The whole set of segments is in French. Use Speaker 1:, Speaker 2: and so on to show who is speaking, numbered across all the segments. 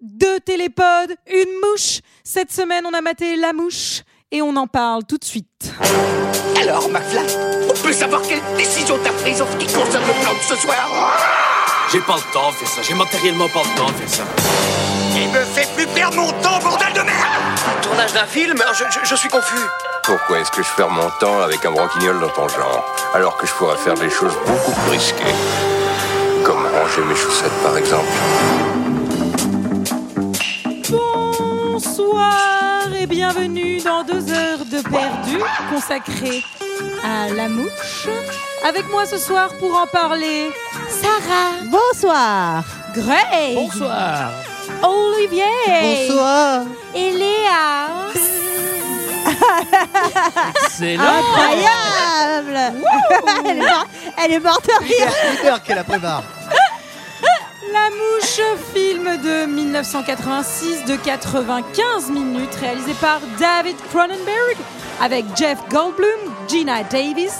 Speaker 1: deux télépodes, une mouche. Cette semaine, on a maté la mouche et on en parle tout de suite.
Speaker 2: Alors, McFly, on peut savoir quelle décision t'as prise en ce qui concerne le plan de ce soir
Speaker 3: J'ai pas le temps de faire ça, j'ai matériellement pas le temps de faire ça.
Speaker 2: Il me fait plus perdre mon temps, bordel de merde
Speaker 4: Tournage d'un film je, je- je suis confus.
Speaker 5: Pourquoi est-ce que je perds mon temps avec un branquignol dans ton genre Alors que je pourrais faire des choses beaucoup plus risquées. Comme ranger mes chaussettes par exemple.
Speaker 1: Bonsoir et bienvenue dans deux heures de perdu consacrées à la mouche. Avec moi ce soir pour en parler, Sarah. Bonsoir. Greg.
Speaker 6: Bonsoir.
Speaker 1: Ah. Olivier.
Speaker 7: Bonsoir.
Speaker 1: Et Léa.
Speaker 7: Ah,
Speaker 6: C'est là.
Speaker 7: Incroyable elle, est mor- elle est morte de rire.
Speaker 8: Peter qu'elle la prépare.
Speaker 1: La Mouche, film de 1986 de 95 minutes, réalisé par David Cronenberg avec Jeff Goldblum, Gina Davis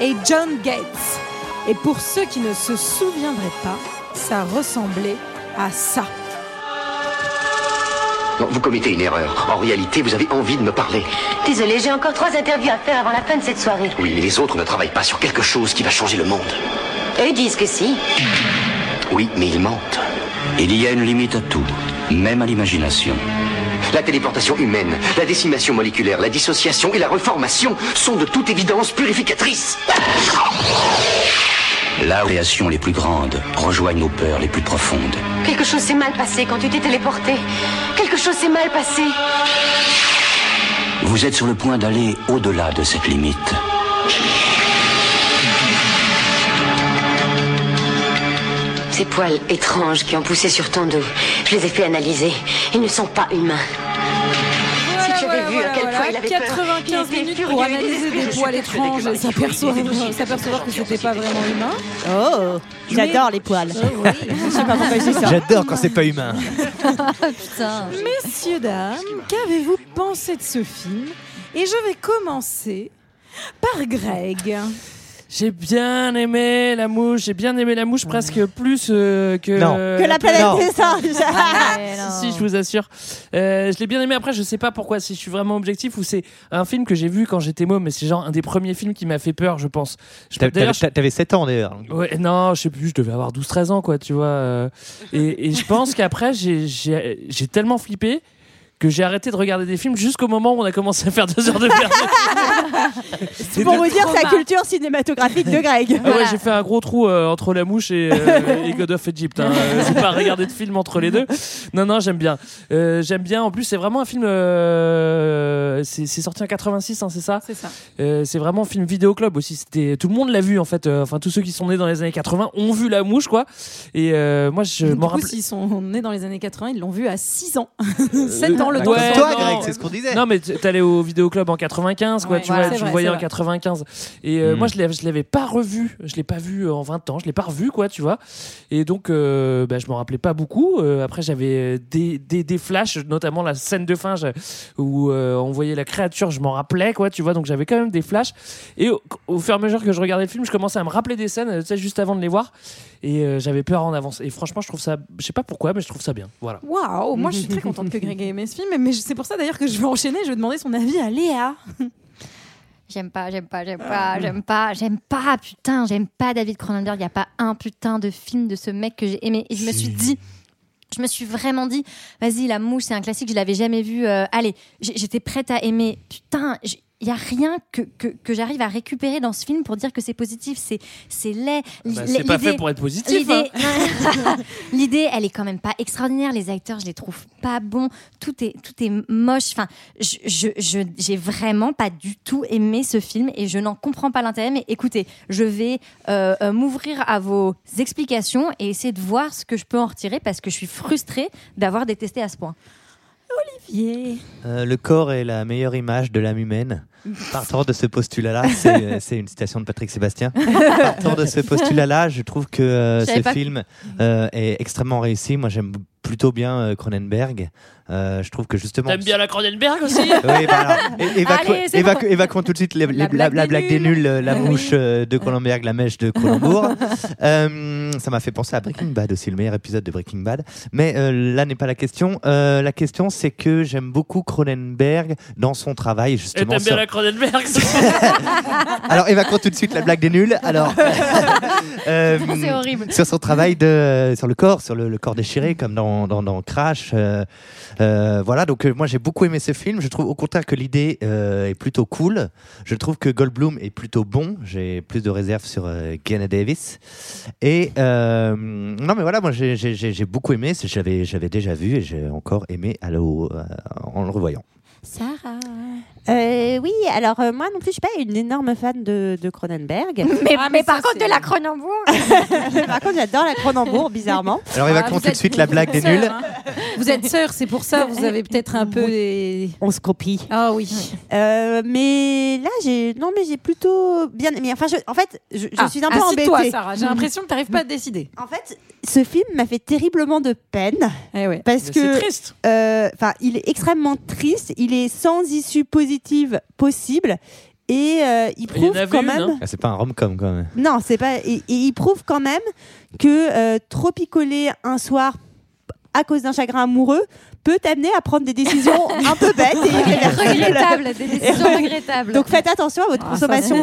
Speaker 1: et John Gates. Et pour ceux qui ne se souviendraient pas, ça ressemblait à ça.
Speaker 2: Non, vous commettez une erreur. En réalité, vous avez envie de me parler.
Speaker 9: Désolée, j'ai encore trois interviews à faire avant la fin de cette soirée.
Speaker 2: Oui, mais les autres ne travaillent pas sur quelque chose qui va changer le monde.
Speaker 9: Eux disent que si.
Speaker 2: Oui, mais ils mentent. Il y a une limite à tout, même à l'imagination. La téléportation humaine, la décimation moléculaire, la dissociation et la reformation sont de toute évidence purificatrices. Là où les actions les plus grandes rejoignent nos peurs les plus profondes.
Speaker 9: Quelque chose s'est mal passé quand tu t'es téléporté. Quelque chose s'est mal passé.
Speaker 2: Vous êtes sur le point d'aller au-delà de cette limite.
Speaker 9: Ces poils étranges qui ont poussé sur ton dos, je les ai fait analyser. Ils ne sont pas humains.
Speaker 1: Voilà,
Speaker 9: Si tu avais
Speaker 1: voilà,
Speaker 9: vu
Speaker 1: voilà,
Speaker 9: à quel point
Speaker 1: voilà.
Speaker 9: il avait peur,
Speaker 1: 95
Speaker 9: il était
Speaker 1: minutes
Speaker 9: furieux
Speaker 1: pour
Speaker 9: et
Speaker 1: analyser
Speaker 9: désespéré.
Speaker 1: des
Speaker 9: Je suis
Speaker 1: poils
Speaker 9: persuadée que
Speaker 1: étranges
Speaker 9: Marty
Speaker 1: et
Speaker 9: Friedman
Speaker 1: s'apercevoir
Speaker 9: est aussi
Speaker 1: s'apercevoir que c'était pas vraiment humain.
Speaker 7: Oh, j'adore les poils. Je sais pas pourquoi je dis ça.
Speaker 8: J'adore quand c'est pas humain.
Speaker 1: Messieurs, dames, qu'avez-vous pensé de ce film Et je vais commencer par Greg.
Speaker 6: J'ai bien aimé la mouche. J'ai bien aimé la mouche presque plus euh, que,
Speaker 8: Non.
Speaker 6: euh,
Speaker 7: Que la planète
Speaker 8: Non.
Speaker 7: des singes.
Speaker 6: Si, je vous assure. Euh, je l'ai bien aimé. Après, je sais pas pourquoi, si je suis vraiment objectif ou c'est un film que j'ai vu quand j'étais môme, mais c'est genre un des premiers films qui m'a fait peur, je pense. Je-
Speaker 8: T'avais-
Speaker 6: d'ailleurs,
Speaker 8: T'avais t'avais 7 ans d'ailleurs.
Speaker 6: je- ouais, non, je sais plus, je devais avoir 12-13 ans, quoi, tu vois. euh. Et, et je pense qu'après, j'ai- j'ai j'ai tellement flippé que j'ai arrêté de regarder des films jusqu'au moment où on a commencé à faire deux heures de perdu. Et
Speaker 7: Pour
Speaker 6: de-
Speaker 7: vous dire sa
Speaker 1: trauma.
Speaker 7: culture cinématographique de Greg.
Speaker 6: Ah ouais, j'ai fait un gros trou euh, entre la mouche et, euh, et God of Egypt. Hein. Euh, J'ai pas regardé de film entre les deux. Non, non, j'aime bien. Euh, j'aime bien. En plus, c'est vraiment un film. euh, c'est c'est sorti en 86, hein, c'est ça
Speaker 1: C'est ça.
Speaker 6: Euh, C'est vraiment un film vidéo club aussi. C'était tout le monde l'a vu en fait. Euh, Enfin, tous ceux qui sont nés dans les années 80 ont vu la mouche, quoi. Et euh, moi, je
Speaker 1: Du
Speaker 6: m'en
Speaker 1: coup,
Speaker 6: rappelle. Euh,
Speaker 1: s'ils sont nés dans les années 80, ils l'ont vu à 6 ans. 7 ans le temps.
Speaker 8: Comme
Speaker 6: Ouais,
Speaker 8: toi,
Speaker 6: non.
Speaker 8: Greg, c'est ce qu'on disait.
Speaker 6: Non mais t- t'allais au vidéoclub en 95 quoi,
Speaker 1: Ouais,
Speaker 6: tu
Speaker 1: voilà,
Speaker 6: vois,
Speaker 1: c'est
Speaker 6: tu
Speaker 1: vrai,
Speaker 6: le voyais
Speaker 1: c'est
Speaker 6: en
Speaker 1: vrai.
Speaker 6: 95 et euh,
Speaker 3: Mm.
Speaker 6: moi je l'avais je l'avais pas revu, je l'ai pas vu euh, en 20 ans, je l'ai pas revu quoi, tu vois. Et donc euh, bah, je m'en rappelais pas beaucoup, Euh, après j'avais euh, des, des des flashs notamment la scène de fin je- où euh, on voyait la créature, je m'en rappelais quoi, tu vois. Donc j'avais quand même des flashs et au, au fur et à mesure que je regardais le film, je commençais à me rappeler des scènes euh, tu sais juste avant de les voir et euh, j'avais peur en avance et franchement, je trouve ça je sais pas pourquoi mais je trouve ça bien. Voilà.
Speaker 1: Waouh, moi je suis très contente que Greg ait aimé ce film, mais je- c'est pour ça d'ailleurs que je vais enchaîner, je vais demander son avis à Léa.
Speaker 10: J'aime pas, j'aime pas, j'aime pas, j'aime pas, j'aime pas, putain, j'aime pas David Cronenberg. Il n'y a pas un putain de film de ce mec que j'ai aimé. Et je me suis dit, je me suis vraiment dit, vas-y, La Mouche, c'est un classique, je l'avais jamais vu. euh, allez, j'- j'étais prête à aimer. Putain, j- il n'y a rien que, que, que j'arrive à récupérer dans ce film pour dire que c'est positif, c'est c'est laid. L-
Speaker 6: Bah,
Speaker 10: l-
Speaker 6: c'est pas
Speaker 10: l'idée-
Speaker 6: fait pour être positif. hein.
Speaker 10: L'idée, l'idée, elle est quand même pas extraordinaire. Les acteurs, je les trouve pas bons. Tout est, tout est moche. Enfin, je, je, je- j'ai vraiment pas du tout aimé ce film et je n'en comprends pas l'intérêt. Mais écoutez, je vais euh, euh, m'ouvrir à vos explications et essayer de voir ce que je peux en retirer parce que je suis frustrée d'avoir détesté à ce point.
Speaker 8: Euh, le corps est la meilleure image de l'âme humaine. Partant de ce postulat-là, c'est euh, c'est une citation de Patrick Sébastien. Partant de ce postulat-là, je trouve que euh,
Speaker 10: Je savais
Speaker 8: ce
Speaker 10: pas que-
Speaker 8: film euh, est extrêmement réussi. Moi, j'aime plutôt bien euh, Cronenberg. Euh, je trouve que justement.
Speaker 6: T'aimes bien la Cronenberg aussi
Speaker 8: Oui, voilà. É- évacuons-
Speaker 6: Allez, c'est
Speaker 8: évacuons- évacuons tout de suite les- les- la,
Speaker 6: blague
Speaker 8: la
Speaker 6: des
Speaker 8: blague des
Speaker 6: nuls. Ah
Speaker 8: nuls, euh, la
Speaker 6: Oui.
Speaker 8: mouche euh, de Cronenberg, la mèche de Cronenbourg. Euh, ça m'a fait penser à Breaking Bad aussi, le meilleur épisode de Breaking Bad. Mais euh, là n'est pas la question. Euh, la question, c'est que j'aime beaucoup Cronenberg dans son travail,
Speaker 6: Et
Speaker 8: justement.
Speaker 6: t'aimes bien
Speaker 8: sur-
Speaker 6: la Cronenberg
Speaker 8: Alors, évacuons tout de suite la blague des nuls. Alors, euh,
Speaker 6: C'est horrible.
Speaker 8: Sur son travail de, euh, sur le corps, sur le, le corps déchiré, comme dans, dans, dans Crash. euh, euh, voilà, donc euh, moi j'ai beaucoup aimé ce film. Je trouve au contraire que l'idée euh, est plutôt cool. Je trouve que Goldblum est plutôt bon. J'ai plus de réserves sur euh, Keanu Davis. Et euh, non, mais voilà, moi j'ai j'ai- j'ai- j'ai beaucoup aimé. C'est- J'avais j'avais déjà vu et j'ai encore aimé à l'eau, euh, en le revoyant.
Speaker 7: Sarah. Euh, oui, alors euh, moi non plus, je suis pas une énorme fan de, de Cronenberg. Ah,
Speaker 10: Mais, mais par contre, de la Cronenbourg
Speaker 7: par contre, j'adore la Cronenbourg, bizarrement.
Speaker 8: Alors, évacuons
Speaker 1: Ah, vous
Speaker 8: tout de
Speaker 1: êtes-
Speaker 8: suite la blague des
Speaker 1: sœurs,
Speaker 8: nuls.
Speaker 1: hein. Vous êtes sœurs, c'est pour ça vous avez peut-être un peu des.
Speaker 7: On se copie.
Speaker 1: Ah oui.
Speaker 7: Euh, mais là, j'ai non, mais j'ai plutôt bien aimé. Enfin, je- en fait, je, je
Speaker 1: Ah,
Speaker 7: suis un peu embêtée. Mm.
Speaker 1: assis-toi, Sarah. J'ai l'impression que t'arrives pas à te décider.
Speaker 7: En fait, ce film m'a fait terriblement de peine parce
Speaker 1: Mais
Speaker 7: que
Speaker 1: c'est triste.
Speaker 7: euh, enfin, il est extrêmement triste. Il est sans issue positive possible et euh,
Speaker 8: Il
Speaker 7: il
Speaker 8: y en
Speaker 7: prouve
Speaker 8: avait
Speaker 7: quand
Speaker 8: une,
Speaker 7: même.
Speaker 8: hein Ah, c'est pas un rom-com quand même.
Speaker 7: Non, c'est pas. Et, et il prouve quand même que euh, trop picoler un soir à cause d'un chagrin amoureux peut t'amener à prendre des décisions un peu bêtes et
Speaker 10: Regrettables, des décisions regrettables. Ah,
Speaker 7: Donc faites attention à votre consommation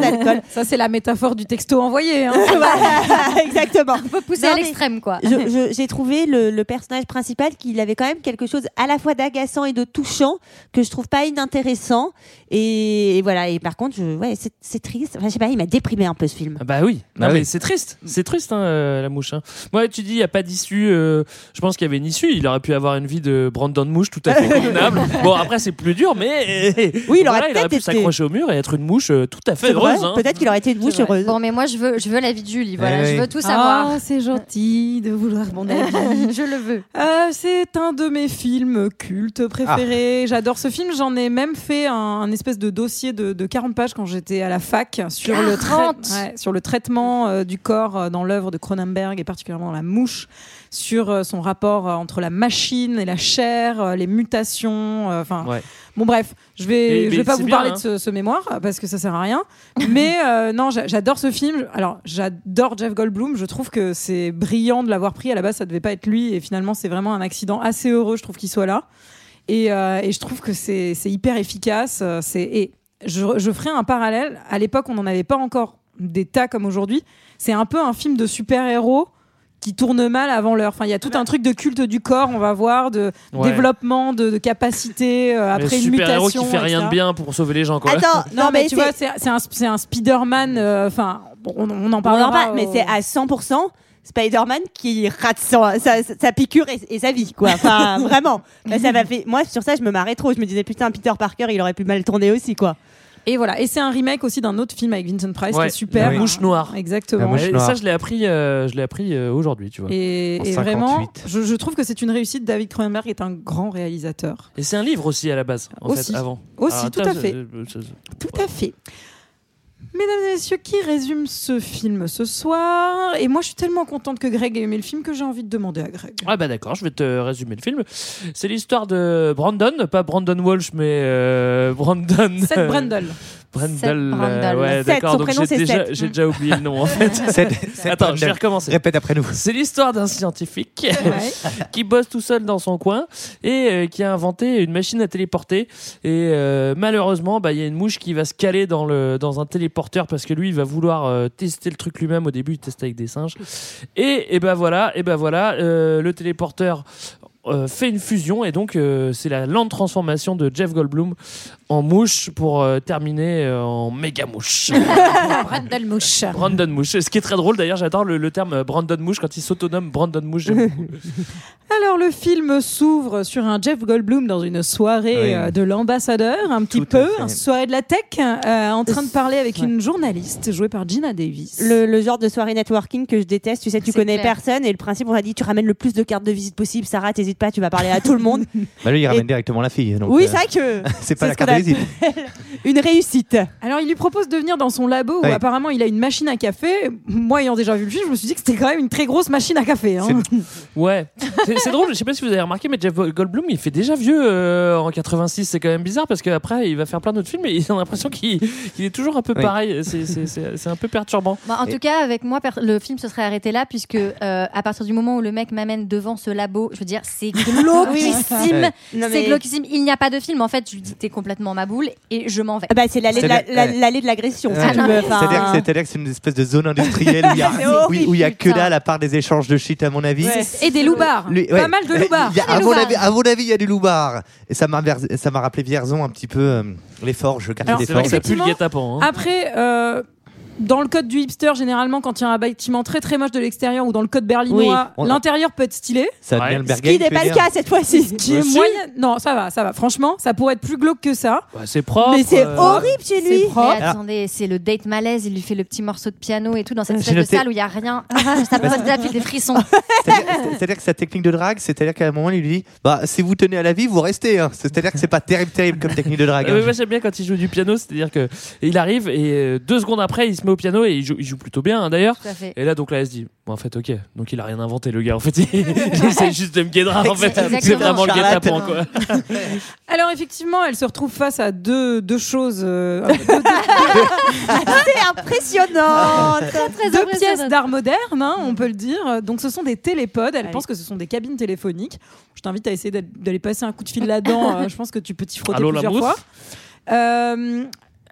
Speaker 7: d'alcool.
Speaker 1: Ça, c'est la métaphore du texto envoyé. hein.
Speaker 7: Voilà, exactement.
Speaker 10: On peut pousser
Speaker 7: Non,
Speaker 10: à
Speaker 7: mais
Speaker 10: l'extrême, quoi.
Speaker 7: Je- je- J'ai trouvé le, le personnage principal qu'il avait quand même quelque chose à la fois d'agaçant et de touchant que je trouve pas inintéressant. Et, et voilà. Et par contre, je, ouais, c'est- c'est triste. Enfin, je sais pas, il m'a déprimé un peu ce film.
Speaker 6: Ah Bah oui, non,
Speaker 8: Ah
Speaker 6: mais
Speaker 8: oui.
Speaker 6: c'est triste, c'est triste hein, euh, la mouche. hein. Moi, tu dis, il n'y a pas d'issue. euh, je pense qu'il y avait une issue. Il aurait pu avoir une vie de Brandon de Mouche tout à fait convenable. bon, après, c'est plus dur, mais.
Speaker 7: Oui, il aurait
Speaker 6: voilà,
Speaker 7: peut-être
Speaker 6: pu
Speaker 7: été-
Speaker 6: s'accrocher au mur et être une mouche euh, tout à fait
Speaker 7: C'est vrai,
Speaker 6: heureuse. hein.
Speaker 7: Peut-être qu'il aurait été une bouche
Speaker 10: C'est vrai.
Speaker 7: heureuse.
Speaker 10: Bon, mais moi, je veux, je veux la vie de Julie, voilà.
Speaker 8: Eh oui.
Speaker 10: Je veux tout savoir.
Speaker 1: Ah, c'est gentil de vouloir mon avis.
Speaker 10: Euh. je le veux.
Speaker 1: Euh, c'est un de mes films cultes
Speaker 6: Ah.
Speaker 1: préférés. J'adore ce film. J'en ai même fait un, un espèce de dossier de, de 40 pages quand j'étais à la fac sur,
Speaker 10: Ah,
Speaker 1: le, trai-
Speaker 10: 40.
Speaker 1: ouais, sur le traitement euh, du corps euh, dans l'œuvre de Cronenberg et particulièrement dans La Mouche, sur euh, son rapport euh, entre la machine et la chair, euh, les mutations. euh, Enfin,
Speaker 6: Ouais.
Speaker 1: bon, bref, je
Speaker 6: Et-
Speaker 1: vais, je
Speaker 6: mais
Speaker 1: vais pas
Speaker 6: c'est
Speaker 1: vous
Speaker 6: bien,
Speaker 1: parler
Speaker 6: hein.
Speaker 1: de ce, ce mémoire euh, parce que ça sert à rien. Mais euh, non, j'a- j'adore ce film. Alors, j'adore Jeff Goldblum. Je trouve que c'est brillant de l'avoir pris. À la base, ça devait pas être lui. Et finalement, c'est vraiment un accident assez heureux, je trouve, qu'il soit là. Et, euh, et je trouve que c'est c'est hyper efficace. Euh, c'est- Et je, je ferai un parallèle. À l'époque, on n'en avait pas encore des tas comme aujourd'hui. C'est un peu un film de super-héros qui tourne mal avant l'heure. Enfin, il y a tout un truc de culte du corps, on va voir, de
Speaker 6: Ouais.
Speaker 1: développement, de, de capacité euh,
Speaker 6: Le
Speaker 1: après une
Speaker 6: super-héros
Speaker 1: mutation.
Speaker 6: qui fait rien
Speaker 1: etc.
Speaker 6: de bien pour sauver les gens, quoi.
Speaker 7: Attends,
Speaker 1: Non, mais, tu
Speaker 7: c'est-
Speaker 1: vois, c'est c'est un, c'est un Spider-Man. euh, Enfin, bon, on,
Speaker 7: Ah, on
Speaker 1: on en
Speaker 7: en euh,
Speaker 1: parlera.
Speaker 7: parle, mais
Speaker 1: au-
Speaker 7: c'est à 100% Spider-Man qui rate son- sa, sa- sa piqûre et, et sa vie, quoi. Enfin, vraiment. Bah, ça m'a fait... Moi, sur ça, je me marrais trop. Je me disais, putain, Peter Parker, il aurait pu mal tourner aussi, quoi.
Speaker 1: Et voilà. Et c'est un remake aussi d'un autre film avec Vincent Price qui
Speaker 6: Ouais,
Speaker 1: est super.
Speaker 6: La Mouche Noire.
Speaker 8: La
Speaker 1: Exactement.
Speaker 8: Mouche
Speaker 6: Ouais, et
Speaker 8: noire.
Speaker 6: ça, je l'ai appris, euh, je l'ai appris euh, aujourd'hui, tu vois. Et,
Speaker 1: Et,
Speaker 8: En
Speaker 1: et vraiment,
Speaker 8: 58.
Speaker 1: je, je trouve que c'est une réussite. David Cronenberg est un grand réalisateur.
Speaker 6: c'est un livre aussi à la base, en
Speaker 1: Aussi.
Speaker 6: fait, avant.
Speaker 1: Aussi,
Speaker 6: Alors,
Speaker 1: tout
Speaker 6: attends,
Speaker 1: à fait.
Speaker 6: euh, euh, euh,
Speaker 1: Tout à fait. Mesdames et messieurs, qui résume ce film ce soir Et moi, je suis tellement contente que Greg ait aimé le film que j'ai envie de demander à Greg.
Speaker 6: Ah bah d'accord, je vais te résumer le film. C'est l'histoire de Brandon, pas Brandon Walsh, mais euh, Brandon.
Speaker 1: Seth Brendel.
Speaker 6: Brandel,
Speaker 10: Seth
Speaker 6: euh,
Speaker 10: Brandel.
Speaker 6: ouais,
Speaker 7: Seth,
Speaker 6: d'accord.
Speaker 7: son
Speaker 6: Donc
Speaker 7: prénom,
Speaker 6: j'ai
Speaker 7: c'est
Speaker 6: déjà,
Speaker 7: Seth. Mm.
Speaker 6: j'ai déjà oublié le nom en fait. Attends, je vais recommencer.
Speaker 8: Répète après nous.
Speaker 6: C'est l'histoire d'un scientifique qui bosse tout seul dans son coin et euh, qui a inventé une machine à téléporter. Et euh, malheureusement, bah, il y a une mouche qui va se caler dans, le, dans un téléporteur parce que lui, il va vouloir euh, tester le truc lui-même. Au début, il teste avec des singes. Et, et ben voilà, et ben voilà euh, le téléporteur. euh, fait une fusion et donc euh, c'est la lente transformation de Jeff Goldblum en mouche pour euh, terminer euh, en méga mouche.
Speaker 1: Brendel Mouche.
Speaker 6: Brandon Mouche. Ce qui est très drôle d'ailleurs, j'adore le, le terme euh, Brandon Mouche quand il s'autonome Brandon Mouche. j'aime beaucoup.
Speaker 1: Alors le film s'ouvre sur un Jeff Goldblum dans une soirée
Speaker 8: Oui.
Speaker 1: euh, de l'ambassadeur, un petit
Speaker 8: Tout à
Speaker 1: peu,
Speaker 8: fait.
Speaker 1: une soirée de la tech, euh, en train de parler avec
Speaker 7: Ouais.
Speaker 1: une journaliste jouée par Gina Davis.
Speaker 7: Le, le genre de soirée networking que je déteste. Tu sais, tu
Speaker 10: C'est
Speaker 7: connais
Speaker 10: clair.
Speaker 7: personne. Et le principe, on a dit, tu ramènes le plus de cartes de visite possible. Sarah, t'hésites pas, tu vas parler à tout le monde.
Speaker 8: Bah lui, il ramène
Speaker 7: Et-
Speaker 8: directement la fille. donc,
Speaker 7: oui,
Speaker 8: euh,
Speaker 7: c'est vrai que
Speaker 8: C'est pas
Speaker 7: c'est
Speaker 8: la
Speaker 7: ce qu'on
Speaker 8: carte de visite.
Speaker 7: une réussite.
Speaker 1: Alors il lui propose de venir dans son labo où
Speaker 8: Ouais.
Speaker 1: apparemment il a une machine à café. Moi ayant déjà vu le film, je me suis dit que c'était quand même une très grosse machine à café. hein.
Speaker 6: Ouais. C'est- c'est drôle, je sais pas si vous avez remarqué, mais Jeff Goldblum, il fait déjà vieux euh, en 86. C'est quand même bizarre parce qu'après, il va faire plein d'autres films et on a l'impression qu'il qu'il est toujours un peu
Speaker 8: Oui.
Speaker 6: pareil. C'est- C'est c'est- c'est un peu perturbant.
Speaker 10: Bon, Bah, en
Speaker 8: Et-
Speaker 10: tout cas, avec moi, per- le film se serait arrêté là, puisque euh, à partir du moment où le mec m'amène devant ce labo, je veux dire, c'est glauquissime.
Speaker 8: Ouais.
Speaker 10: C'est
Speaker 7: Non, mais-
Speaker 10: glauquissime. Il n'y a pas de film. En fait, je lui dis, t'es complètement ma boule et je m'en vais.
Speaker 7: Ah bah, c'est l'allée de
Speaker 8: C'est
Speaker 7: la-
Speaker 8: le-
Speaker 7: la-
Speaker 8: ouais.
Speaker 7: l'allée de l'agression. si
Speaker 8: Ouais.
Speaker 7: tu veux, enfin.
Speaker 8: C'est-à-dire que- c'est-à-dire que c'est une espèce de zone industrielle où il y
Speaker 7: C'est
Speaker 8: a, où-
Speaker 7: horrible,
Speaker 8: où il y a que
Speaker 10: putain.
Speaker 8: dalle à part des échanges de shit à mon avis.
Speaker 7: Ouais.
Speaker 1: Et des loupards.
Speaker 8: Lui-
Speaker 1: Pas
Speaker 8: ouais.
Speaker 1: mal de loupards.
Speaker 8: Il y a-
Speaker 10: Que
Speaker 8: à,
Speaker 10: des
Speaker 8: mon
Speaker 10: loupards.
Speaker 8: avis, à mon avis, il y a du loupard. Et ça m'a vers- ça m'a rappelé Vierzon un petit peu, euh, les forges, le quartier
Speaker 1: Alors,
Speaker 8: des
Speaker 6: C'est vrai que ça
Speaker 8: forges.
Speaker 6: pue le
Speaker 1: effectivement,
Speaker 6: guet-apens. hein.
Speaker 1: Après, euh, dans le code du hipster, généralement, quand il y a un bâtiment très très moche de l'extérieur ou dans le code berlinois,
Speaker 8: Oui.
Speaker 1: l'intérieur peut être stylé.
Speaker 8: Ça devient
Speaker 6: Ouais.
Speaker 8: le
Speaker 7: Ce qui
Speaker 8: Berghain,
Speaker 7: n'est
Speaker 8: tu veux
Speaker 7: pas le
Speaker 8: dire.
Speaker 7: cas cette fois-ci.
Speaker 1: Qui est
Speaker 6: Aussi.
Speaker 1: moyen. Non, ça va, ça va. Franchement, ça pourrait être plus glauque que ça.
Speaker 6: Bah, c'est propre.
Speaker 7: Mais c'est
Speaker 6: euh,
Speaker 7: horrible chez lui. Ah.
Speaker 1: C'est
Speaker 10: Mais
Speaker 1: propre.
Speaker 10: attendez, c'est le date malaise. Il lui fait le petit morceau de piano et tout dans cette
Speaker 7: Euh,
Speaker 8: J'ai
Speaker 10: espèce de
Speaker 8: noté-
Speaker 10: salle où il y a rien. Ah, ça me donne des frissons.
Speaker 8: C'est-à-dire- C'est-à-dire que sa technique de drague, c'est-à-dire qu'à un moment, il lui dit bah, Si vous tenez à la vie, vous restez. hein. C'est-à-dire que c'est pas terrible, terrible comme technique de drague.
Speaker 6: Euh, mais
Speaker 8: hein.
Speaker 6: moi j'aime bien quand il joue du piano, c'est-à-dire que il arrive et euh, deux secondes après il se met au piano et il joue, il joue plutôt bien hein, d'ailleurs.
Speaker 10: Tout à fait.
Speaker 6: Et là donc là elle se dit, bon, en fait ok, donc il a rien inventé le gars en fait, il essaie juste de me guédrer en fait,
Speaker 10: Exactement.
Speaker 6: c'est vraiment le guet-apens
Speaker 10: Charlatan.
Speaker 6: quoi.
Speaker 1: Alors effectivement, elle se retrouve face à deux, deux choses, euh, deux,
Speaker 7: C'est impressionnant.
Speaker 10: Très, très
Speaker 1: deux
Speaker 10: impressionnant.
Speaker 1: pièces d'art moderne, hein, on peut le dire. Donc ce sont des télépodes. Elle
Speaker 7: Ouais.
Speaker 1: pense que ce sont des cabines téléphoniques. Je t'invite à essayer d'aller- d'aller passer un coup de fil là-dedans. Euh, Je pense que tu peux t'y frotter
Speaker 6: Allô, la
Speaker 1: plusieurs
Speaker 6: mousse
Speaker 1: fois. Euh,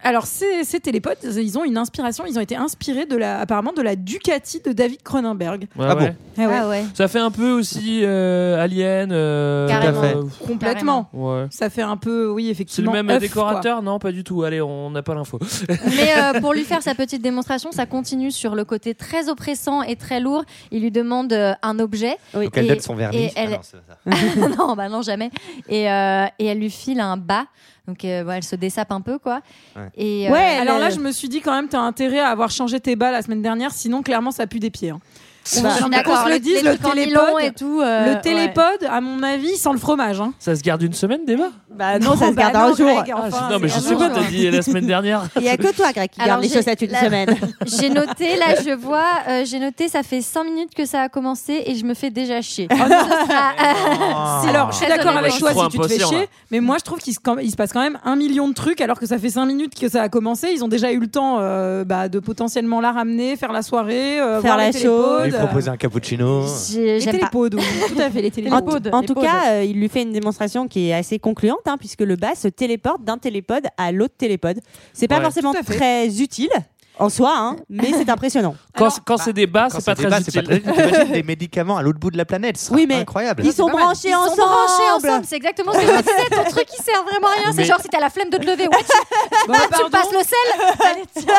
Speaker 1: alors ces, ces télépodes, ils ont une inspiration. Ils ont été inspirés de la, apparemment de la Ducati de David Cronenberg.
Speaker 6: Ouais,
Speaker 8: Ah bon
Speaker 6: ouais.
Speaker 1: Ah ouais,
Speaker 10: Ah ouais.
Speaker 6: Ça fait un peu aussi euh, Alien. euh,
Speaker 10: Carrément.
Speaker 8: fait.
Speaker 1: Complètement.
Speaker 6: ouais.
Speaker 1: Ça fait un peu, oui,
Speaker 6: C'est le
Speaker 1: effectivement.
Speaker 6: même
Speaker 1: œuf,
Speaker 6: décorateur Non, pas du tout. Allez, on n'a pas l'info.
Speaker 10: Mais euh, pour lui faire sa petite démonstration, ça continue sur le côté très oppressant et très lourd. Il lui demande euh, un objet.
Speaker 8: Donc elle
Speaker 10: Et-
Speaker 8: donne son vernis.
Speaker 10: et elle-
Speaker 8: Ah non, c'est pas ça.
Speaker 10: non, bah non, jamais. Et, euh, et elle lui file un bas. Donc euh, voilà, elle se dessape un peu, quoi.
Speaker 8: Ouais.
Speaker 10: Et, euh,
Speaker 7: Ouais,
Speaker 1: quoi.
Speaker 7: elle-
Speaker 1: Alors là, je me suis dit quand même, t'as intérêt à avoir changé tes bas la semaine dernière, sinon clairement ça pue des pieds. hein.
Speaker 10: on
Speaker 1: Bah,
Speaker 10: je suis
Speaker 1: qu'on
Speaker 10: d'accord,
Speaker 1: se le
Speaker 10: les-
Speaker 1: dise,
Speaker 10: les
Speaker 1: le
Speaker 10: trucs en
Speaker 1: télépode-
Speaker 10: nylon et tout. euh,
Speaker 1: le télépode, à mon avis, sans le fromage. hein.
Speaker 6: Ça se garde une semaine, Débat
Speaker 7: Bah non, ça se
Speaker 1: bah
Speaker 7: garde un
Speaker 1: non,
Speaker 7: jour.
Speaker 1: Greg, enfin,
Speaker 6: Non, mais
Speaker 1: c'est
Speaker 6: je
Speaker 10: un
Speaker 6: sais
Speaker 10: jour,
Speaker 6: pas,
Speaker 10: ouais.
Speaker 6: t'as dit la semaine dernière.
Speaker 7: Il n'y a que toi, Greg, qui
Speaker 10: Alors,
Speaker 7: garde les
Speaker 10: j'ai-
Speaker 7: chaussettes une
Speaker 10: la-
Speaker 7: semaine.
Speaker 10: ouais. J'ai noté, là, je vois, euh, j'ai noté, ça fait 5 minutes que ça a commencé et je me fais déjà chier.
Speaker 1: Oh,
Speaker 10: Ce sera, euh,
Speaker 1: Ah. Alors, je suis
Speaker 10: Très
Speaker 1: d'accord
Speaker 10: honnêtement,
Speaker 1: avec toi
Speaker 6: je trouve
Speaker 1: si tu te fais
Speaker 6: impossible,
Speaker 1: chier,
Speaker 6: là.
Speaker 1: mais moi je trouve qu'il se, quand- il se passe quand même un million de trucs alors que ça fait cinq minutes que ça a commencé. Ils ont déjà eu le temps euh, bah, de potentiellement la ramener, faire la soirée, euh,
Speaker 7: Faire
Speaker 1: voir
Speaker 7: la
Speaker 1: les
Speaker 7: chose.
Speaker 8: Il
Speaker 1: télépodes.
Speaker 8: lui propose un cappuccino.
Speaker 10: j'ai-
Speaker 1: Les
Speaker 10: j'aime pas.
Speaker 1: télépodes, oui, tout à fait, les
Speaker 7: En,
Speaker 1: télépodes.
Speaker 7: en
Speaker 1: Les
Speaker 7: tout
Speaker 1: podes.
Speaker 7: cas, euh, il lui fait une démonstration qui est assez concluante, hein, puisque le bas se téléporte d'un télépode à l'autre télépode. C'est pas
Speaker 6: Ouais.
Speaker 7: forcément
Speaker 1: Tout à fait.
Speaker 7: très utile en soi, hein, mais c'est impressionnant.
Speaker 6: Quand,
Speaker 1: Alors-
Speaker 6: quand c'est des bas,
Speaker 8: Quand
Speaker 6: c'est pas,
Speaker 8: des
Speaker 6: très
Speaker 8: bas, c'est
Speaker 6: utile.
Speaker 8: T'imagines des médicaments à l'autre bout de la planète. ce sera
Speaker 7: Oui, mais
Speaker 8: incroyable.
Speaker 7: Ils sont
Speaker 10: Pas mal.
Speaker 7: branchés
Speaker 10: Ils sont
Speaker 7: ensemble.
Speaker 10: branchés ensemble, c'est exactement ce que je me disais. Ton truc il sert vraiment à rien.
Speaker 6: Mais-
Speaker 10: C'est genre si t'as la flemme de te lever, ouais, tu,
Speaker 1: Bah,
Speaker 10: tu
Speaker 1: pardon.
Speaker 10: passes le sel. Allez, tiens.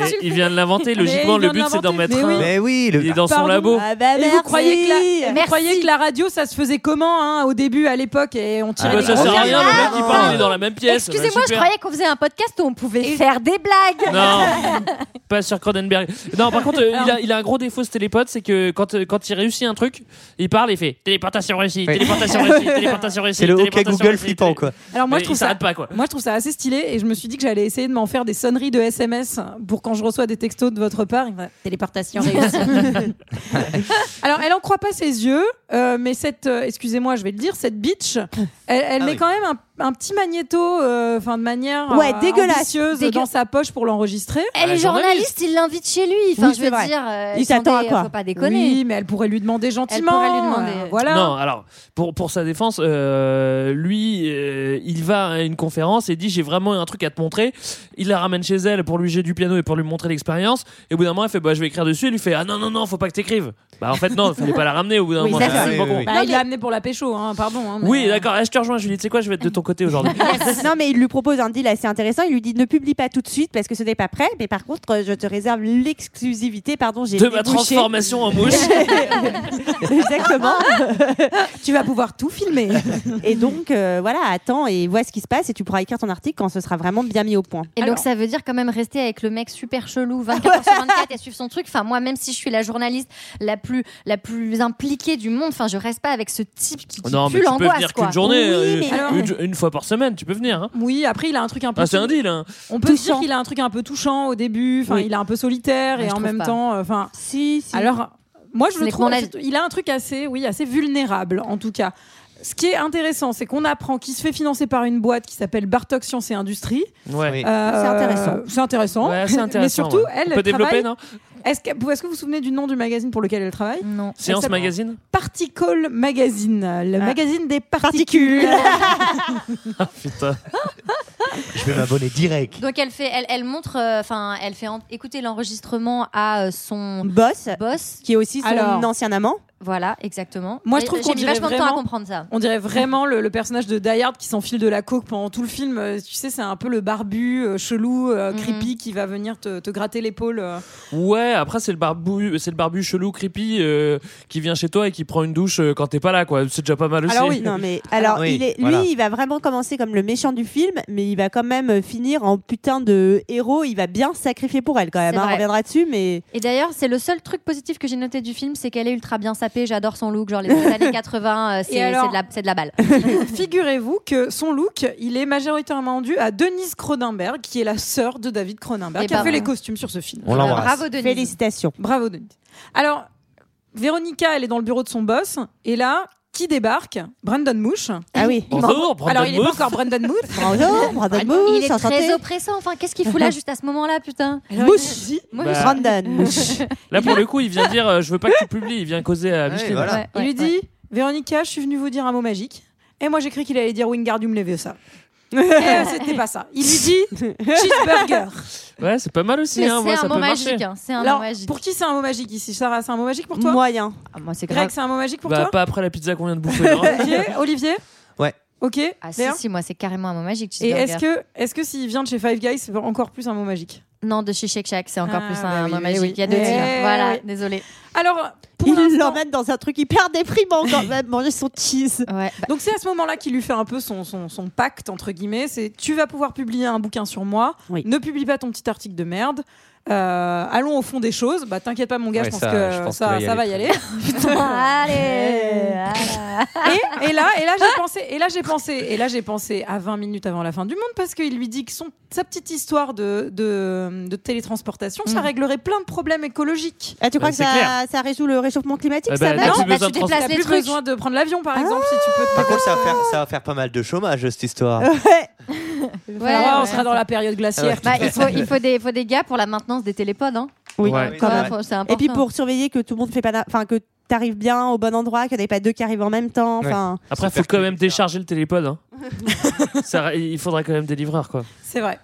Speaker 6: Mais il vient de l'inventer.
Speaker 1: Ah, Mais
Speaker 6: Logiquement,
Speaker 1: il
Speaker 6: le
Speaker 1: vient de
Speaker 6: but, c'est d'en
Speaker 1: l'inventer.
Speaker 6: mettre
Speaker 1: Mais
Speaker 6: un.
Speaker 1: oui.
Speaker 8: Mais oui, le-
Speaker 6: Il est dans son
Speaker 1: Pardon.
Speaker 6: labo.
Speaker 7: Ah bah,
Speaker 1: Et vous
Speaker 7: merci.
Speaker 1: croyez que, la, vous
Speaker 10: Merci.
Speaker 1: croyez que la radio ça se faisait comment hein, au début à l'époque et on
Speaker 6: Ah
Speaker 1: tirait
Speaker 6: bah,
Speaker 1: des
Speaker 6: ça sert à
Speaker 10: revient
Speaker 6: rien, le
Speaker 10: pas.
Speaker 6: mec il parle, il est dans la même pièce.
Speaker 10: Excusez-moi,
Speaker 6: Bah,
Speaker 10: je
Speaker 6: super.
Speaker 10: croyais qu'on faisait un podcast où on pouvait faire des blagues.
Speaker 6: Non, pas sur Cronenberg. Non, par contre, euh, il, a, il a un gros défaut ce télépode, c'est que quand, euh, quand il réussit un truc, il parle et fait téléportation réussie,
Speaker 8: Oui.
Speaker 6: téléportation réussie, téléportation réussie.
Speaker 8: C'est le OK
Speaker 6: téléportation
Speaker 8: Google
Speaker 6: réussie,
Speaker 8: flippant,
Speaker 6: télé-
Speaker 8: quoi.
Speaker 1: Alors moi
Speaker 6: Mais
Speaker 1: je trouve
Speaker 6: il
Speaker 1: ça
Speaker 6: s'arrête pas, quoi.
Speaker 1: Moi, je trouve ça assez stylé et je me suis dit que j'allais essayer de m'en faire des sonneries de SMS pour quand je reçois des textos de votre part. il va-
Speaker 10: Téléportation réussie.
Speaker 1: Alors, elle en croit pas ses yeux, euh, mais cette, euh, excusez-moi, je vais le dire, cette bitch, elle, elle
Speaker 8: Ah
Speaker 1: met
Speaker 8: oui.
Speaker 1: quand même un, un petit magnéto, euh, enfin de manière
Speaker 7: Ouais,
Speaker 1: euh,
Speaker 7: dégueulasse.
Speaker 1: ambitieuse
Speaker 10: Dégueu-
Speaker 1: dans sa poche pour l'enregistrer.
Speaker 10: Elle
Speaker 6: Ah,
Speaker 10: est
Speaker 6: journaliste.
Speaker 10: journaliste, il l'invite chez lui. Enfin,
Speaker 7: Oui,
Speaker 10: je
Speaker 7: c'est
Speaker 10: veux
Speaker 7: vrai.
Speaker 10: dire, euh,
Speaker 7: Il s'attend
Speaker 10: attendez,
Speaker 7: à quoi
Speaker 10: Faut pas déconner.
Speaker 1: Oui, mais elle pourrait lui demander gentiment.
Speaker 10: lui demander.
Speaker 1: voilà.
Speaker 6: Non, alors, pour, pour sa défense, euh, lui, euh, il va à une conférence et dit J'ai vraiment un truc à te montrer. Il la ramène chez elle pour lui jeter du piano et pour lui montrer l'expérience. Et au bout d'un moment, elle fait bah, Je vais écrire dessus. Il lui fait Ah non, non, non, faut pas que t'écrives. Bah, en fait, non, fallait pas la ramener au bout d'un
Speaker 7: Oui,
Speaker 6: moment.
Speaker 7: ça,
Speaker 6: c'est
Speaker 8: c'est-
Speaker 6: pas
Speaker 8: oui,
Speaker 6: con.
Speaker 8: oui,
Speaker 1: Bah,
Speaker 7: Non,
Speaker 1: il
Speaker 7: mais-
Speaker 1: l'a amené pour la pécho, hein, pardon. hein, mais-
Speaker 6: Oui, d'accord, Ah, je te rejoins, Julie. Tu sais quoi, je vais être de ton côté aujourd'hui.
Speaker 7: Non, mais il lui propose un deal assez intéressant. Il lui dit ne publie pas tout de suite parce que ce n'est pas prêt, mais par contre, euh, je te réserve l'exclusivité. Pardon, j'ai
Speaker 6: de ma
Speaker 7: débouché.
Speaker 6: transformation en mouche.
Speaker 7: Exactement.
Speaker 1: Tu vas pouvoir tout filmer.
Speaker 7: Et donc, euh, voilà, attends et vois ce qui se passe et tu pourras écrire ton article quand ce sera vraiment bien mis au point.
Speaker 10: Et
Speaker 1: Alors-
Speaker 10: donc ça veut dire quand même rester avec le mec super chelou 24 h sur 24 et suivre son truc. Enfin moi même si je suis la journaliste la plus la plus impliquée du monde, enfin je reste pas avec ce type qui, qui
Speaker 6: non, mais
Speaker 10: pue
Speaker 6: tu peux
Speaker 10: l'angoisse
Speaker 6: venir
Speaker 10: quoi.
Speaker 6: qu'une journée.
Speaker 7: Oui,
Speaker 6: euh,
Speaker 7: mais
Speaker 1: alors-
Speaker 6: une, une fois par semaine, tu peux venir. hein.
Speaker 1: oui, après, il a un truc un peu.
Speaker 6: Ah, c'est un deal. hein.
Speaker 1: On peut se dire
Speaker 7: Touchant.
Speaker 1: qu'il a un truc un peu touchant au début. Enfin,
Speaker 7: Oui.
Speaker 1: il est un peu solitaire
Speaker 10: Ouais,
Speaker 1: et
Speaker 10: je
Speaker 1: en
Speaker 10: trouve
Speaker 1: même
Speaker 10: pas.
Speaker 1: temps, enfin.
Speaker 7: Si, si.
Speaker 1: Alors, moi, je
Speaker 10: Ce
Speaker 1: le
Speaker 10: n'est que
Speaker 1: trouve.
Speaker 10: mon avis.
Speaker 1: Il a un truc assez, oui, assez vulnérable, en tout cas. Ce qui est intéressant, c'est qu'on apprend qu'il se fait financer par une boîte qui s'appelle Bartok Sciences et Industrie.
Speaker 6: Ouais.
Speaker 8: Oui.
Speaker 1: Euh,
Speaker 7: C'est intéressant.
Speaker 1: C'est intéressant.
Speaker 6: Ouais, c'est
Speaker 1: Mais
Speaker 6: intéressant.
Speaker 1: surtout,
Speaker 6: ouais.
Speaker 1: elle,
Speaker 6: On peut
Speaker 1: elle
Speaker 6: développer,
Speaker 1: travaille.
Speaker 6: non
Speaker 1: Est-ce que, est-ce que vous vous souvenez du nom du magazine pour lequel elle travaille
Speaker 10: Non.
Speaker 6: Séance
Speaker 1: s'appelle-
Speaker 6: magazine
Speaker 1: Particle Magazine, le magazine des particules.
Speaker 7: Particules.
Speaker 6: Putain.
Speaker 8: Je vais m'abonner direct.
Speaker 10: Donc elle fait, elle, elle montre, euh, enfin, elle fait en- écouter l'enregistrement à euh, son
Speaker 7: Boss,
Speaker 10: boss.
Speaker 7: qui est aussi son
Speaker 1: Alors.
Speaker 7: ancien amant.
Speaker 10: Voilà, exactement.
Speaker 1: Moi, je
Speaker 10: Et
Speaker 1: trouve qu'on
Speaker 10: j'ai mis
Speaker 1: dirait
Speaker 10: vachement de temps à
Speaker 1: vraiment-
Speaker 10: comprendre ça.
Speaker 1: On dirait vraiment le, le personnage de Die Hard qui s'enfile de la coke pendant tout le film. Euh, Tu sais, c'est un peu le barbu, euh, chelou, euh,
Speaker 10: Mhm.
Speaker 1: creepy qui va venir te, te gratter l'épaule. euh.
Speaker 6: Ouais, après c'est le barbu, c'est le barbu chelou creepy euh, qui vient chez toi et qui prend une douche euh, quand t'es pas là quoi. C'est déjà pas mal aussi.
Speaker 1: Alors oui,
Speaker 7: Non mais
Speaker 6: Ah
Speaker 7: alors
Speaker 8: oui,
Speaker 7: il est, lui
Speaker 8: voilà.
Speaker 7: il va vraiment commencer comme le méchant du film mais il va quand même euh, finir en putain de héros il va bien se sacrifier pour elle quand même
Speaker 10: C'est
Speaker 7: hein, on
Speaker 10: vrai.
Speaker 7: reviendra dessus mais
Speaker 10: Et d'ailleurs, c'est le seul truc positif que j'ai noté du film, c'est qu'elle est ultra bien sapée. J'adore son look, genre les années 80, euh, c'est
Speaker 1: Et alors-
Speaker 10: c'est de, la- c'est de la balle.
Speaker 1: Figurez-vous que son look, il est majoritairement dû à Denise Cronenberg, qui est la sœur de David Cronenberg,
Speaker 10: Eh
Speaker 1: qui a
Speaker 10: ben,
Speaker 1: fait les
Speaker 10: ouais.
Speaker 1: costumes sur ce film.
Speaker 8: On l'embrasse.
Speaker 10: Bravo Denis.
Speaker 7: félicitations
Speaker 1: Bravo, Denise. Alors, Véronica, elle est dans le bureau de son boss, et là, qui débarque Brandon Mouche.
Speaker 7: ah oui
Speaker 6: Bonjour, Brandon
Speaker 1: Alors, il est pas
Speaker 6: Moore.
Speaker 1: encore Brandon Mouche.
Speaker 7: Bravo, Brandon Mouche,
Speaker 10: Il est
Speaker 7: enchanté.
Speaker 10: très oppressant. Enfin, qu'est-ce qu'il fout là juste à ce moment-là, putain
Speaker 1: Mouche
Speaker 10: Moi,
Speaker 6: Bah,
Speaker 7: Brandon Mouche.
Speaker 6: Là pour le coup, il vient dire euh, je veux pas que tu publies, il vient causer à
Speaker 10: Ah,
Speaker 8: Ouais,
Speaker 6: Micheline.
Speaker 8: voilà.
Speaker 10: Ouais,
Speaker 1: Il
Speaker 10: ouais,
Speaker 1: lui dit Véronica, je suis venue vous dire un mot magique. Et moi, j'ai cru qu'il allait dire Wingardium Leviosa.
Speaker 10: Eh
Speaker 1: Et euh, c'était pas ça. Il lui dit cheeseburger.
Speaker 6: Ouais, c'est pas mal aussi
Speaker 10: Mais
Speaker 6: hein, moi,
Speaker 10: c'est
Speaker 6: ça
Speaker 10: un
Speaker 6: peut
Speaker 10: mot
Speaker 6: marcher.
Speaker 10: magique. hein, C'est un mot
Speaker 1: Alors,
Speaker 10: magique.
Speaker 1: pour qui c'est un mot magique ici Sarah, c'est un mot magique pour toi
Speaker 7: moyen
Speaker 10: Ah, moi, c'est
Speaker 1: Greg,
Speaker 10: grave.
Speaker 1: c'est un mot magique pour
Speaker 6: Bah
Speaker 1: toi
Speaker 6: pas après la pizza qu'on vient de bouffer. non.
Speaker 1: Ok, Olivier
Speaker 8: Ouais.
Speaker 1: Ok,
Speaker 10: Ah si,
Speaker 1: Léa
Speaker 10: si, moi, c'est carrément un mot magique.
Speaker 1: Et
Speaker 10: cheeseburger.
Speaker 1: est-ce que, est-ce que s'il vient de chez Five Guys, c'est encore plus un mot magique
Speaker 10: Non, de chez Shake Shack, c'est encore
Speaker 1: Ah,
Speaker 10: plus
Speaker 1: bah
Speaker 10: un
Speaker 1: oui,
Speaker 10: mot
Speaker 1: oui,
Speaker 10: magique.
Speaker 1: oui.
Speaker 10: Il y a deux
Speaker 1: Eh
Speaker 10: tirs. Voilà,
Speaker 1: oui.
Speaker 10: désolé.
Speaker 1: Alors, pour
Speaker 7: il
Speaker 1: l'instant,
Speaker 7: l'emmène dans un truc hyper déprimant quand même manger son cheese
Speaker 10: Ouais. bah,
Speaker 1: donc c'est à ce moment-là qu'il lui fait un peu son, son, son pacte, entre guillemets, c'est tu vas pouvoir publier un bouquin sur moi,
Speaker 7: Oui.
Speaker 1: ne publie pas ton petit article de merde, euh, allons au fond des choses, bah t'inquiète pas mon gars,
Speaker 8: Ouais,
Speaker 1: je pense
Speaker 8: ça,
Speaker 1: que
Speaker 8: je pense
Speaker 1: ça,
Speaker 8: qu'il
Speaker 1: ça
Speaker 8: va
Speaker 1: va
Speaker 8: y
Speaker 1: y aller.
Speaker 10: Allez. voilà.
Speaker 1: et, et là, et là j'ai pensé, et là j'ai pensé, et là j'ai pensé à 20 minutes avant la fin du monde parce qu'il lui dit que son, sa petite histoire de, de, de télétransportation, ça
Speaker 10: Mm.
Speaker 1: réglerait plein de problèmes écologiques.
Speaker 7: ah, tu crois
Speaker 6: Ouais,
Speaker 7: que
Speaker 6: c'est
Speaker 7: ça, ça résout le réchauffement climatique
Speaker 6: Eh
Speaker 7: ça
Speaker 6: ben,
Speaker 7: va
Speaker 6: t'as
Speaker 10: Non,
Speaker 6: plus
Speaker 10: bah,
Speaker 6: besoin
Speaker 10: tu
Speaker 6: de trans-
Speaker 10: déplaces
Speaker 1: T'as
Speaker 10: les
Speaker 1: plus
Speaker 10: trucs.
Speaker 1: besoin de prendre l'avion par exemple si tu peux. Te
Speaker 10: Ah.
Speaker 8: Par contre, ça va, faire, ça va faire pas mal de chômage, cette histoire.
Speaker 10: Ouais, ouais.
Speaker 1: Alors, on sera dans la période glaciaire.
Speaker 10: Bah, il, faut, il faut des, il faut des gars pour la maintenance des télépodes. Hein.
Speaker 7: oui
Speaker 6: Ouais.
Speaker 7: quand
Speaker 10: Ouais,
Speaker 7: même.
Speaker 10: faut- c'est
Speaker 7: et
Speaker 10: important.
Speaker 7: puis pour surveiller que tout le monde fait pas na- enfin que t'arrives bien au bon endroit qu'il n'y en ait pas deux qui arrivent en même temps enfin
Speaker 6: Après faut quand même décharger le télépod hein. Ça, il faudra quand même des livreurs quoi.
Speaker 1: C'est vrai.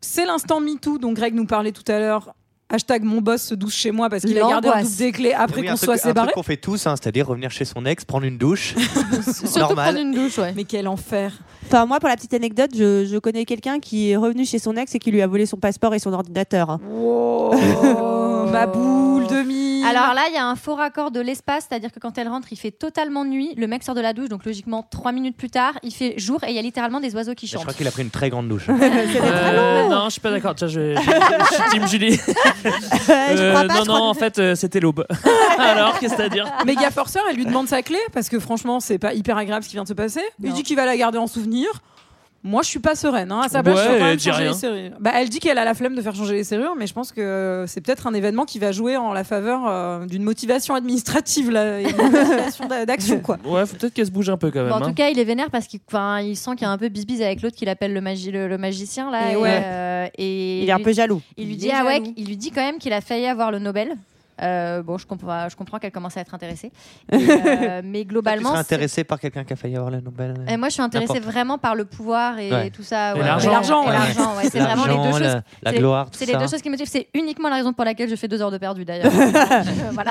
Speaker 1: C'est l'instant MeToo dont Greg nous parlait tout à l'heure. Hashtag mon boss se douche chez moi parce qu'il a gardé un
Speaker 10: L'angoisse.
Speaker 1: double des clés après
Speaker 8: Oui, un
Speaker 1: qu'on
Speaker 8: truc-
Speaker 1: soit
Speaker 8: un truc
Speaker 1: séparés.
Speaker 8: qu'on fait tous, hein, c'est-à-dire revenir chez son ex, prendre une douche.
Speaker 10: Surtout
Speaker 8: normal.
Speaker 10: prendre une douche, ouais.
Speaker 1: Mais quel enfer.
Speaker 7: Enfin, moi, pour la petite anecdote, je, je connais quelqu'un qui est revenu chez son ex et qui lui a volé son passeport et son ordinateur.
Speaker 1: Wow, ma boule de mie.
Speaker 10: Alors là, il y a un faux raccord de l'espace, c'est-à-dire que quand elle rentre, il fait totalement nuit. Le mec sort de la douche, donc logiquement, trois minutes plus tard, il fait jour et il y a littéralement des oiseaux qui
Speaker 8: Je
Speaker 10: chantent.
Speaker 8: crois qu'il a pris une très grande douche.
Speaker 6: Euh, non, je suis pas d'accord. Tiens, je, je- je suis Team Julie.
Speaker 7: je
Speaker 6: Euh,
Speaker 7: crois
Speaker 6: non,
Speaker 7: pas. je
Speaker 6: non,
Speaker 7: crois-
Speaker 6: en fait, euh, c'était l'aube. Alors, qu'est-ce que t'as à dire
Speaker 1: Méga forceur, elle lui demande sa clé parce que franchement, c'est pas hyper agréable ce qui vient de se passer. Il
Speaker 10: Non.
Speaker 1: dit qu'il va la garder en souvenir. Moi, je suis pas sereine. hein. À sa place,
Speaker 6: Ouais,
Speaker 1: je vais quand
Speaker 6: elle
Speaker 1: même
Speaker 6: dit
Speaker 1: changer
Speaker 6: rien.
Speaker 1: les serrures. Bah, elle dit qu'elle a la flemme de faire changer les serrures, mais je pense que c'est peut-être un événement qui va jouer en la faveur euh, d'une motivation administrative là, et d'une motivation d'a- d'action quoi.
Speaker 6: Ouais, faut peut-être qu'elle se bouge un peu quand même.
Speaker 10: Bon, Bah, en
Speaker 6: hein.
Speaker 10: tout cas, il est vénère parce qu'il enfin, il sent qu'il y a un peu bisbise avec l'autre qu'il appelle le, magi- le, le magicien là.
Speaker 1: Et
Speaker 10: Et,
Speaker 1: ouais.
Speaker 10: euh, et
Speaker 7: Il est un
Speaker 10: lui-
Speaker 7: peu jaloux.
Speaker 10: il lui
Speaker 1: il
Speaker 10: dit
Speaker 1: est
Speaker 10: ah ouais,
Speaker 1: jaloux.
Speaker 10: il lui dit quand même qu'il a failli avoir le Nobel. Euh, bon, je comprends, je comprends qu'elle commence à être intéressée, Et, euh, mais
Speaker 8: Tu serais
Speaker 10: globalement. c'est-
Speaker 8: intéressé par quelqu'un qui a failli avoir la Nobel euh,
Speaker 10: Et moi, je suis intéressée
Speaker 8: N'importe.
Speaker 10: vraiment par le pouvoir et
Speaker 8: Ouais.
Speaker 10: tout ça.
Speaker 6: Et
Speaker 10: ouais.
Speaker 6: l'argent.
Speaker 10: Et l'argent,
Speaker 1: Ouais,
Speaker 10: ouais,
Speaker 1: ouais.
Speaker 10: l'argent, ouais. C'est vraiment les deux
Speaker 8: l'argent,
Speaker 10: choses.
Speaker 8: la, la
Speaker 10: c'est-
Speaker 8: gloire, tout
Speaker 10: C'est les
Speaker 8: ça.
Speaker 10: deux choses qui me motivent. C'est uniquement la raison pour laquelle je fais deux heures de perdu d'ailleurs. voilà.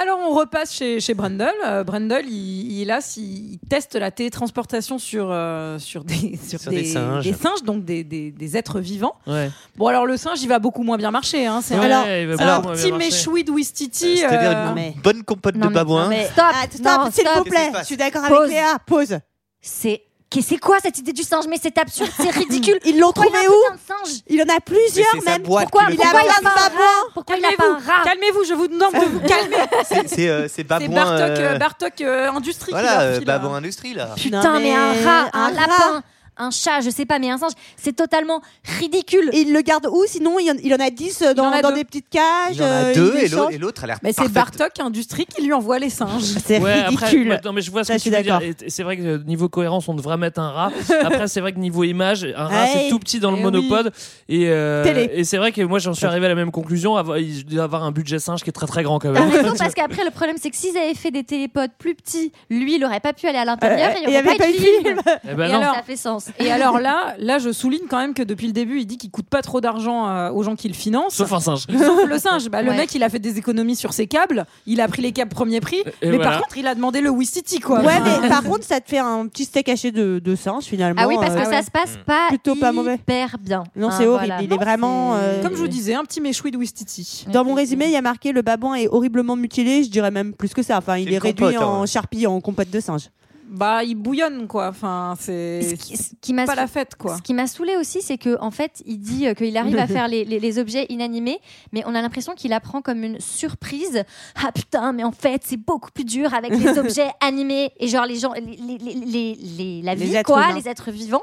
Speaker 1: Alors on repasse chez, chez Brendel. Euh, Brendel, il, il, là, s'il- il teste la télétransportation sur, euh, sur, des, sur,
Speaker 8: Sur des singes.
Speaker 1: singes, donc des, des- des êtres vivants.
Speaker 6: Ouais.
Speaker 1: Bon alors le singe, il va beaucoup moins bien marcher. Hein. C'est un-
Speaker 6: Ouais,
Speaker 7: Alors,
Speaker 6: il va
Speaker 1: c'est
Speaker 6: pas
Speaker 1: un
Speaker 6: bien
Speaker 1: petit
Speaker 6: marcher.
Speaker 1: méchoui de Ouistiti.
Speaker 8: C'est-à-dire
Speaker 1: euh,
Speaker 8: une
Speaker 7: mais-
Speaker 8: bonne compote
Speaker 10: Non,
Speaker 8: de
Speaker 10: mais-
Speaker 8: babouin.
Speaker 10: mais stop,
Speaker 7: Ah, stop,
Speaker 10: non,
Speaker 7: s'il vous
Speaker 10: stop.
Speaker 8: Hein Qu'est-ce qui
Speaker 7: plaît.
Speaker 8: se passe
Speaker 7: Je suis d'accord
Speaker 10: Pause.
Speaker 7: avec Léa. Pause.
Speaker 10: C'est que- c'est quoi cette idée du singe Mais c'est absurde, c'est ridicule.
Speaker 7: Ils l'ont
Speaker 10: Pourquoi il y
Speaker 7: trouvé
Speaker 10: a un
Speaker 7: où
Speaker 10: putain de singe
Speaker 7: Il en a
Speaker 8: Mais
Speaker 7: plusieurs
Speaker 8: c'est sa
Speaker 7: même.
Speaker 8: boîte
Speaker 10: Pourquoi
Speaker 8: qui le
Speaker 7: Il a
Speaker 10: Pourquoi
Speaker 7: pas
Speaker 10: il a
Speaker 7: un
Speaker 10: pas un
Speaker 7: babouin.
Speaker 10: Pourquoi il a pas un
Speaker 1: Calmez-vous,
Speaker 10: rat
Speaker 1: calmez-vous, je vous demande de vous calmer.
Speaker 8: C'est- C'est euh, c'est
Speaker 1: C'est
Speaker 8: babouin.
Speaker 1: Bartok,
Speaker 8: euh,
Speaker 1: euh, Bartok euh, Industrie qui
Speaker 8: Voilà,
Speaker 1: leur
Speaker 8: euh,
Speaker 1: file,
Speaker 8: babouin
Speaker 1: euh.
Speaker 8: industrie là.
Speaker 10: Putain,
Speaker 7: Non,
Speaker 10: mais, un
Speaker 7: mais
Speaker 10: rat, un,
Speaker 7: un
Speaker 10: lapin, un chat, je sais pas, mais un singe, c'est totalement ridicule.
Speaker 7: Et il le garde où Sinon, il y en, il en a 10 euh, dans,
Speaker 1: en a
Speaker 7: dans
Speaker 1: deux.
Speaker 7: des petites cages.
Speaker 8: Il y en a
Speaker 7: euh,
Speaker 8: deux
Speaker 7: il
Speaker 8: et
Speaker 7: les
Speaker 8: l'autre-
Speaker 7: change.
Speaker 8: et l'autre a l'air
Speaker 1: Mais c'est
Speaker 8: parfaite.
Speaker 1: Bartok Industrie qui lui envoie les singes.
Speaker 7: C'est
Speaker 6: Ouais, après,
Speaker 7: ridicule.
Speaker 6: ouais, non, mais je vois ce
Speaker 7: Ça,
Speaker 6: que
Speaker 7: je suis
Speaker 6: tu veux dire.
Speaker 7: d'accord.
Speaker 6: Et- et C'est vrai que euh, niveau cohérence, on devrait mettre un rat. Après, c'est vrai que niveau image, un rat, c'est
Speaker 7: Ouais.
Speaker 6: tout petit dans le
Speaker 1: Eh oui.
Speaker 6: monopode. Et, euh,
Speaker 7: Télé.
Speaker 6: et c'est vrai que moi, j'en suis arrivé à la même conclusion. Avoir, il doit avoir un budget singe qui est très très grand
Speaker 8: Ah
Speaker 6: quand
Speaker 10: T'as
Speaker 6: même.
Speaker 10: raison, parce qu'après, le problème, c'est que s'ils avaient fait des télépodes plus petits, lui, il aurait pas pu aller à l'intérieur et Euh, il
Speaker 7: Euh, il y
Speaker 10: aurait
Speaker 7: avait
Speaker 10: pas eu de film.
Speaker 6: Eh ben
Speaker 1: Et
Speaker 6: non.
Speaker 1: alors
Speaker 10: Ça fait sens.
Speaker 1: Et alors là, là, je souligne quand même que depuis le début, il dit qu'il coûte pas trop d'argent euh, aux gens qui le financent.
Speaker 6: Sauf un singe.
Speaker 1: Sauf le singe. Bah, Le
Speaker 10: Ouais.
Speaker 1: mec, il a fait des économies sur ses câbles. Il a pris les câbles premier prix.
Speaker 6: Et
Speaker 1: mais
Speaker 6: voilà.
Speaker 1: par contre, il a demandé le Wistiti, quoi.
Speaker 7: Ouais,
Speaker 1: Enfin,
Speaker 7: mais par contre, ça te fait un petit steak haché de, de singe finalement.
Speaker 10: Ah oui, parce que
Speaker 7: euh,
Speaker 10: ça se
Speaker 8: Mm.
Speaker 10: passe pas
Speaker 7: Plutôt pas mauvais.
Speaker 10: hyper bien.
Speaker 7: Ah, Non,
Speaker 10: Hein,
Speaker 7: c'est horrible.
Speaker 10: voilà.
Speaker 7: Il est vraiment. euh,
Speaker 1: Comme je vous disais, un petit méchoui de Wistiti.
Speaker 7: Dans mon résumé, il y a marqué le babouin est horriblement mutilé. Je dirais même plus que ça. Enfin, il
Speaker 8: C'est
Speaker 7: est
Speaker 8: une
Speaker 7: réduit
Speaker 8: compote, hein.
Speaker 7: en charpie, en compote de singe.
Speaker 1: Bah, il bouillonne, quoi. Enfin, c'est
Speaker 10: Ce qui, ce qui m'a
Speaker 1: pas la fête, quoi.
Speaker 10: Ce qui m'a saoulé aussi, c'est que en fait, il dit euh, qu'il arrive à faire les, les- les objets inanimés, mais on a l'impression qu'il apprend comme une surprise. Ah putain, mais en fait, c'est beaucoup plus dur avec les objets animés et genre les gens, les, les- les- les- les- la
Speaker 7: Les
Speaker 10: vie,
Speaker 7: êtres
Speaker 10: quoi,
Speaker 7: humains.
Speaker 10: les êtres vivants.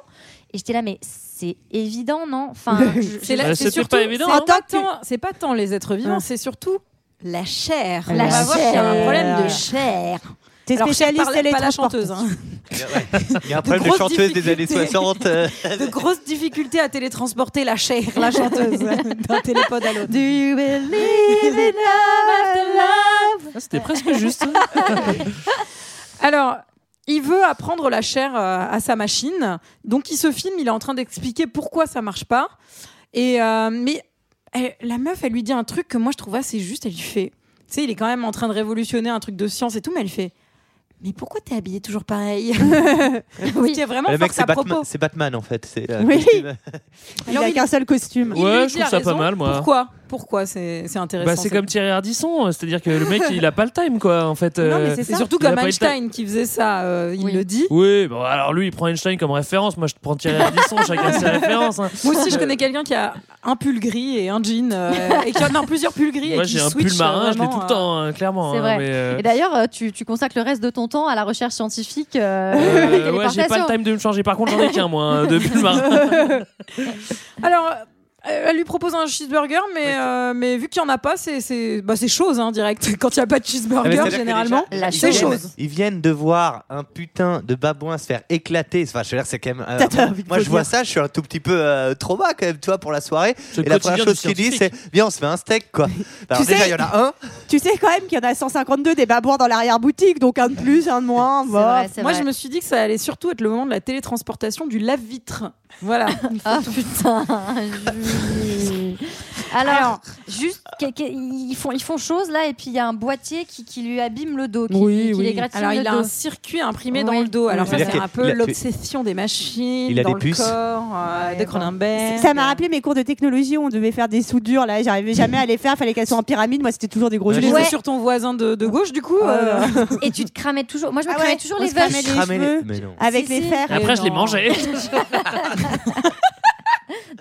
Speaker 10: Et j'étais là, mais c'est évident, non Enfin, je-
Speaker 1: C'est
Speaker 6: Ouais, c'est
Speaker 1: là- c'est
Speaker 6: peut-être
Speaker 1: surtout.
Speaker 6: pas évident,
Speaker 1: c'est
Speaker 7: hein.
Speaker 1: pas
Speaker 7: Tant que tu-
Speaker 1: tant- C'est pas tant les êtres vivants,
Speaker 7: Ouais.
Speaker 1: c'est surtout la chair.
Speaker 7: La
Speaker 1: On va voir
Speaker 7: chair.
Speaker 1: qu'il y a un problème de
Speaker 10: chair.
Speaker 7: T'es
Speaker 1: Alors, chair
Speaker 7: spécialiste,
Speaker 1: par la-
Speaker 7: elle est
Speaker 1: pas la chanteuse. hein.
Speaker 8: Il y a un problème de,
Speaker 1: grosses
Speaker 8: chanteuse des années
Speaker 1: difficultés.
Speaker 8: 60. euh,
Speaker 1: De grosses difficultés à télétransporter la chair, la chanteuse, d'un télépode à l'autre.
Speaker 7: Do you believe in love
Speaker 6: Ah, C'était presque juste.
Speaker 1: Alors, il veut apprendre la chair euh, à sa machine. Donc, il se filme, il est en train d'expliquer pourquoi ça marche pas. Et, euh, mais elle- la meuf, elle lui dit un truc que moi, je trouve assez juste. Elle lui fait... Tu sais, il est quand même en train de révolutionner un truc de science et tout, mais elle fait... Mais pourquoi t'es habillée toujours pareil Ce qui est vraiment
Speaker 8: Le mec,
Speaker 1: fort
Speaker 8: c'est
Speaker 1: à
Speaker 8: Batman,
Speaker 1: propos.
Speaker 8: c'est Batman en fait. C'est, euh,
Speaker 7: Oui.
Speaker 8: costume.
Speaker 7: Il
Speaker 1: Alors,
Speaker 7: a
Speaker 1: il-
Speaker 7: qu'un seul costume.
Speaker 1: Il
Speaker 6: Ouais,
Speaker 1: lui
Speaker 6: je
Speaker 1: dit
Speaker 6: trouve
Speaker 1: à
Speaker 6: ça pas
Speaker 1: raison.
Speaker 6: mal, moi.
Speaker 1: Pourquoi Pourquoi c'est c'est intéressant
Speaker 6: Bah, c'est comme Thierry Ardisson, c'est-à-dire que le mec il a pas le time quoi en fait.
Speaker 1: Non, mais
Speaker 6: euh,
Speaker 1: c'est
Speaker 6: il
Speaker 1: ça. surtout
Speaker 6: a
Speaker 1: comme
Speaker 6: pas eu le time.
Speaker 1: Einstein qui faisait ça, euh, il
Speaker 10: Oui.
Speaker 1: le dit.
Speaker 6: Oui, bon, alors lui il prend Einstein comme référence, moi je prends Thierry Ardisson, chacun ses références. hein.
Speaker 1: Moi aussi, je connais quelqu'un qui a un pull gris et un jean, euh, et qui en a plusieurs pulls gris.
Speaker 6: Moi
Speaker 1: et qui
Speaker 6: j'ai un
Speaker 1: switch,
Speaker 6: pull marin,
Speaker 1: euh,
Speaker 6: je l'ai
Speaker 1: vraiment,
Speaker 6: tout le
Speaker 1: euh,
Speaker 6: temps, hein, clairement.
Speaker 10: C'est
Speaker 6: hein,
Speaker 10: vrai.
Speaker 6: mais, euh,
Speaker 10: Et d'ailleurs, euh, tu, tu consacres le reste de ton temps à la recherche scientifique. euh,
Speaker 6: Euh, ouais,
Speaker 10: et
Speaker 6: j'ai pas
Speaker 10: téléportation.
Speaker 6: le time de me changer. Par contre, j'en ai qu'un, moi, hein, de pull marin.
Speaker 1: Alors, euh, elle lui propose un cheeseburger, mais, euh, mais vu qu'il n'y en a pas, c'est c'est bah, c'est chose, hein, direct. Quand il n'y a pas de
Speaker 6: Eh
Speaker 8: Ah, mais
Speaker 6: ben,
Speaker 1: cheeseburger,
Speaker 8: c'est-à-dire que
Speaker 1: généralement.
Speaker 8: déjà,
Speaker 10: la
Speaker 8: ils
Speaker 1: chose.
Speaker 8: viennent-
Speaker 1: chose.
Speaker 8: Ils viennent de voir un putain de babouin se faire éclater. Enfin, je veux dire, c'est quand même. euh, moi, je vois ça, je suis un tout petit peu euh, trauma quand même, tu vois, pour la soirée.
Speaker 6: Ce
Speaker 8: Et la
Speaker 6: quotidien
Speaker 8: première
Speaker 6: du
Speaker 8: chose qu'il dit, c'est
Speaker 6: scientifique.
Speaker 8: Viens, on se fait un steak, quoi. Alors,
Speaker 7: Tu sais-
Speaker 8: déjà, il y en a un.
Speaker 7: Tu sais quand même qu'il y en a 152 des babouins dans l'arrière-boutique, donc un de plus, un de moins.
Speaker 10: C'est
Speaker 7: bon.
Speaker 10: vrai, c'est
Speaker 1: Moi,
Speaker 10: vrai.
Speaker 1: je me suis dit que ça allait surtout être le moment de la télétransportation du lave-vitre. Voilà.
Speaker 10: Ah putain, Julie. Alors, juste, que- que- ils font, ils font chose là, et puis il y a un boîtier qui, qui lui abîme le dos, qui,
Speaker 7: Oui,
Speaker 10: qui
Speaker 7: oui.
Speaker 10: les gratine
Speaker 1: Alors,
Speaker 10: le
Speaker 1: il a
Speaker 10: dos.
Speaker 1: un circuit imprimé dans
Speaker 10: Oui.
Speaker 1: le dos. Alors,
Speaker 8: Ça
Speaker 1: ça,
Speaker 8: veut dire
Speaker 1: c'est
Speaker 8: que-
Speaker 1: un
Speaker 8: il
Speaker 1: peu
Speaker 8: a-
Speaker 1: l'obsession des machines,
Speaker 8: Il a
Speaker 1: dans
Speaker 8: des
Speaker 1: le
Speaker 8: puces.
Speaker 1: corps, euh,
Speaker 10: Ouais,
Speaker 1: de
Speaker 10: bon.
Speaker 1: Cronenberg.
Speaker 7: Ça m'a rappelé mes cours de technologie où on devait faire des soudures. Là, j'arrivais jamais à les faire. Fallait qu'elles soient en pyramide. Moi, c'était toujours des gros
Speaker 8: Ouais.
Speaker 1: Tu les
Speaker 7: yeux.
Speaker 1: as
Speaker 10: Ouais.
Speaker 1: sur ton voisin de, de gauche, du coup euh,
Speaker 10: Et tu te cramais toujours. Moi, je me
Speaker 7: Ah
Speaker 10: cramais
Speaker 7: ouais,
Speaker 10: toujours
Speaker 7: on
Speaker 10: les
Speaker 7: se cramait
Speaker 10: vaches.
Speaker 7: les cheveux.
Speaker 8: Mais non.
Speaker 7: Avec
Speaker 10: Si,
Speaker 7: les
Speaker 10: si.
Speaker 7: fers.
Speaker 6: Et après, je l'ai
Speaker 10: non.
Speaker 6: mangé.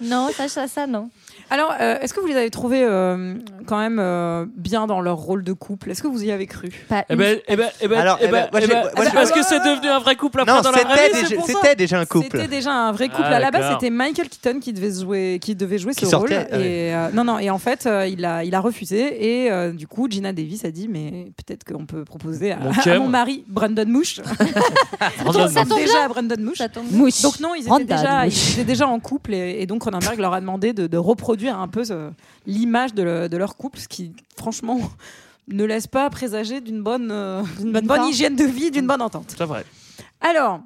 Speaker 10: Non, ça, ça, ça, non.
Speaker 1: Alors, euh, est-ce que vous les avez trouvés euh, quand même euh, bien dans leur rôle de couple Est-ce que vous y avez cru
Speaker 10: Pas
Speaker 6: Eh
Speaker 10: une-
Speaker 6: ben, eh ben, eh ben,
Speaker 8: Alors,
Speaker 6: eh
Speaker 8: eh
Speaker 6: ben,
Speaker 8: ben, moi,
Speaker 6: eh ben,
Speaker 8: j'ai- moi,
Speaker 6: c'est parce
Speaker 1: j'ai-
Speaker 6: que c'est devenu un vrai couple après
Speaker 8: Non,
Speaker 6: dans la vraie
Speaker 8: c'était
Speaker 6: vie, c'est
Speaker 8: déjà-
Speaker 6: pour ça.
Speaker 8: c'était déjà un couple.
Speaker 1: C'était déjà un vrai couple.
Speaker 6: Ah,
Speaker 1: à la base,
Speaker 6: d'accord.
Speaker 1: c'était Michael Keaton qui devait jouer, qui devait jouer
Speaker 8: Qui
Speaker 1: ce
Speaker 8: sortait, ah
Speaker 1: rôle. Et, euh, non, non. Et en fait, euh, il a, il a refusé. Et euh, du coup, Gina Davis a dit, mais peut-être qu'on peut proposer à
Speaker 6: Mon
Speaker 1: à mon,
Speaker 6: cœur.
Speaker 1: mari, Brandon Mouche.
Speaker 6: Brandon
Speaker 10: Ça tombe
Speaker 1: déjà à Brandon Mouche.
Speaker 10: Ça tombe.
Speaker 7: Mouche.
Speaker 1: Donc non, ils étaient,
Speaker 7: Brandon
Speaker 1: déjà, ils
Speaker 7: Mouche.
Speaker 1: étaient déjà en couple et, et donc Cronenberg leur a demandé de, de reproduire un peu ce- l'image de, le- de leur couple, ce qui franchement ne laisse pas présager d'une bonne, euh, d'une bonne,
Speaker 7: fin.
Speaker 1: hygiène de vie, d'une bonne entente.
Speaker 6: C'est vrai.
Speaker 1: Alors,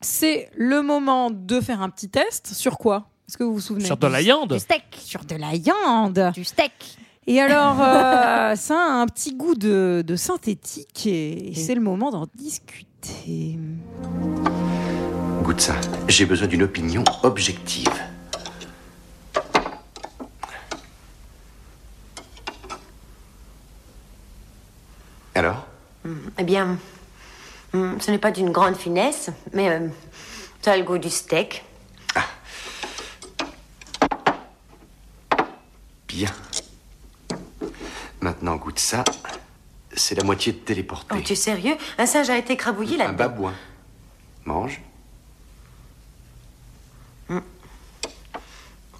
Speaker 1: c'est le moment de faire un petit test. Sur quoi Est-ce que vous vous souvenez
Speaker 6: Sur de la
Speaker 10: Du
Speaker 6: viande.
Speaker 10: steak.
Speaker 1: Sur de la viande.
Speaker 10: Du steak.
Speaker 1: Et alors, euh, ça a un petit goût de, de synthétique et, et c'est le moment d'en discuter.
Speaker 2: Goûte ça. J'ai besoin d'une opinion objective. Alors
Speaker 9: Eh bien, hum, ce n'est pas d'une grande finesse, mais euh, ça a le goût du steak.
Speaker 2: Bien. Maintenant, goûte ça. C'est la moitié de téléporté.
Speaker 9: Oh, tu es sérieux Un singe a été crabouillé
Speaker 2: Un
Speaker 9: là-dedans.
Speaker 2: babouin. Mange.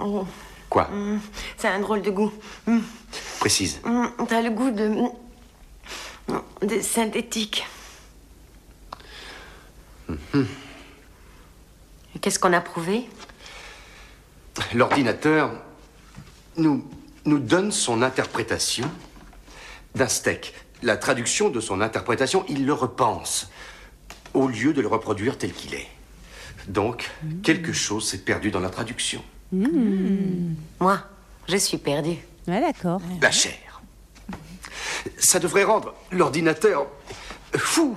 Speaker 11: Oh.
Speaker 2: Quoi
Speaker 9: Hmm,
Speaker 11: Mm. C'est un drôle de goût. Mm.
Speaker 2: Précise.
Speaker 11: Mm. T'as le goût de.
Speaker 9: hmm,
Speaker 11: de synthétique. Qu'est-ce qu'on a prouvé
Speaker 2: L'ordinateur nous, nous donne son interprétation d'un steak. La traduction de son interprétation, il le repense, au lieu de le reproduire tel qu'il est. Donc, quelque chose s'est perdu dans la traduction.
Speaker 11: Moi, je suis perdue.
Speaker 7: Hmm. Ouais, d'accord.
Speaker 2: La chair. Ça devrait rendre l'ordinateur fou,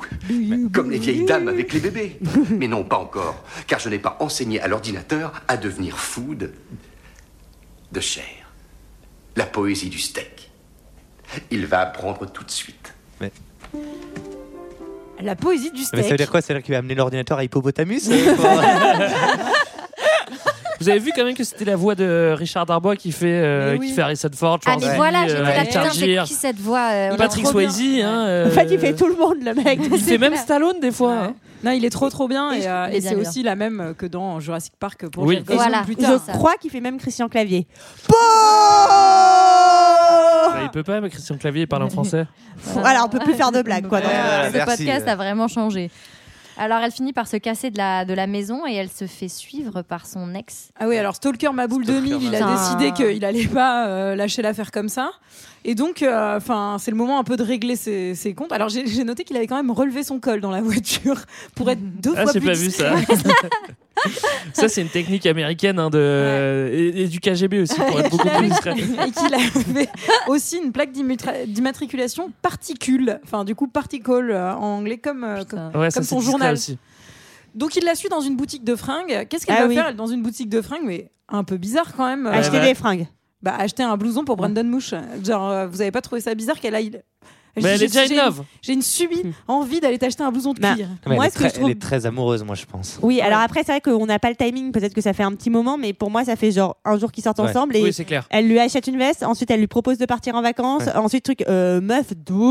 Speaker 2: comme les vieilles dames avec les bébés. Mais non, pas encore, car je n'ai pas enseigné à l'ordinateur à devenir fou de, de chair. La poésie du steak. Il va apprendre tout de suite.
Speaker 1: La poésie du
Speaker 8: Mais ça veut
Speaker 1: steak.
Speaker 8: dire quoi C'est-à-dire qu'il va amener l'ordinateur à Hippopotamus
Speaker 6: Vous avez vu quand même que c'était la voix de Richard Darbois qui fait, euh,
Speaker 1: Mais oui.
Speaker 6: qui fait Harrison Ford, je
Speaker 10: Ah,
Speaker 6: pense.
Speaker 10: mais voilà,
Speaker 6: Qui,
Speaker 10: j'étais
Speaker 6: euh,
Speaker 10: là,
Speaker 6: Richard
Speaker 10: putain, c'est
Speaker 6: Gere,
Speaker 10: qui cette voix euh,
Speaker 6: Patrick
Speaker 1: trop bien.
Speaker 6: Swayze. hein, euh,
Speaker 7: En fait, il fait tout le monde, le mec.
Speaker 6: il fait même Stallone des fois. hein.
Speaker 1: Non, il est trop trop bien
Speaker 10: Il
Speaker 1: et,
Speaker 10: est
Speaker 1: euh,
Speaker 10: bien,
Speaker 1: et
Speaker 10: bien,
Speaker 1: c'est
Speaker 10: bien.
Speaker 1: aussi la même que dans Jurassic Park pour
Speaker 6: Oui.
Speaker 1: Jeff Goldblum
Speaker 10: Voilà.
Speaker 1: plus
Speaker 10: Je
Speaker 1: tard.
Speaker 7: Je crois qu'il fait même Christian Clavier.
Speaker 6: Bah, il peut pas, mais Christian Clavier il parle en français.
Speaker 7: Voilà, on peut plus faire de blagues, quoi. dans-
Speaker 10: Euh, ce
Speaker 8: merci.
Speaker 10: podcast a vraiment changé. Alors, elle finit par se casser de la, de la maison et elle se fait suivre par son ex.
Speaker 1: Ah oui, alors Stalker Maboule
Speaker 8: Stalker
Speaker 1: 2000, il a
Speaker 10: Maboule.
Speaker 1: décidé qu'il allait pas euh, lâcher l'affaire comme ça. Et donc, euh, enfin, c'est le moment un peu de régler ses, ses comptes. Alors, j'ai j'ai noté qu'il avait quand même relevé son col dans la voiture pour être deux
Speaker 6: Ah,
Speaker 1: fois
Speaker 6: j'ai
Speaker 1: plus.
Speaker 6: pas vu ça. ça, c'est une technique américaine hein, de... et, et du KGB aussi, pour être beaucoup plus discret.
Speaker 1: et qu'il avait aussi une plaque d'immutra- d'immatriculation particule, enfin du coup particle euh, en anglais comme, euh, comme-
Speaker 10: Putain.
Speaker 6: Ouais, ça,
Speaker 1: Comme
Speaker 6: c'est
Speaker 1: son
Speaker 6: discret
Speaker 1: journal.
Speaker 6: aussi.
Speaker 1: Donc il la suit dans une boutique de fringues. Qu'est-ce qu'elle
Speaker 7: Ah
Speaker 1: va
Speaker 7: oui.
Speaker 1: faire elle, dans une boutique de fringues Mais un peu bizarre quand même.
Speaker 6: Ah,
Speaker 1: Euh,
Speaker 6: je-
Speaker 7: Acheter
Speaker 6: ouais.
Speaker 7: des fringues.
Speaker 1: bah, acheter un blouson pour Brandon Mouche. Genre, euh, vous avez pas trouvé ça bizarre qu'elle aille.
Speaker 6: Mais elle
Speaker 1: J'ai-
Speaker 6: est déjà
Speaker 1: j'ai-
Speaker 6: in love.
Speaker 1: J'ai une
Speaker 10: Hmm.
Speaker 1: subie envie d'aller t'acheter un blouson de
Speaker 7: Bah,
Speaker 1: cuir.
Speaker 8: Mais
Speaker 7: Moi,
Speaker 8: elle, est
Speaker 7: ce que je
Speaker 8: très,
Speaker 7: trouve-
Speaker 8: elle est très amoureuse, moi, je pense.
Speaker 7: Oui, alors après, c'est vrai qu'on n'a pas le timing. Peut-être que ça fait un petit moment, mais pour moi, ça fait genre un jour qu'ils sortent
Speaker 8: Ouais.
Speaker 7: ensemble et
Speaker 6: Oui, c'est clair.
Speaker 7: Elle lui achète une veste, ensuite elle lui propose de partir en vacances, ensuite truc, euh, meuf, doucement.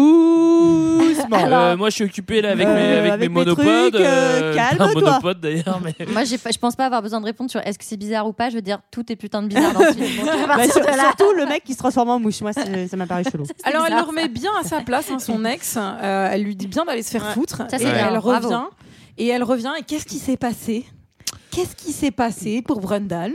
Speaker 6: Euh, moi, je suis occupé là, avec,
Speaker 7: Euh,
Speaker 6: mes, avec, mes
Speaker 7: avec mes
Speaker 6: monopodes.
Speaker 7: trucs, euh,
Speaker 6: euh,
Speaker 7: calme-toi.
Speaker 6: Un monopode d'ailleurs, mais
Speaker 10: Moi, j'ai pas- je pense pas avoir besoin de répondre sur est-ce que c'est bizarre ou pas. Je veux dire, tout est putain de bizarre dans ce film. Donc, à
Speaker 7: Bah,
Speaker 10: partir
Speaker 7: sur-
Speaker 10: de là,
Speaker 7: surtout le mec qui se transforme en mouche, moi c'est- ça m'a paru chelou.
Speaker 10: c'est
Speaker 1: Alors elle le
Speaker 10: bizarre,
Speaker 1: remet bien à sa place, hein, son ex. Euh, elle lui dit bien d'aller se faire
Speaker 7: Ouais.
Speaker 1: foutre.
Speaker 10: Ça,
Speaker 1: et
Speaker 10: c'est
Speaker 1: elle
Speaker 10: bien,
Speaker 1: revient.
Speaker 10: bravo.
Speaker 1: Et elle revient. Et qu'est-ce qui s'est passé Qu'est-ce qui s'est passé pour Brandon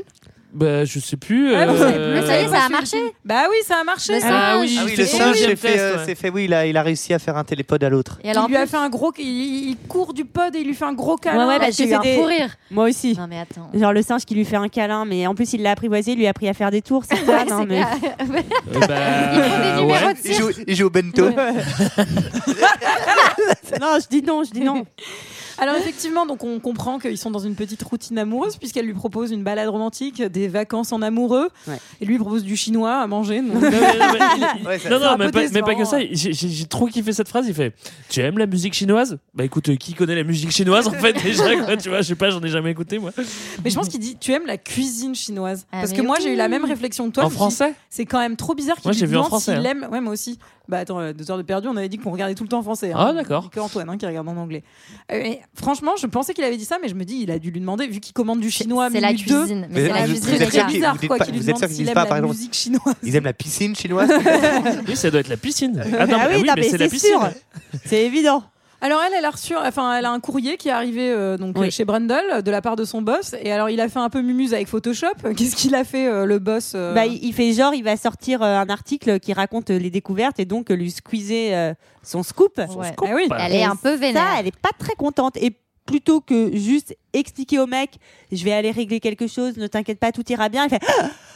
Speaker 6: bah, je sais plus.
Speaker 1: Ah, vous savez plus.
Speaker 10: Mais ça y est,
Speaker 1: Euh,
Speaker 10: ça a marché.
Speaker 1: Bah oui, ça a marché.
Speaker 10: Le
Speaker 1: ça.
Speaker 6: Ah oui,
Speaker 10: Ah
Speaker 6: il
Speaker 10: oui,
Speaker 6: fait
Speaker 10: le
Speaker 6: son
Speaker 10: singe,
Speaker 6: deuxième
Speaker 8: s'est fait,
Speaker 6: test,
Speaker 8: euh,
Speaker 6: ouais.
Speaker 8: s'est fait- oui, il a, il a réussi à faire un télépode à l'autre.
Speaker 10: Et alors, en
Speaker 1: il lui a
Speaker 10: plus-
Speaker 1: fait un gros, il, il court du pod et il lui fait un gros
Speaker 10: Ouais,
Speaker 1: câlin.
Speaker 10: ouais,
Speaker 7: parce
Speaker 10: parce que
Speaker 7: que
Speaker 10: c'est un
Speaker 7: des-
Speaker 10: fou rire.
Speaker 7: Moi aussi.
Speaker 10: Non, mais attends.
Speaker 7: Genre le singe qui lui fait un câlin, mais en plus il l'a apprivoisé, il lui a appris à faire des tours, c'est ça
Speaker 10: Ouais,
Speaker 7: non,
Speaker 10: c'est
Speaker 7: mais-
Speaker 10: clair.
Speaker 6: Euh, bah,
Speaker 10: Ils font des numéros
Speaker 6: ouais.
Speaker 10: de
Speaker 8: Il
Speaker 10: cirque.
Speaker 8: joue, il joue au bento.
Speaker 7: Non, je dis non, je dis non.
Speaker 1: Alors effectivement, donc on comprend qu'ils sont dans une petite routine amoureuse puisqu'elle lui propose une balade romantique, des vacances en amoureux,
Speaker 7: Ouais.
Speaker 1: et lui propose du chinois à manger. donc-
Speaker 6: Non, mais- non, mais il-
Speaker 8: Ouais, ça-
Speaker 6: non,
Speaker 1: c'est un
Speaker 6: non, mais
Speaker 1: peu
Speaker 6: pas, mais pas que
Speaker 1: décevant, hein.
Speaker 6: ça. J'ai j'ai- j'ai trop kiffé cette phrase. Il fait Tu aimes la musique chinoise Bah écoute, euh, qui connaît la musique chinoise en fait déjà quoi, Tu vois, je sais pas, j'en ai jamais écouté moi.
Speaker 1: Mais je pense qu'il dit tu aimes la cuisine chinoise
Speaker 10: Ah,
Speaker 1: parce
Speaker 10: mais
Speaker 1: que moi
Speaker 10: oui.
Speaker 1: j'ai eu la même réflexion que toi.
Speaker 6: en
Speaker 1: je me suis dit,
Speaker 6: français
Speaker 1: C'est quand même trop bizarre qu'il
Speaker 6: Moi,
Speaker 1: lui
Speaker 6: j'ai vu en
Speaker 1: demande
Speaker 6: français,
Speaker 1: s'il
Speaker 6: hein.
Speaker 1: aime. Ouais moi aussi. Bah attends, euh, deux heures de perdu, on avait dit qu'on regardait tout le temps en français.
Speaker 6: Ah,
Speaker 1: hein.
Speaker 6: d'accord.
Speaker 1: Et Que Antoine hein, qui regarde en anglais. Euh, et franchement, je pensais qu'il avait dit ça, mais je me dis il a dû lui demander vu qu'il commande du chinois.
Speaker 10: C'est la
Speaker 1: minute deux.
Speaker 10: cuisine. Mais c'est
Speaker 8: Mais
Speaker 10: la
Speaker 8: vous-
Speaker 1: Ouais,
Speaker 8: vous
Speaker 10: cuisine,
Speaker 8: êtes
Speaker 10: les
Speaker 1: c'est
Speaker 8: sûr
Speaker 10: gars.
Speaker 8: qu'il-
Speaker 1: bizarre
Speaker 8: vous dites
Speaker 1: quoi
Speaker 8: pas-
Speaker 1: qu'il lui
Speaker 8: vous êtes
Speaker 1: demande
Speaker 8: sûr qu'il
Speaker 1: s'il
Speaker 8: dise
Speaker 1: aime
Speaker 8: pas,
Speaker 1: la
Speaker 8: par exemple-
Speaker 1: musique chinoise.
Speaker 8: Ils aiment la piscine chinoise.
Speaker 6: Oui, ça doit être la piscine. Ah non,
Speaker 7: ah
Speaker 6: mais
Speaker 7: oui,
Speaker 6: oui,
Speaker 7: non,
Speaker 6: mais
Speaker 7: mais
Speaker 6: c'est la
Speaker 7: c'est
Speaker 6: piscine.
Speaker 7: sûr, c'est évident.
Speaker 1: Alors elle, elle a reçu, enfin elle a un courrier qui est arrivé euh, donc
Speaker 7: Oui.
Speaker 1: euh, chez Brendel euh, de la part de son boss. Et alors il a fait un peu mumuse avec Photoshop. Qu'est-ce qu'il a fait euh, le boss euh,
Speaker 7: Bah, il il fait genre, il va sortir euh, un article qui raconte euh, les découvertes et donc euh, lui squeezer euh, son scoop.
Speaker 10: Ouais.
Speaker 1: Ah oui.
Speaker 10: Elle est un peu
Speaker 7: ça,
Speaker 10: vénère.
Speaker 7: elle est pas très contente. Et plutôt que juste expliquer au mec, je vais aller régler quelque chose, ne t'inquiète pas, tout ira bien, il fait,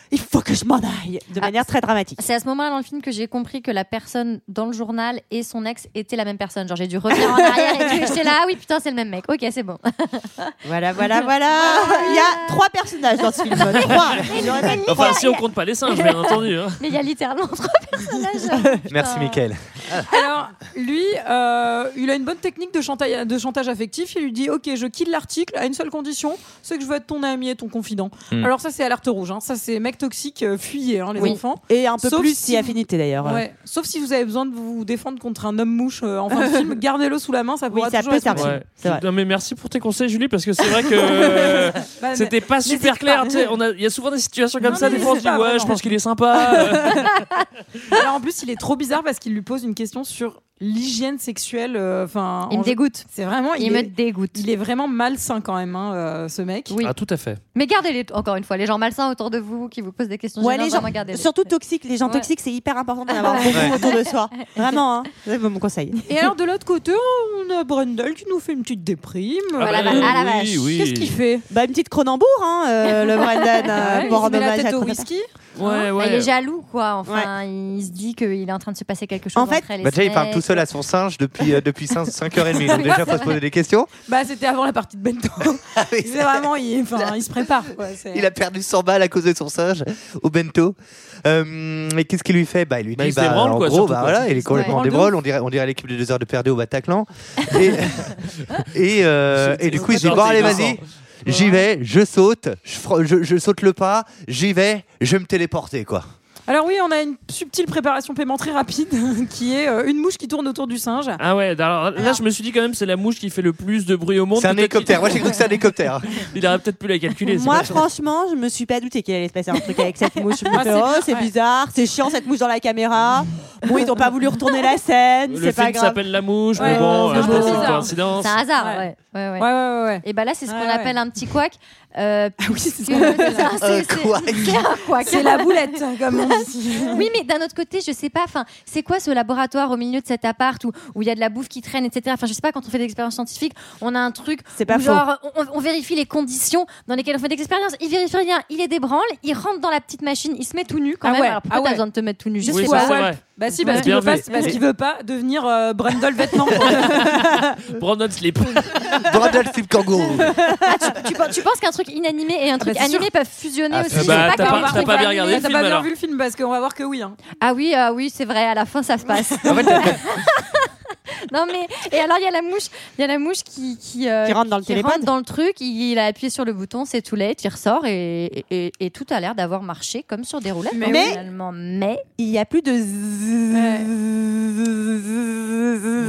Speaker 7: Ah, il faut que je m'en aille, de
Speaker 10: Ah,
Speaker 7: manière très dramatique.
Speaker 10: C'est à ce moment-là dans le film que j'ai compris que la personne dans le journal et son ex étaient la même personne. Genre j'ai dû revenir en arrière et tout, j'étais là, ah oui putain c'est le même mec. Ok c'est bon.
Speaker 7: Voilà, voilà, voilà. Ah, Il y a trois personnages dans ce film. Trois. J'aurais pas dit
Speaker 6: Enfin,
Speaker 7: trois.
Speaker 6: si on compte pas les singes, bien entendu. hein.
Speaker 10: Mais il y a littéralement trois personnages.
Speaker 8: Merci,
Speaker 10: Putain.
Speaker 8: Michael.
Speaker 1: Alors lui, euh, il a une bonne technique de chantage, de chantage affectif. Il lui dit ok, je quitte l'article à une seule condition, c'est que je veux être ton ami et ton confident.
Speaker 8: Hmm.
Speaker 1: Alors ça c'est alerte rouge. Hein. Ça c'est mec te toxiques, euh, fuyez hein, les
Speaker 7: Oui.
Speaker 1: enfants.
Speaker 7: Et un peu
Speaker 1: Sauf
Speaker 7: plus si,
Speaker 1: vous-
Speaker 7: affinité d'ailleurs.
Speaker 1: Ouais. Sauf si vous avez besoin de vous défendre contre un homme mouche euh, en fin de film, gardez-le sous la main, ça pourra
Speaker 7: ça
Speaker 1: toujours
Speaker 7: peut
Speaker 1: être
Speaker 7: servir.
Speaker 1: utile.
Speaker 6: Ouais. Non, mais merci pour tes conseils, Julie, parce que c'est vrai que euh,
Speaker 1: mais-
Speaker 6: c'était pas
Speaker 1: n'hésite
Speaker 6: super
Speaker 1: pas.
Speaker 6: clair. tu sais, on a- Il y a souvent des situations comme
Speaker 1: Non,
Speaker 6: ça,
Speaker 1: mais
Speaker 6: des fois on se dit
Speaker 1: n'hésite pas,
Speaker 6: ouais, je
Speaker 1: vraiment.
Speaker 6: pense qu'il est sympa. euh.
Speaker 1: Alors, en plus, il est trop bizarre parce qu'il lui pose une question sur l'hygiène sexuelle. euh, Enfin,
Speaker 10: Il
Speaker 1: en-
Speaker 10: me dégoûte.
Speaker 1: C'est vraiment.
Speaker 10: Il,
Speaker 1: Il,
Speaker 10: me
Speaker 1: est,
Speaker 10: dégoûte.
Speaker 1: il est vraiment malsain quand même, hein, euh, ce mec.
Speaker 10: Oui.
Speaker 6: Ah, tout à fait.
Speaker 10: Mais gardez-les, encore une fois, les gens malsains autour de vous qui vous posent des questions.
Speaker 7: Ouais,
Speaker 10: gênantes,
Speaker 7: les gens-
Speaker 10: vraiment, gardez-les.
Speaker 7: Surtout toxiques, les gens
Speaker 10: Ouais.
Speaker 7: toxiques, c'est hyper important
Speaker 10: Ah,
Speaker 7: d'en avoir beaucoup autour de soi. Vraiment, hein. c'est mon conseil.
Speaker 1: Et alors, de l'autre côté, on a Brendel qui nous fait une petite déprime.
Speaker 10: bah, la vache. Ah, la vache.
Speaker 6: oui, oui.
Speaker 1: Qu'est-ce qu'il fait
Speaker 7: Bah, une petite Cronenbourg, hein, euh, le Brendan, euh,
Speaker 1: Il
Speaker 7: pour
Speaker 1: se
Speaker 7: rendre
Speaker 1: met la
Speaker 7: hommage à
Speaker 1: tête au
Speaker 7: Cronenberg.
Speaker 1: whisky.
Speaker 6: Ouais,
Speaker 10: Bah,
Speaker 6: ouais.
Speaker 10: il est jaloux, quoi. Enfin, il se dit qu'il est en train de se passer quelque chose
Speaker 7: En fait-
Speaker 10: entre elle et
Speaker 8: Bah, déjà, il parle
Speaker 10: Snake.
Speaker 8: tout seul à son singe depuis, euh, depuis 5, h 30 Donc, déjà, faut se poser des questions.
Speaker 1: Bah, c'était avant la partie de bento.
Speaker 7: Ah,
Speaker 8: oui,
Speaker 1: c'est vraiment, il, enfin, il se prépare. quoi, c'est-
Speaker 8: Il a perdu 100 balles à cause de son singe au bento. Euh, et qu'est-ce qu'il lui fait Bah, il lui
Speaker 6: Bah,
Speaker 8: dit
Speaker 6: il se
Speaker 8: bah,
Speaker 6: débranle,
Speaker 8: en
Speaker 6: quoi,
Speaker 8: gros,
Speaker 6: surtout,
Speaker 8: bah,
Speaker 6: quoi.
Speaker 8: voilà, il est complètement en
Speaker 1: Ouais.
Speaker 8: débranle. On dirait, on dirait l'équipe de 2 heures de perdu au Bataclan. et, et, euh, et du coup, il se dit
Speaker 6: Genre,
Speaker 8: bon,
Speaker 6: c'est
Speaker 8: allez,
Speaker 6: innocent.
Speaker 8: vas-y. J'y vais, je saute, je, fro- je- je saute le pas, j'y vais, je vais me téléporter quoi.
Speaker 1: Alors, oui, on a une subtile préparation paiement très rapide qui est euh, une mouche qui tourne autour du singe.
Speaker 6: Ah ouais, alors là je me suis dit quand même c'est la mouche qui fait le plus de bruit au monde.
Speaker 8: C'est un
Speaker 6: Peut-être
Speaker 8: hélicoptère, moi j'ai cru que c'est un hélicoptère.
Speaker 6: qu'il- Il aurait peut-être pu la calculer. c'est
Speaker 7: Moi,
Speaker 6: pas-
Speaker 7: franchement, je me suis pas douté qu'il allait se passer un truc avec cette mouche. Je me
Speaker 1: Ah,
Speaker 7: fais,
Speaker 1: c'est-
Speaker 7: oh, c'est
Speaker 1: ouais.
Speaker 7: bizarre, c'est chiant cette mouche dans la caméra. Bon, ils n'ont pas voulu retourner la scène,
Speaker 6: Le
Speaker 7: c'est pas
Speaker 6: film
Speaker 7: grave.
Speaker 6: s'appelle La Mouche,
Speaker 1: Ouais,
Speaker 6: mais bon,
Speaker 1: ouais,
Speaker 6: euh, je
Speaker 1: c'est
Speaker 6: pense que c'est une
Speaker 1: bizarre.
Speaker 6: coïncidence.
Speaker 10: C'est un hasard,
Speaker 1: Ouais.
Speaker 10: ouais. ouais, ouais.
Speaker 1: Ouais, ouais, ouais. ouais.
Speaker 10: Et bah là, c'est ce qu'on
Speaker 1: Ouais, ouais.
Speaker 10: appelle un petit couac. Euh,
Speaker 1: oui, c'est
Speaker 10: puisque- c'est- c'est-
Speaker 8: couac.
Speaker 10: c'est un couac.
Speaker 1: C'est la boulette, hein, comme on dit.
Speaker 10: Oui, mais d'un autre côté, je sais pas. Enfin, c'est quoi ce laboratoire au milieu de cet appart où où il y a de la bouffe qui traîne, etc. Enfin, je sais pas. Quand on fait des expériences scientifiques, on a un truc.
Speaker 7: C'est pas
Speaker 10: où,
Speaker 7: faux.
Speaker 10: Genre, on, on vérifie les conditions dans lesquelles on fait des expériences. Il vérifie rien. Il les débranle. Il rentre dans la petite machine. Il se met tout nu quand
Speaker 1: Ah
Speaker 10: même.
Speaker 1: ouais,
Speaker 10: Alors pourquoi
Speaker 1: ah ouais.
Speaker 10: t'as besoin de te mettre tout nu Je
Speaker 1: Oui,
Speaker 10: sais
Speaker 1: ça,
Speaker 10: pas.
Speaker 1: c'est
Speaker 6: vrai.
Speaker 1: Bah si, parce
Speaker 10: Ouais.
Speaker 1: qu'il veut,
Speaker 6: Bien
Speaker 1: pas-
Speaker 6: vu.
Speaker 1: c'est parce qu'il veut pas devenir euh, Brendel vêtement. quoi.
Speaker 6: Brandon Slip.
Speaker 8: Brandel Steve Kangourou.
Speaker 1: Ah,
Speaker 10: tu, pen- tu penses qu'un truc inanimé et un
Speaker 1: bah,
Speaker 10: truc
Speaker 1: c'est sûr.
Speaker 10: animé peuvent fusionner
Speaker 8: Ah,
Speaker 10: aussi
Speaker 8: bah,
Speaker 10: Je sais pas
Speaker 6: t'as
Speaker 10: comment
Speaker 6: pas-
Speaker 10: on va
Speaker 6: t'as pas
Speaker 10: trouver.
Speaker 6: bien regardé le
Speaker 1: T'as
Speaker 6: film,
Speaker 1: pas bien
Speaker 6: alors.
Speaker 1: vu le film parce qu'on va voir que oui. hein.
Speaker 10: Ah oui, ah oui, c'est vrai. À la fin, ça se passe.
Speaker 8: En fait, t'as-
Speaker 10: non mais et alors il y a la mouche, il y a la mouche qui qui, euh,
Speaker 7: Qui rentre dans le
Speaker 10: qui
Speaker 7: télépad.
Speaker 10: rentre dans le truc. Il, il a appuyé sur le bouton, c'est tout late, il ressort et, et- et- et tout a l'air d'avoir marché comme sur des roulettes.
Speaker 1: Mais
Speaker 10: hein,
Speaker 7: oui.
Speaker 10: finalement, mais
Speaker 7: Il y a plus de.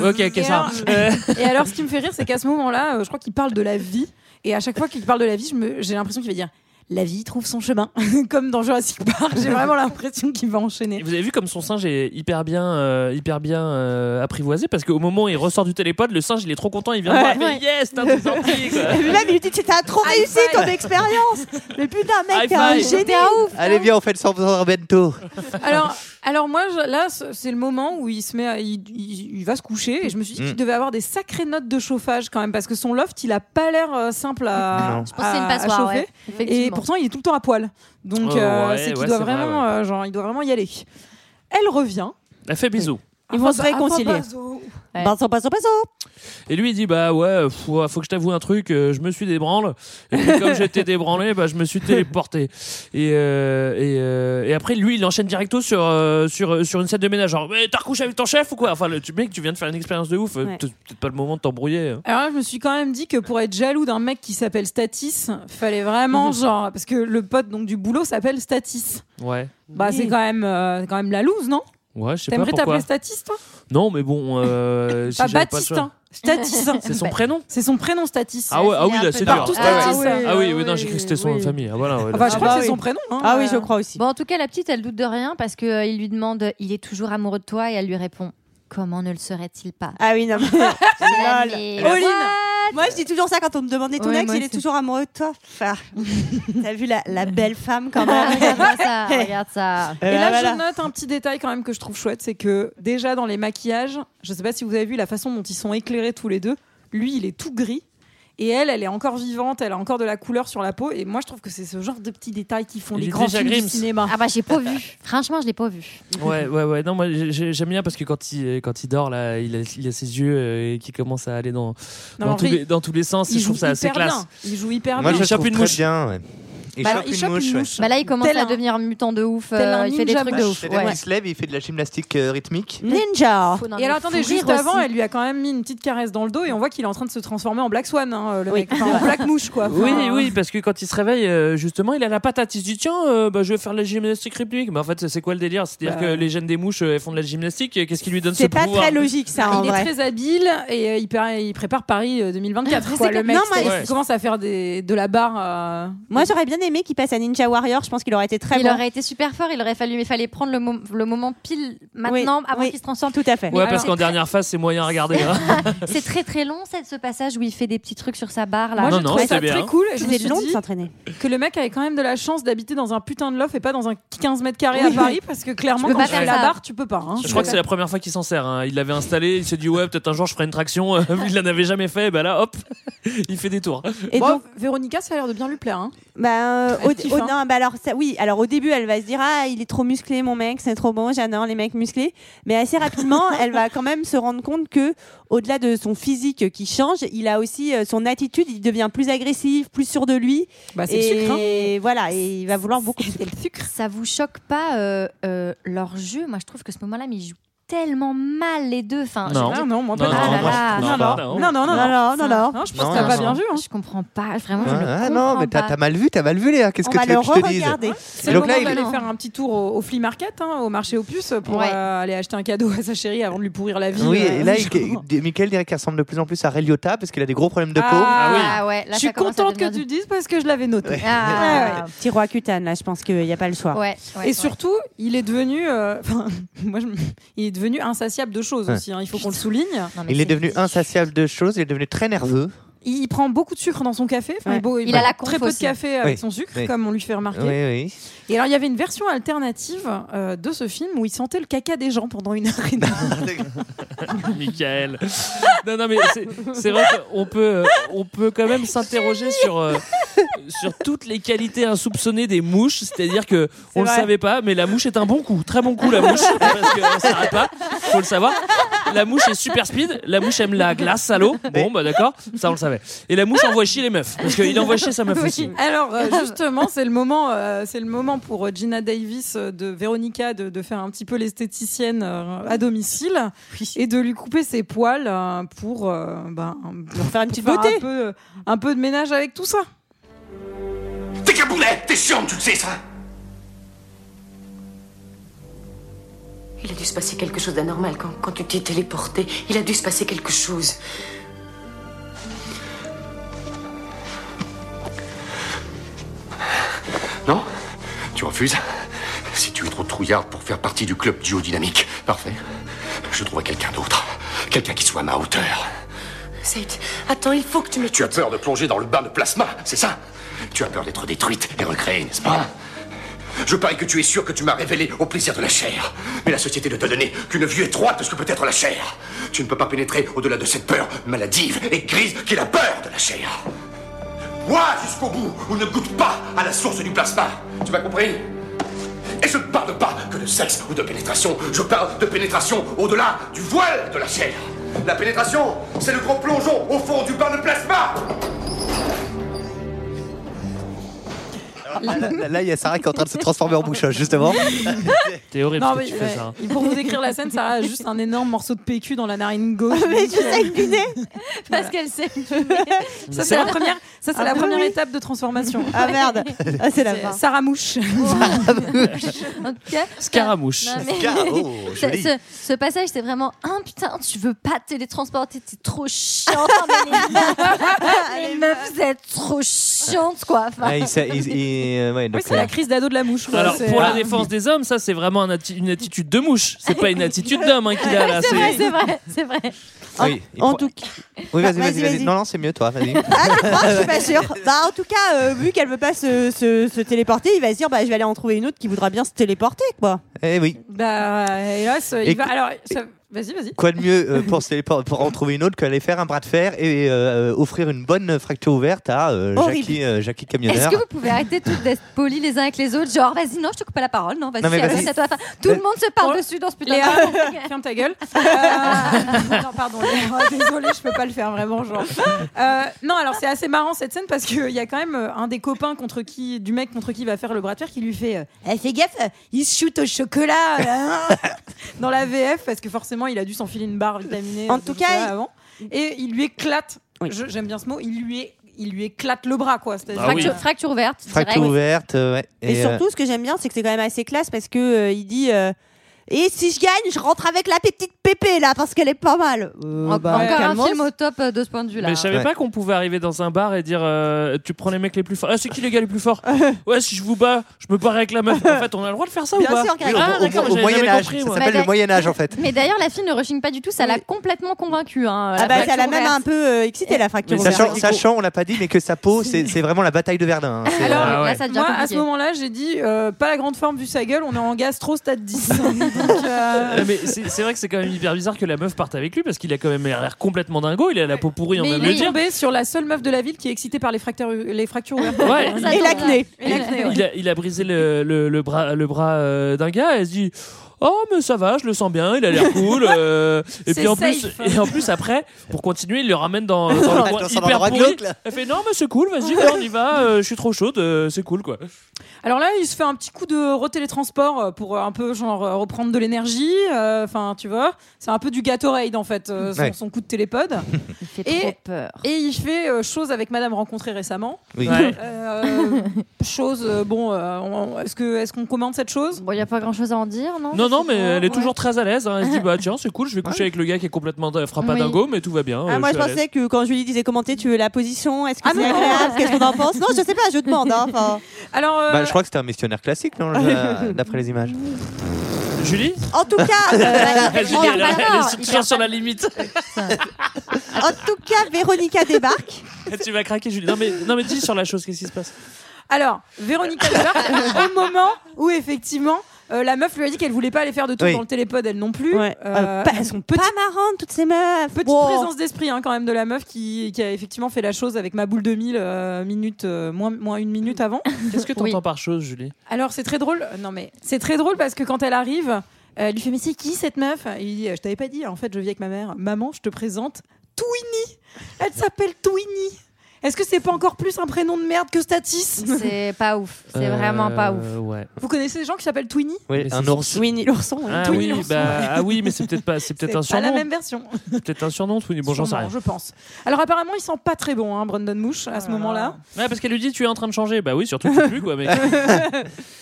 Speaker 6: ok, ok, ça. Euh.
Speaker 1: Et Et alors, ce qui me fait rire, c'est qu'à ce moment-là, euh, je crois qu'il parle de la vie. Et à chaque fois qu'il parle de la vie, je me- j'ai l'impression qu'il va dire La vie trouve son chemin. Comme dans Jurassic Park, j'ai vraiment l'impression qu'il va
Speaker 6: Et
Speaker 1: enchaîner.
Speaker 6: Vous avez vu comme son singe est hyper bien, euh, hyper bien euh, apprivoisé parce qu'au moment où il ressort du télépod, le singe il est trop content, il vient voir,
Speaker 7: Ouais.
Speaker 6: il fait, yes, t'as tout sorti. quoi.
Speaker 7: Et lui-même, il lui dit T'as trop
Speaker 1: Ah,
Speaker 7: réussi ton expérience Mais putain, mec,
Speaker 6: High
Speaker 7: t'es un
Speaker 6: five.
Speaker 7: génie
Speaker 10: hein.
Speaker 8: Allez, viens, on fait le 100% bento.
Speaker 1: Alors, alors moi, je- là, c- c'est le moment où il, se met à- il, il- il va se coucher. Et je me suis dit qu'il
Speaker 8: Mm.
Speaker 1: devait avoir des sacrées notes de chauffage quand même. Parce que son loft, il a pas l'air euh, simple à,
Speaker 8: Non.
Speaker 10: je pense que c'est une
Speaker 1: à- à
Speaker 10: passoire.
Speaker 1: chauffer.
Speaker 10: ouais,
Speaker 1: Et
Speaker 10: effectivement.
Speaker 1: pourtant, il est tout le temps à poil. Donc,
Speaker 6: Oh,
Speaker 1: euh,
Speaker 6: ouais,
Speaker 1: c'est qu'il
Speaker 6: ouais,
Speaker 1: doit
Speaker 6: c'est vrai,
Speaker 1: vraiment,
Speaker 6: ouais.
Speaker 1: euh, genre, il doit vraiment y aller. Elle revient.
Speaker 6: Elle fait bisous.
Speaker 7: Ils vont se réconcilier.
Speaker 10: Ouais.
Speaker 7: Pinceau, pinceau, pinceau
Speaker 6: Et lui il dit bah ouais, pff, ouais, faut que je t'avoue un truc, euh, je me suis débranle. Et puis comme j'étais débranlé, bah je me suis téléporté. Et euh, et, euh, et après lui il enchaîne directo sur euh, sur sur une scène de ménage genre mais t'as recouché avec ton chef ou quoi Enfin le tu- mec tu viens de faire une expérience de ouf, euh,
Speaker 7: Ouais.
Speaker 6: t'es- peut-être pas le moment de t'embrouiller. hein.
Speaker 1: Alors là, je me suis quand même dit que pour être jaloux d'un mec qui s'appelle Statis, fallait vraiment genre parce que le pote donc du boulot s'appelle Statis.
Speaker 6: Ouais.
Speaker 1: Bah c'est quand même euh, quand même la loose, non
Speaker 6: Ouais, je sais pas
Speaker 1: T'aimerais
Speaker 6: pourquoi.
Speaker 1: t'appeler Statis toi
Speaker 6: Non mais bon euh, si
Speaker 1: Pas
Speaker 6: j'avais le
Speaker 1: Baptiste,
Speaker 6: choix.
Speaker 1: hein. Statis. hein.
Speaker 6: C'est son prénom.
Speaker 1: C'est son prénom Statis.
Speaker 6: Ah ouais, ah oui,
Speaker 10: un
Speaker 6: là,
Speaker 10: peu
Speaker 6: c'est
Speaker 1: Partout
Speaker 6: dur.
Speaker 1: Statis.
Speaker 6: Ah oui, oui, non, j'ai cru que c'était son nom de famille. Ah, voilà, ouais,
Speaker 1: Enfin,
Speaker 6: là,
Speaker 1: je
Speaker 6: c'est-
Speaker 1: crois
Speaker 7: bah
Speaker 1: que c'est son
Speaker 7: oui.
Speaker 1: prénom. hein.
Speaker 7: Ah oui, je crois aussi.
Speaker 10: Bon, en tout cas, la petite, elle doute de rien parce que euh, il lui demande, il est toujours amoureux de toi, et elle lui répond, comment ne le serait-il pas Ah,
Speaker 7: Ah oui, non, mais. Lol.
Speaker 10: Mais
Speaker 7: All in.
Speaker 10: what
Speaker 7: Moi, je dis toujours ça quand on me demandait ton
Speaker 10: Ouais,
Speaker 7: ex,
Speaker 10: moi
Speaker 7: il est
Speaker 10: aussi.
Speaker 7: toujours amoureux de toi. Enfin, T'as vu la, la belle femme quand
Speaker 1: Ah,
Speaker 7: même
Speaker 10: Regarde ça, regarde ça. Euh,
Speaker 1: Et là, je note un petit détail quand même que je trouve chouette, c'est que déjà dans les maquillages, je sais pas si vous avez vu la façon dont ils sont éclairés tous les deux. Lui, il est tout gris. Et elle, elle est encore vivante, elle a encore de la couleur sur la peau. Et moi, je trouve que c'est ce genre de petits détails qui font
Speaker 6: Il
Speaker 1: les
Speaker 6: est
Speaker 1: grands
Speaker 6: déjà
Speaker 1: films du
Speaker 6: Grims.
Speaker 1: cinéma.
Speaker 10: Ah bah j'ai pas vu. Franchement, je l'ai pas vu.
Speaker 6: Ouais, ouais, ouais. Non, moi, j'ai- j'ai- j'aime bien parce que quand il, quand il dort, là, il a, il a ses yeux euh, qui commencent à aller dans,
Speaker 1: Non,
Speaker 6: dans,
Speaker 1: en
Speaker 6: tous
Speaker 1: vrai,
Speaker 6: les, dans tous les sens.
Speaker 1: il
Speaker 6: je
Speaker 1: joue
Speaker 6: trouve ça assez
Speaker 1: hyper
Speaker 6: classe.
Speaker 1: bien. Il joue hyper
Speaker 8: Moi,
Speaker 1: bien.
Speaker 8: je
Speaker 6: Il chope
Speaker 8: trouve
Speaker 6: une
Speaker 8: très
Speaker 6: mouche.
Speaker 8: bien. ouais. Il
Speaker 10: Bah,
Speaker 8: chope
Speaker 10: il
Speaker 8: une
Speaker 10: chope
Speaker 8: mouche,
Speaker 10: une
Speaker 8: ouais.
Speaker 10: mouche. Bah là, il commence
Speaker 1: Tel
Speaker 10: à
Speaker 1: un-
Speaker 10: devenir mutant de ouf.
Speaker 1: tel un
Speaker 10: euh, il fait des
Speaker 1: ninja
Speaker 10: trucs
Speaker 8: bah,
Speaker 10: de
Speaker 1: moche.
Speaker 10: ouf.
Speaker 8: C'est-à-dire
Speaker 10: ouais.
Speaker 8: qu'il se lève et il fait de la gymnastique euh, rythmique.
Speaker 7: Ninja
Speaker 10: Faut dans
Speaker 1: Et alors
Speaker 10: le fou
Speaker 1: attendez,
Speaker 10: rire
Speaker 1: juste
Speaker 10: aussi.
Speaker 1: avant, elle lui a quand même mis une petite caresse dans le dos et on voit qu'il est en train de se transformer en Black Swan, hein, le
Speaker 7: Oui.
Speaker 1: mec. Enfin, en Black Mouche, quoi. Enfin,
Speaker 6: Oui,
Speaker 1: euh,
Speaker 6: oui, parce que quand il se réveille, euh, justement, il a la patate. Il se dit tiens, euh, bah, je vais faire de la gymnastique rythmique. Mais en fait, c'est quoi le délire C'est-à-dire
Speaker 1: Bah,
Speaker 6: que les jeunes des mouches, euh, elles font de la gymnastique. Qu'est-ce qui lui donne ce
Speaker 7: C'est pas
Speaker 6: pouvoir
Speaker 7: très logique, ça, en
Speaker 1: Il est
Speaker 7: vrai.
Speaker 1: très habile et euh, il, par- il prépare Paris euh, 2024. quoi,
Speaker 7: c'est
Speaker 1: le
Speaker 7: comme-
Speaker 1: mec,
Speaker 7: non,
Speaker 1: c'est-
Speaker 6: moi-
Speaker 1: il commence à faire des, de la barre. euh,
Speaker 7: Moi, j'aurais bien aimé qu'il passe à Ninja Warrior. Je pense qu'il aurait été très
Speaker 10: il
Speaker 7: bon.
Speaker 10: aurait été super fort, il aurait fallu, il fallait prendre le, mom- le moment pile maintenant avant
Speaker 7: oui.
Speaker 10: qu'il se transforme.
Speaker 7: Tout à fait.
Speaker 6: Ouais,
Speaker 1: alors,
Speaker 6: parce
Speaker 1: c'est
Speaker 6: qu'en
Speaker 1: très-
Speaker 6: dernière phase, c'est moyen à regarder. hein.
Speaker 10: C'est très très long ça, ce passage où il fait des petits trucs sur sa barre là.
Speaker 1: Moi,
Speaker 6: Non,
Speaker 1: je
Speaker 6: non,
Speaker 1: trouve
Speaker 6: c'est
Speaker 1: ça
Speaker 6: bien.
Speaker 1: très cool. Je me
Speaker 7: C'était
Speaker 1: suis
Speaker 7: long de
Speaker 1: dit
Speaker 7: s'entraîner.
Speaker 1: que le mec avait quand même de la chance d'habiter dans un putain de loft et pas dans un 15 mètres carrés à Paris parce que clairement,
Speaker 10: peux
Speaker 1: quand
Speaker 10: pas
Speaker 1: tu fais
Speaker 10: faire
Speaker 1: la
Speaker 10: ça.
Speaker 1: barre, tu peux pas. hein.
Speaker 6: Je crois que c'est la première fois qu'il s'en sert. hein. Il l'avait installé, il s'est dit ouais, peut-être un jour je ferai une traction. Euh, il l'en avait jamais fait, bah là, hop, il fait des tours.
Speaker 7: Et
Speaker 1: Bon,
Speaker 7: donc,
Speaker 1: Véronica, ça a l'air de bien lui plaire. hein.
Speaker 7: bah, euh, au,
Speaker 1: kiffe,
Speaker 7: au-
Speaker 1: hein.
Speaker 7: non, bah alors, ça, oui, alors au début, elle va se dire Ah, il est trop musclé, mon mec, c'est trop bon, j'adore les mecs musclés. Mais assez rapidement, elle va quand même se rendre compte que, au-delà de son physique qui change, il a aussi euh, son attitude, il devient plus agressif, plus sûr de lui.
Speaker 1: Bah, c'est le
Speaker 7: et
Speaker 1: sucre. hein.
Speaker 7: voilà, et il va vouloir beaucoup plus.
Speaker 10: Ça vous choque pas euh, euh, leur jeu Moi je trouve que ce moment-là, mais ils jouent tellement mal les deux. Enfin,
Speaker 6: Non.
Speaker 10: je-
Speaker 1: Ah non, moi,
Speaker 6: Non,
Speaker 1: pas
Speaker 6: non,
Speaker 1: du
Speaker 6: moi,
Speaker 1: tout.
Speaker 6: je
Speaker 10: là.
Speaker 6: trouve
Speaker 7: Non,
Speaker 6: pas.
Speaker 1: Non, non, non,
Speaker 7: Non,
Speaker 1: non.
Speaker 7: non, non, non.
Speaker 1: Non, je pense
Speaker 8: Non,
Speaker 1: que t'as
Speaker 8: non,
Speaker 1: pas
Speaker 8: non.
Speaker 1: bien vu. hein.
Speaker 10: Je comprends pas, vraiment. je
Speaker 8: Ah,
Speaker 10: le
Speaker 8: ah, non,
Speaker 10: comprends
Speaker 8: mais t'as
Speaker 10: pas.
Speaker 8: t'as mal vu, t'as mal vu, Léa. Qu'est-ce
Speaker 7: On
Speaker 8: que
Speaker 7: va
Speaker 8: tu veux
Speaker 7: le
Speaker 8: que je te dise
Speaker 7: re-regarder.
Speaker 1: C'est le
Speaker 8: Donc
Speaker 1: moment
Speaker 8: là, il-
Speaker 1: d'aller faire un petit tour au, au flea market, hein, au marché aux puces, pour
Speaker 10: Ouais.
Speaker 1: euh, aller acheter un cadeau à sa chérie avant de lui pourrir la vie.
Speaker 8: Oui,
Speaker 1: euh,
Speaker 8: et là, il,
Speaker 1: je comprends.
Speaker 8: il- Michael dirait qu'il ressemble de plus en plus à Ray Liotta parce qu'il a des gros problèmes de peau.
Speaker 1: Ah,
Speaker 10: Ah ouais, là,
Speaker 1: je suis
Speaker 10: ça commence à
Speaker 1: contente que
Speaker 10: devenir
Speaker 1: tu
Speaker 10: du-
Speaker 1: le dises parce que je l'avais noté.
Speaker 10: Ah,
Speaker 7: Petit roi cutane, là, je pense qu'il n'y a pas le choix.
Speaker 10: ouais, ouais,
Speaker 1: Et
Speaker 10: ouais.
Speaker 1: surtout, il est devenu, euh, enfin, moi, je me- il est devenu insatiable de choses
Speaker 8: Ouais.
Speaker 1: aussi. hein, il faut qu'on le souligne.
Speaker 10: Non, mais
Speaker 8: Il est
Speaker 10: c'est
Speaker 8: devenu
Speaker 10: ridicule.
Speaker 8: insatiable de choses, il est devenu très nerveux.
Speaker 1: Il, il prend beaucoup de sucre dans son café. Enfin,
Speaker 7: Ouais.
Speaker 1: il bo-
Speaker 10: Il a la
Speaker 1: très
Speaker 10: conf
Speaker 1: peu de
Speaker 10: aussi.
Speaker 1: café avec
Speaker 8: Oui.
Speaker 1: son sucre,
Speaker 8: Oui.
Speaker 1: comme on lui fait remarquer.
Speaker 8: Oui, oui.
Speaker 1: Et alors, il y avait une version alternative euh, de ce film où il sentait le caca des gens pendant une heure et demie.
Speaker 6: Michael. Non, non, mais c'est- c'est vrai qu'on peut, euh, on peut quand même s'interroger sur, euh, sur toutes les qualités insoupçonnées des mouches. C'est-à-dire que on le
Speaker 1: vrai.
Speaker 6: savait pas, mais la mouche est un bon coup. Très bon coup, la mouche. parce qu'on s'arrête pas. Faut le savoir. La mouche est super speed. La mouche aime la glace à l'eau. Bon, bah d'accord. Ça, on le savait. Et la mouche envoie chier les meufs. Parce qu'il envoie chier sa meuf aussi.
Speaker 1: Alors euh, justement, c'est le moment, euh, c'est le moment pour euh, Gina Davis euh, de Véronica de, de faire un petit peu l'esthéticienne euh, à domicile et de lui couper ses poils euh, pour, euh, ben, pour
Speaker 7: faire une petite
Speaker 1: faire
Speaker 7: beauté.
Speaker 1: un peu, euh, un peu de ménage avec tout ça.
Speaker 2: T'es qu'un boulet T'es chiante, tu le sais, ça
Speaker 9: Il a dû se passer quelque chose d'anormal quand, quand tu t'es téléporté. Il a dû se passer quelque chose.
Speaker 2: Non Tu refuses Si tu es trop trouillard pour faire partie du club duo dynamique, parfait. Je trouverai quelqu'un d'autre. Quelqu'un qui soit à ma hauteur.
Speaker 9: Seth, attends, il faut que tu me
Speaker 2: Tu as peur de plonger dans le bain de plasma, c'est ça Tu as peur d'être détruite et recréée, n'est-ce pas Je parie que tu es sûr que tu m'as révélé au plaisir de la chair. Mais la société ne t'a donné qu'une vue étroite de ce que peut être la chair. Tu ne peux pas pénétrer au-delà de cette peur maladive et grise qui est la peur de la chair. Bois jusqu'au bout ou ne goûte pas à la source du plasma. Tu m'as compris Et je ne parle pas que de sexe ou de pénétration. Je parle de pénétration au-delà du voile de la chair. La pénétration, c'est le gros plongeon au fond du bain de plasma
Speaker 8: Là, là, là, il y a Sarah qui est en train de se transformer en bouche, justement.
Speaker 6: T'es horrible
Speaker 1: Non,
Speaker 6: ce que
Speaker 1: mais,
Speaker 6: tu fais,
Speaker 1: ouais.
Speaker 6: ça. hein.
Speaker 1: Et Pour vous décrire la scène, ça a juste un énorme morceau de PQ dans la narine gauche.
Speaker 7: Mais je sais que tu sais.
Speaker 10: Parce qu'elle sait.
Speaker 1: ça c'est la première, ça c'est
Speaker 7: Ah
Speaker 1: la
Speaker 7: bah
Speaker 1: première
Speaker 7: oui.
Speaker 1: étape de transformation.
Speaker 7: Ah merde, ah, c'est la
Speaker 1: C'est
Speaker 7: fin.
Speaker 1: Sarah Mouche.
Speaker 10: Ok.
Speaker 6: Scaramouche.
Speaker 10: Non, mais-
Speaker 8: Oh,
Speaker 10: Ce,
Speaker 8: joli.
Speaker 10: ce- ce passage, c'est vraiment un putain, tu veux pas te télétransporter, t'es trop chiante. mais les meufs, les meufs, vous êtes trop chiantes, quoi. Enfin,
Speaker 8: Ah, il s'a- il- il- euh, ouais, donc,
Speaker 1: Oui, c'est la
Speaker 8: euh,
Speaker 1: crise d'ado de la mouche. quoi.
Speaker 6: Alors,
Speaker 1: C'est-
Speaker 6: pour la
Speaker 1: Ah.
Speaker 6: défense des hommes, ça, c'est vraiment un atti- une attitude de mouche. C'est pas une attitude d'homme hein, qu'il a là.
Speaker 10: c'est
Speaker 6: c'est-
Speaker 10: vrai, c'est vrai, c'est vrai.
Speaker 8: oui, il
Speaker 7: En
Speaker 8: pro-
Speaker 7: tout cas,
Speaker 8: oui, vas-y,
Speaker 7: Vas-y,
Speaker 8: vas-y, vas-y.
Speaker 7: vas-y.
Speaker 8: Non, non, c'est mieux, toi, vas-y.
Speaker 7: Ah, je crois, je suis pas sûre. Bah, en tout cas, euh, vu qu'elle veut pas se, se- se téléporter, il va se dire bah, je vais aller en trouver une autre qui voudra bien se téléporter, quoi.
Speaker 8: eh oui.
Speaker 1: Bah, hélas, il
Speaker 8: Et
Speaker 1: va.
Speaker 8: que-
Speaker 1: Alors, ça- vas-y, vas-y.
Speaker 8: Quoi de mieux euh, pour, se- pour- pour en trouver une autre qu'aller faire un bras de fer et euh, offrir une bonne fracture ouverte à euh,
Speaker 10: Horrible.
Speaker 8: Jackie, euh, Jackie
Speaker 10: Est-ce
Speaker 8: Camionneur
Speaker 10: que vous pouvez arrêter tout d'être polis les uns avec les autres Genre, vas-y, non, je te coupe pas la parole, non, vas-y,
Speaker 8: Non, mais
Speaker 10: c'est à toi,
Speaker 8: vas-y.
Speaker 10: c'est à toi. Enfin, tout le monde se parle dessus dans ce putain
Speaker 1: Léa,
Speaker 10: de parc.
Speaker 1: ferme ta gueule. Euh, non, pardon, Léa, oh, désolée, je peux pas le faire vraiment, genre. Euh, non, alors c'est assez marrant cette scène parce qu'il y a quand même euh, un des copains contre qui, du mec contre qui il va faire le bras de fer qui lui fait euh, Eh, Fais gaffe, euh, il se shoot au chocolat euh, hein dans la VF parce que forcément il a dû s'enfiler une barre vitaminée.
Speaker 7: En
Speaker 1: euh, de
Speaker 7: tout
Speaker 1: chocolat
Speaker 7: cas, il-
Speaker 1: avant. Et il lui éclate, je- j'aime bien ce mot, il lui, é- il lui éclate le bras, quoi. C'est-à-dire- euh,
Speaker 8: Ah oui.
Speaker 10: Fracture, fracture ouverte.
Speaker 8: Fracture
Speaker 10: direct.
Speaker 8: ouverte, euh, ouais.
Speaker 7: Et, surtout, ce que j'aime bien, c'est que c'est quand même assez classe parce que euh, il dit. euh, et si je gagne, je rentre avec la petite pépé là parce qu'elle est pas mal. Euh,
Speaker 10: En-
Speaker 7: bah,
Speaker 10: Encore un
Speaker 7: calmos.
Speaker 10: film au top euh, de ce point de vue-là.
Speaker 6: Mais je savais
Speaker 10: Ouais.
Speaker 6: pas qu'on pouvait arriver dans un bar et dire euh, tu prends les mecs les plus forts. Ah, c'est qui les gars les plus forts Ouais, si je vous bats, je me barre avec la meuf. En fait, on a le droit de faire ça
Speaker 7: Bien
Speaker 6: ou pas
Speaker 7: sûr, Oui, carrément.
Speaker 6: Ah,
Speaker 8: au- au-
Speaker 6: d'accord,
Speaker 8: au
Speaker 6: j'avais
Speaker 8: Moyen
Speaker 6: jamais
Speaker 8: Âge,
Speaker 6: compris,
Speaker 8: ça
Speaker 6: moi.
Speaker 8: s'appelle
Speaker 10: Mais
Speaker 8: le Moyen Âge en fait.
Speaker 10: Mais d'ailleurs, la fille ne rechigne pas du tout, ça l'a complètement convaincue. hein,
Speaker 7: Ah
Speaker 10: la
Speaker 7: bah, ça
Speaker 10: fracture
Speaker 7: l'a même
Speaker 10: ouverte.
Speaker 7: un peu euh, excité la fracture.
Speaker 10: Sachant-
Speaker 7: ouverte.
Speaker 8: Sachant, sachant, on l'a pas dit, mais que sa peau, c'est c'est vraiment la bataille de Verdun. hein. C'est-
Speaker 10: Alors,
Speaker 6: Ah ouais.
Speaker 10: là, ça devient
Speaker 1: Moi, à ce
Speaker 10: compliqué.
Speaker 1: moment-là, j'ai dit euh, pas la grande forme vu sa gueule, on est en gastro stade 10. Donc, euh,
Speaker 6: Euh, mais c'est c'est vrai que c'est quand même hyper bizarre que la meuf parte avec lui parce qu'il a quand même l'air complètement dingo. Il a la peau pourrie, on
Speaker 1: Mais
Speaker 6: vient de
Speaker 1: il
Speaker 6: le
Speaker 1: est
Speaker 6: dire.
Speaker 1: tombé sur la seule meuf de la ville qui est excitée par les, fracteurs- les fractures ouvertes.
Speaker 6: Ouais,
Speaker 10: Ça
Speaker 7: Et
Speaker 10: tombe bien.
Speaker 7: l'acné.
Speaker 1: Et l'acné, ouais.
Speaker 6: il, a, il a brisé le, le- le bras, le bras euh, d'un gars. Elle se dit Oh, mais ça va, je le sens bien, il a l'air cool. euh, et
Speaker 1: C'est
Speaker 6: puis en plus,
Speaker 1: safe.
Speaker 6: et en plus, après, pour continuer, il le ramène dans, dans le coin
Speaker 8: Dans le
Speaker 6: hyper
Speaker 8: rock
Speaker 6: pourri.
Speaker 8: look, là.
Speaker 6: Elle fait Non, mais c'est cool, vas-y, viens, on y va, euh, je suis trop chaude, euh, c'est cool quoi.
Speaker 7: Ah,
Speaker 1: Alors là, il se fait un petit coup de retélétransport euh, pour euh, un peu genre euh, reprendre de l'énergie. euh, Enfin, tu vois, c'est un peu du Gatorade en fait, euh, son,
Speaker 8: Ouais.
Speaker 1: son coup de télépode.
Speaker 10: Il fait
Speaker 1: Et-
Speaker 10: trop peur.
Speaker 1: Et il fait euh, chose avec Madame rencontrée récemment.
Speaker 8: Oui.
Speaker 6: Ouais.
Speaker 1: Euh, chose, euh, bon, euh, on- est-ce que est-ce qu'on commande cette chose
Speaker 10: Bon, il n'y a pas grand chose à en dire, non
Speaker 6: Non, non, mais
Speaker 10: C'est bon,
Speaker 6: elle est
Speaker 10: ouais.
Speaker 6: toujours très à l'aise. hein. Elle se dit Bah tiens, c'est cool, je vais coucher avec le gars qui est complètement euh, frappadingo, mais tout va bien.
Speaker 7: Ah,
Speaker 6: euh,
Speaker 7: moi,
Speaker 6: suis
Speaker 7: je
Speaker 6: à l'aise.
Speaker 7: pensais que quand Julie disait commenter, tu veux la position, est-ce que
Speaker 1: Ah,
Speaker 7: c'est
Speaker 1: mais non.
Speaker 7: agréable, qu'est-ce qu'on en pense Non, je sais pas, je demande. hein, enfin.
Speaker 1: Alors, euh,
Speaker 8: Bah, je crois que c'était un missionnaire classique, non le- d'après les images.
Speaker 6: Julie
Speaker 7: En tout cas, euh,
Speaker 6: Elle,
Speaker 10: perd
Speaker 6: elle-
Speaker 10: pas
Speaker 6: elle
Speaker 10: tort,
Speaker 6: est
Speaker 10: il
Speaker 6: toujours
Speaker 10: perd
Speaker 6: sur
Speaker 10: pas
Speaker 6: la limite.
Speaker 7: en tout cas, Véronica débarque.
Speaker 6: tu vas craquer, Julie. Non, mais, non, mais dis sur la chose, qu'est-ce qui se passe
Speaker 1: Alors, Véronica Debarque, au moment où effectivement euh, la meuf lui a dit qu'elle voulait pas aller faire de tour
Speaker 8: Oui.
Speaker 1: dans le télépod, elle non plus. Euh,
Speaker 7: Euh, pas- elles sont
Speaker 1: petite-
Speaker 7: pas marrantes toutes ces meufs.
Speaker 1: Petite
Speaker 7: Wow.
Speaker 1: présence d'esprit hein, quand même de la meuf qui, qui a effectivement fait la chose avec ma boule de mille euh, minutes euh, moins, moins une minute avant.
Speaker 6: Qu'est-ce que t'entends
Speaker 10: Oui.
Speaker 6: par chose, Julie
Speaker 1: Alors c'est très drôle. Non mais c'est très drôle parce que quand elle arrive, elle lui fait mais c'est qui cette meuf Et Il dit je t'avais pas dit. En fait je vis avec ma mère. Maman je te présente Twinny. Elle s'appelle Twinny. Est-ce que c'est pas encore plus un prénom de merde que Statis
Speaker 10: C'est pas ouf. C'est vraiment pas ouf.
Speaker 6: Euh, Ouais.
Speaker 1: Vous connaissez des gens qui s'appellent Twinny
Speaker 8: Oui,
Speaker 6: Mais
Speaker 8: un
Speaker 6: c'est-
Speaker 8: ours.
Speaker 7: Winnie l'ourson.
Speaker 8: hein,
Speaker 7: oui.
Speaker 6: Ah
Speaker 1: Twin
Speaker 6: oui,
Speaker 1: Ourson.
Speaker 6: bah, ah oui, mais c'est peut-être pas, c'est peut-être un
Speaker 1: C'est pas la
Speaker 6: surnom.
Speaker 1: même version.
Speaker 6: C'est Peut-être un surnom, Twinny. Bon, j'en sais
Speaker 1: Sûrement,
Speaker 6: rien.
Speaker 1: Je pense. Alors apparemment il sent pas très bon, hein, Brandon Mouche,
Speaker 10: Oh
Speaker 1: à ce moment-là.
Speaker 6: Ouais, parce qu'elle lui dit, tu es en train de changer. Bah oui, surtout que tu plus quoi. Mais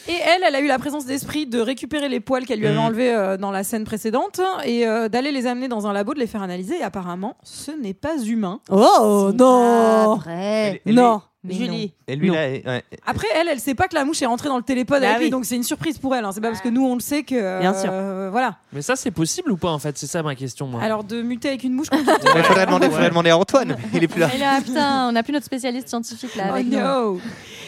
Speaker 1: Et elle, elle a eu la présence d'esprit de récupérer les poils qu'elle lui avait
Speaker 8: Mm.
Speaker 1: enlevés euh, dans la scène précédente et euh, d'aller les amener dans un labo, de les faire analyser. Et apparemment, ce n'est pas humain.
Speaker 7: Oh non
Speaker 10: Après.
Speaker 8: Elle est-
Speaker 7: Non,
Speaker 10: Mais
Speaker 7: Julie.
Speaker 8: Et lui,
Speaker 6: Non.
Speaker 8: là, est- ouais.
Speaker 1: Après, elle, elle sait pas que la mouche est rentrée dans le télépod
Speaker 7: Bah
Speaker 1: avec lui,
Speaker 7: oui.
Speaker 1: donc c'est une surprise pour elle. hein. C'est pas parce que nous on le sait que. euh,
Speaker 7: Bien sûr.
Speaker 1: Voilà.
Speaker 6: mais ça, c'est possible ou pas en fait C'est ça ma question, moi.
Speaker 1: Alors de muter avec une mouche.
Speaker 8: Il faudrait demander, faudrait demander à Antoine, mais il est plus là.
Speaker 10: Et là, putain, on n'a plus notre spécialiste scientifique là
Speaker 1: Oh
Speaker 10: avec nous.
Speaker 1: no.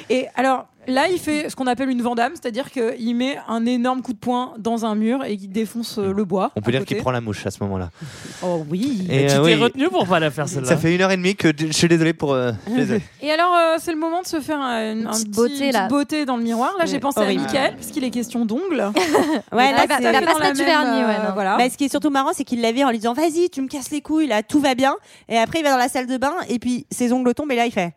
Speaker 1: Et alors là, il fait ce qu'on appelle une vandame, c'est-à-dire qu'il met un énorme coup de poing dans un mur et il défonce euh, le bois.
Speaker 8: On peut
Speaker 1: à
Speaker 8: dire
Speaker 1: côté.
Speaker 8: qu'il prend la mouche à ce moment-là.
Speaker 7: Oh oui.
Speaker 6: Mais
Speaker 8: Et,
Speaker 6: tu
Speaker 8: euh,
Speaker 6: t'es
Speaker 8: oui,
Speaker 6: retenu pour pas la faire celle-là.
Speaker 8: ça fait une heure et demie que je suis désolé pour. euh, désolé.
Speaker 1: Et alors, euh, c'est le moment de se faire un, un
Speaker 10: petite
Speaker 1: petit-
Speaker 10: beauté,
Speaker 1: petite
Speaker 10: là.
Speaker 1: beauté dans le miroir. Là, j'ai
Speaker 7: Oui,
Speaker 1: pensé
Speaker 7: horrible.
Speaker 1: à Michael, parce qu'il est question d'ongles.
Speaker 7: Ouais, là,
Speaker 10: Ah, bah,
Speaker 7: c'est-
Speaker 10: il a
Speaker 1: Tout à
Speaker 10: pas se
Speaker 1: fait dans
Speaker 10: mettre
Speaker 1: la
Speaker 10: du
Speaker 1: même,
Speaker 10: vernis, ouais,
Speaker 1: euh,
Speaker 10: non.
Speaker 1: voilà.
Speaker 7: Bah, ce qui est surtout marrant, c'est qu'il la vire en lui disant Vas-y, tu me casses les couilles, là, tout va bien. Et après, il va dans la salle de bain, et puis ses ongles tombent, et là, il fait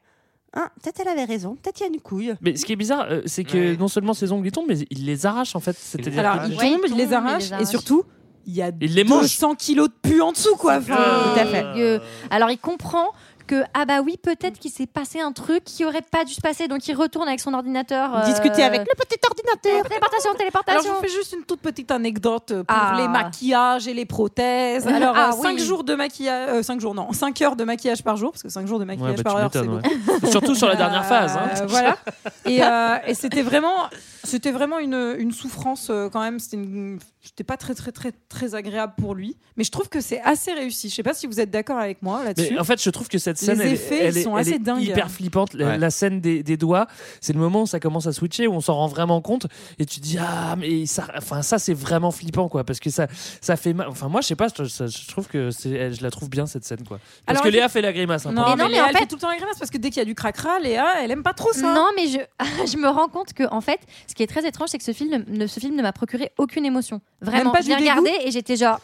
Speaker 7: Ah, peut-être elle avait raison, peut-être il y a une couille.
Speaker 6: Mais ce qui est bizarre, euh, c'est que
Speaker 8: Ouais.
Speaker 6: non seulement ses ongles ils tombent, mais il les arrache en fait. C'est-à-dire
Speaker 1: Alors,
Speaker 6: que-
Speaker 1: il
Speaker 10: Ouais, il
Speaker 1: tombe, il
Speaker 10: tombe,
Speaker 1: les
Speaker 10: il
Speaker 1: arrache,
Speaker 10: les
Speaker 1: et
Speaker 10: arrache.
Speaker 1: surtout, il y a
Speaker 6: Il les mange.
Speaker 1: 200 kilos de pu en dessous, quoi. Enfin,
Speaker 7: Euh, Tout à fait.
Speaker 10: Dégueu. Alors il comprend que ah bah oui peut-être qu'il s'est passé un truc qui aurait pas dû se passer donc il retourne avec son ordinateur euh,
Speaker 7: Discuter avec le petit ordinateur.
Speaker 10: téléportation
Speaker 1: Alors,
Speaker 10: téléportation
Speaker 1: je vous fais juste une toute petite anecdote pour
Speaker 10: Ah.
Speaker 1: les maquillages et les prothèses. Alors,
Speaker 10: Ah,
Speaker 1: 5
Speaker 10: oui.
Speaker 1: jours de maquillage, 5 jours, non, 5 heures de maquillage par jour, parce que 5 jours de maquillage
Speaker 6: Ouais, bah,
Speaker 1: par
Speaker 6: tu
Speaker 1: heure, c'est
Speaker 6: m'étonnes,
Speaker 1: beaucoup.
Speaker 6: ouais. Surtout sur la dernière
Speaker 1: Euh,
Speaker 6: phase. hein.
Speaker 1: Voilà. Et, euh, et c'était vraiment, c'était vraiment une, une souffrance euh, quand même. C'était, une- c'était pas très très très très agréable pour lui. Mais je trouve que c'est assez réussi. Je sais pas si vous êtes d'accord avec moi
Speaker 6: Mais
Speaker 1: là-dessus.
Speaker 6: en fait, je trouve que cette scène,
Speaker 1: Les
Speaker 6: elle,
Speaker 1: effets,
Speaker 6: elle
Speaker 1: ils
Speaker 6: est-
Speaker 1: sont
Speaker 6: elle
Speaker 1: assez
Speaker 6: est
Speaker 1: dingues.
Speaker 6: hyper flippante. La,
Speaker 1: Ouais.
Speaker 6: la scène des, des doigts, c'est le moment où ça commence à switcher, où on s'en rend vraiment compte, et tu dis ah mais ça, enfin ça c'est vraiment flippant quoi, parce que ça, ça fait mal. Enfin moi je sais pas, je, ça- je trouve que c'est, elle- je la trouve bien cette scène quoi. Parce
Speaker 1: Alors,
Speaker 6: que
Speaker 1: elle
Speaker 6: Léa
Speaker 1: fait-
Speaker 6: fait la grimace. hein,
Speaker 1: Non,
Speaker 6: par
Speaker 1: mais,
Speaker 6: contre.
Speaker 1: Léa, elle fait tout le temps la grimace parce que dès qu'il y a du cracra, Léa, elle aime pas trop ça.
Speaker 10: Non, mais je, je me rends compte que, en fait, ce qui est très étrange, c'est que ce film ne, ce film ne m'a procuré aucune émotion. Vraiment,
Speaker 1: Même pas
Speaker 10: je l'ai
Speaker 1: du dégoût
Speaker 10: regardé et j'étais genre.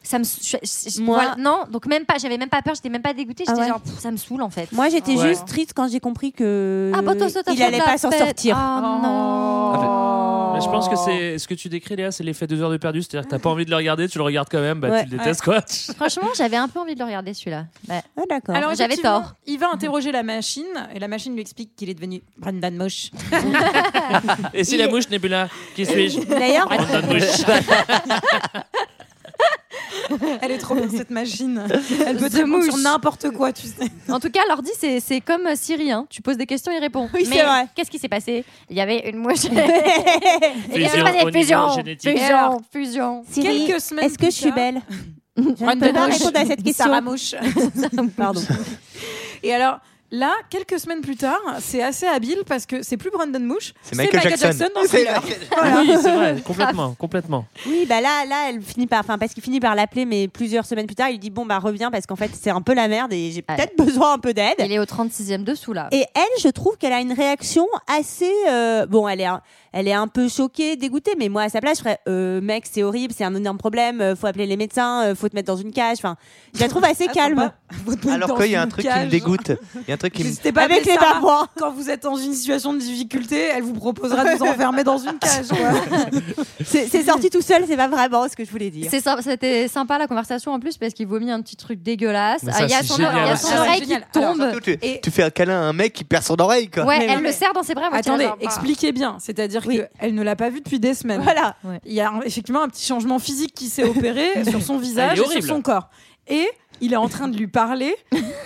Speaker 10: Ça me, sou- je- je- je-
Speaker 7: Moi-
Speaker 10: voilà, non, donc même pas, j'avais même pas peur, j'étais même pas dégoûtée,
Speaker 7: Ah
Speaker 10: j'étais
Speaker 7: ouais.
Speaker 10: genre, pff, ça me saoule en fait.
Speaker 7: Moi, j'étais
Speaker 10: Ouais.
Speaker 7: juste triste quand j'ai compris que
Speaker 10: Ah, bah, toi, ça t'a
Speaker 7: il
Speaker 10: fait
Speaker 7: allait
Speaker 10: de la
Speaker 7: pas s'en
Speaker 10: peine.
Speaker 7: sortir. Oh.
Speaker 10: Ah, non.
Speaker 6: Ah,
Speaker 1: oh.
Speaker 6: Mais je pense que c'est ce que tu décris Léa, c'est l'effet deux heures de perdu, c'est-à-dire que t'as pas envie de le regarder, tu le regardes quand même, bah
Speaker 10: Ouais.
Speaker 6: tu le détestes quoi.
Speaker 10: Franchement, j'avais un peu envie de le regarder celui-là. Ouais.
Speaker 1: Alors
Speaker 10: j'avais
Speaker 1: effectivement,
Speaker 10: tort.
Speaker 1: Il va interroger la machine et la machine lui explique qu'il est devenu Brandon Moche.
Speaker 6: Et si
Speaker 1: Il
Speaker 6: la
Speaker 1: est-
Speaker 6: mouche n'est plus là, qui suis-je Brandon
Speaker 1: D'ailleurs-
Speaker 6: Mouche.
Speaker 1: Elle est trop bien cette machine. Elle peut
Speaker 10: The
Speaker 1: te répondre sur
Speaker 10: mouche.
Speaker 1: n'importe quoi, tu sais.
Speaker 10: En tout cas, l'ordi, c'est c'est comme euh, Siri. hein. Tu poses des questions, il répond.
Speaker 1: Oui,
Speaker 10: Mais
Speaker 1: c'est vrai.
Speaker 10: Qu'est-ce qui s'est passé Il y avait une mouche. Il y
Speaker 1: Fusion
Speaker 10: avait
Speaker 1: au
Speaker 10: des
Speaker 1: niveau
Speaker 10: fusions.
Speaker 1: génétique.
Speaker 10: Fusions,
Speaker 1: Et alors
Speaker 10: fusions.
Speaker 7: Siri,
Speaker 1: Quelques semaines
Speaker 7: Est-ce que je
Speaker 1: plus
Speaker 7: suis
Speaker 1: tard-
Speaker 7: belle Je ne peux
Speaker 1: Brandon
Speaker 7: pas
Speaker 1: Mouche.
Speaker 7: répondre à cette question.
Speaker 1: Sarah Mouche. Pardon. Et alors. Là, quelques semaines plus tard, c'est assez habile parce que c'est plus Brandon Mouche,
Speaker 8: C'est Michael Jackson.
Speaker 1: dans le
Speaker 8: C'est
Speaker 1: thriller.
Speaker 6: Oui, c'est vrai, complètement, complètement.
Speaker 7: Oui, bah là, là, elle finit par, enfin, parce qu'il finit par l'appeler, mais plusieurs semaines plus tard, il lui dit bon bah reviens parce qu'en fait c'est un peu la merde et j'ai peut-être besoin un peu d'aide.
Speaker 10: Il est au 36e dessous là.
Speaker 7: Et elle, je trouve qu'elle a une réaction assez euh, bon. Elle est, un- elle est un peu choquée, dégoûtée, mais moi à sa place, je ferais euh, mec, c'est horrible, c'est un énorme problème, euh, faut appeler les médecins, euh, faut te mettre dans une cage. Enfin, je la trouve assez
Speaker 1: Ah,
Speaker 7: calme.
Speaker 1: sympa. Faut te mettre
Speaker 8: Alors
Speaker 1: dans
Speaker 8: qu'il y a un
Speaker 1: une
Speaker 8: truc qui me
Speaker 1: cage.
Speaker 8: dégoûte. Il y a un truc qui me.
Speaker 1: N'hésitez pas à
Speaker 7: Avec
Speaker 1: appeler
Speaker 7: les
Speaker 1: Sarah.
Speaker 7: barbants.
Speaker 1: Quand vous êtes dans une situation de difficulté, elle vous proposera de vous enfermer dans une cage. ouais.
Speaker 7: C'est c'est sorti tout seul, c'est pas vraiment ce que je voulais dire.
Speaker 10: C'est sympa- C'était sympa la conversation en plus parce qu'il vomit un petit truc dégueulasse.
Speaker 6: Mais
Speaker 10: Ah,
Speaker 6: ça,
Speaker 10: Il y a
Speaker 6: c'est
Speaker 10: son,
Speaker 6: génial.
Speaker 10: il y a son
Speaker 1: Ah, c'est
Speaker 10: oreille
Speaker 1: génial.
Speaker 10: qui tombe.
Speaker 1: Alors,
Speaker 8: Tu,
Speaker 1: Et-
Speaker 8: tu fais un câlin à un mec qui perd son oreille, quoi.
Speaker 10: ouais,
Speaker 1: Mais
Speaker 10: elle
Speaker 1: oui.
Speaker 10: le serre dans ses bras. moi, tu
Speaker 1: Attendez,
Speaker 10: vois, genre,
Speaker 1: expliquez bien. C'est-à-dire
Speaker 7: Oui.
Speaker 1: qu'elle ne l'a pas vu depuis des semaines.
Speaker 7: Voilà.
Speaker 10: Ouais.
Speaker 1: Il y a un- effectivement un petit changement physique qui s'est opéré sur son
Speaker 6: Ah,
Speaker 1: visage
Speaker 6: il est
Speaker 1: et sur
Speaker 6: horrible.
Speaker 1: son corps. Et il est en train de lui parler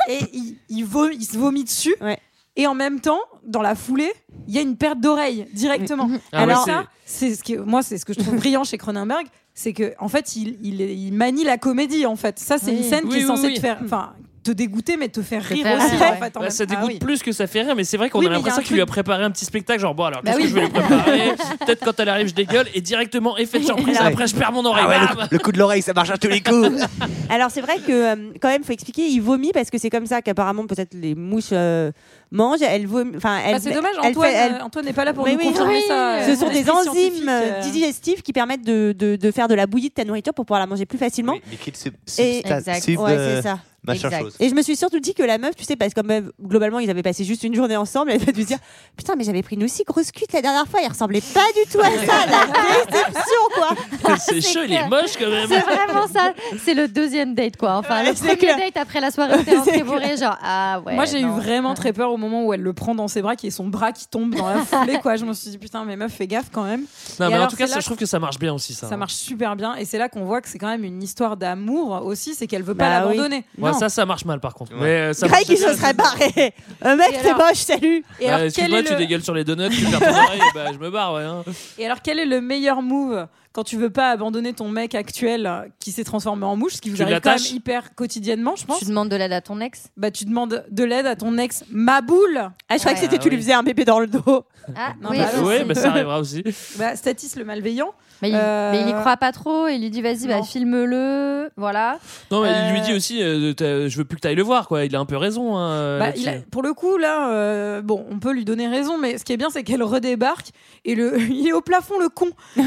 Speaker 1: et il, il vo- il se vomit dessus.
Speaker 7: Ouais.
Speaker 1: Et en même temps, dans la foulée, il y a une perte d'oreille directement.
Speaker 10: Mm,
Speaker 6: Ah ouais,
Speaker 1: Alors
Speaker 6: c'est-
Speaker 1: ça, c'est ce que moi, c'est ce que je trouve brillant chez Cronenberg, c'est que en fait, il, il, il manie la comédie. En fait, ça,
Speaker 10: Ah
Speaker 1: c'est
Speaker 10: Oui.
Speaker 1: une scène
Speaker 6: Oui,
Speaker 1: qui est
Speaker 6: oui,
Speaker 1: censée
Speaker 6: oui.
Speaker 1: te faire, enfin, te dégoûter, mais te faire
Speaker 10: Te
Speaker 1: rire
Speaker 10: faire
Speaker 1: aussi.
Speaker 10: rire,
Speaker 1: en
Speaker 10: ouais.
Speaker 1: fait, en
Speaker 6: Bah,
Speaker 1: même-
Speaker 6: ça
Speaker 1: Ah
Speaker 6: dégoûte
Speaker 1: oui.
Speaker 6: plus que ça fait rire, mais c'est vrai qu'on
Speaker 1: Oui,
Speaker 6: a
Speaker 1: mais il y a
Speaker 6: l'impression
Speaker 1: un
Speaker 6: qu'il lui a préparé un petit spectacle, genre bon alors
Speaker 1: Bah
Speaker 6: qu'est-ce que
Speaker 1: oui.
Speaker 6: je vais lui préparer Peut-être quand elle arrive je dégueule et directement effet de surprise,
Speaker 7: Alors-
Speaker 6: après je perds mon oreille.
Speaker 8: Ah ouais,
Speaker 6: bam
Speaker 8: le, le coup de l'oreille, ça marche à tous les coups.
Speaker 7: Alors c'est vrai que euh, quand même faut expliquer, il vomit parce que c'est comme ça qu'apparemment peut-être les mouches euh, mangent. Elle vomi- enfin elle.
Speaker 1: Bah, c'est dommage,
Speaker 7: elle
Speaker 1: Antoine
Speaker 7: fait- elle-
Speaker 1: euh, Antoine n'est pas là pour
Speaker 7: Mais
Speaker 1: nous
Speaker 7: oui,
Speaker 1: confirmer
Speaker 10: oui.
Speaker 1: ça. euh,
Speaker 7: ce sont
Speaker 1: son
Speaker 7: des
Speaker 1: esprit
Speaker 7: enzymes
Speaker 1: scientifique,
Speaker 7: euh,
Speaker 1: euh,
Speaker 7: digestives qui permettent de, de- de faire de la bouillie de ta nourriture pour pouvoir la manger plus facilement.
Speaker 8: Liquide sub,
Speaker 7: Et-
Speaker 8: substat-
Speaker 10: Exact.
Speaker 8: sub-
Speaker 7: Ouais,
Speaker 8: euh,
Speaker 7: c'est ça.
Speaker 8: machin
Speaker 10: Exact.
Speaker 8: chose.
Speaker 7: Et je me suis surtout dit que la meuf, tu sais, parce que comme, euh, globalement, ils avaient passé juste une journée ensemble, elle a dû se dire Putain, mais j'avais pris une aussi grosse cuite la dernière fois, il ressemblait pas du tout à ça, la déception, quoi
Speaker 6: C'est chaud, il est
Speaker 10: clair.
Speaker 6: moche quand
Speaker 10: C'est
Speaker 6: même.
Speaker 10: vraiment ça. C'est le deuxième date quoi. Enfin,
Speaker 7: Ouais,
Speaker 10: le
Speaker 7: c'est
Speaker 10: premier
Speaker 7: clair.
Speaker 10: date après la soirée, où t'es
Speaker 7: C'est
Speaker 10: ensévoré, genre ah ouais.
Speaker 1: Moi, j'ai eu
Speaker 10: non.
Speaker 1: vraiment très peur au moment où elle le prend dans ses bras, qui est son bras qui tombe dans la foulée. Quoi. Je me suis dit, putain, mais meuf, fais gaffe quand même.
Speaker 6: Non,
Speaker 1: Et
Speaker 6: mais en
Speaker 1: alors,
Speaker 6: tout cas,
Speaker 1: c'est
Speaker 6: ça,
Speaker 1: là
Speaker 6: je trouve que ça marche bien aussi ça. hein.
Speaker 1: Ça marche super bien. Et c'est là qu'on voit que c'est quand même une histoire d'amour aussi, c'est qu'elle veut pas
Speaker 7: Bah oui.
Speaker 1: l'abandonner.
Speaker 6: Ouais,
Speaker 1: Non.
Speaker 6: ça, ça marche mal par contre.
Speaker 8: Ouais.
Speaker 6: Mais, euh, ça
Speaker 7: Greg,
Speaker 6: marche-
Speaker 7: il se serait barré Un Euh, mec,
Speaker 1: Et
Speaker 7: t'es
Speaker 1: alors-
Speaker 7: moche, salut
Speaker 1: Et,
Speaker 6: Bah,
Speaker 1: alors, quel
Speaker 6: Excuse-moi,
Speaker 1: est
Speaker 6: tu
Speaker 1: le...
Speaker 6: dégueules sur les donuts, tu perds ton oreille, bah, je me barre, ouais. hein.
Speaker 1: et alors, quel est le meilleur move quand tu veux pas abandonner ton mec actuel euh, qui s'est transformé en mouche, ce qui vous
Speaker 6: Tu
Speaker 1: arrive quand même
Speaker 6: l'attaches
Speaker 1: hyper quotidiennement, je pense
Speaker 10: Tu demandes de l'aide à ton ex.
Speaker 1: Bah, tu demandes de l'aide à ton ex Maboule.
Speaker 7: Ah, je croyais
Speaker 10: Ouais.
Speaker 7: que c'était
Speaker 1: bah
Speaker 7: tu lui faisais un bébé dans le dos
Speaker 10: Ah
Speaker 1: Non,
Speaker 10: oui.
Speaker 1: bah,
Speaker 10: aussi.
Speaker 1: non,
Speaker 6: Ouais,
Speaker 1: c'est-
Speaker 6: bah, ça arrivera aussi.
Speaker 1: Bah, Statis le malveillant.
Speaker 10: Mais il,
Speaker 1: Euh,
Speaker 10: mais il y croit pas trop. Il lui dit vas-y, bah,
Speaker 1: non.
Speaker 10: filme-le. Voilà.
Speaker 6: Non, mais il lui
Speaker 1: Euh,
Speaker 6: dit aussi, euh, t'as- je veux plus que t'ailles le voir, quoi. Il a un peu raison. hein,
Speaker 1: Bah,
Speaker 6: là-dessus.
Speaker 1: il a- pour le coup, là, euh, bon, on peut lui donner raison, mais ce qui est bien, c'est qu'elle redébarque et le, il est au plafond, le con. Genre,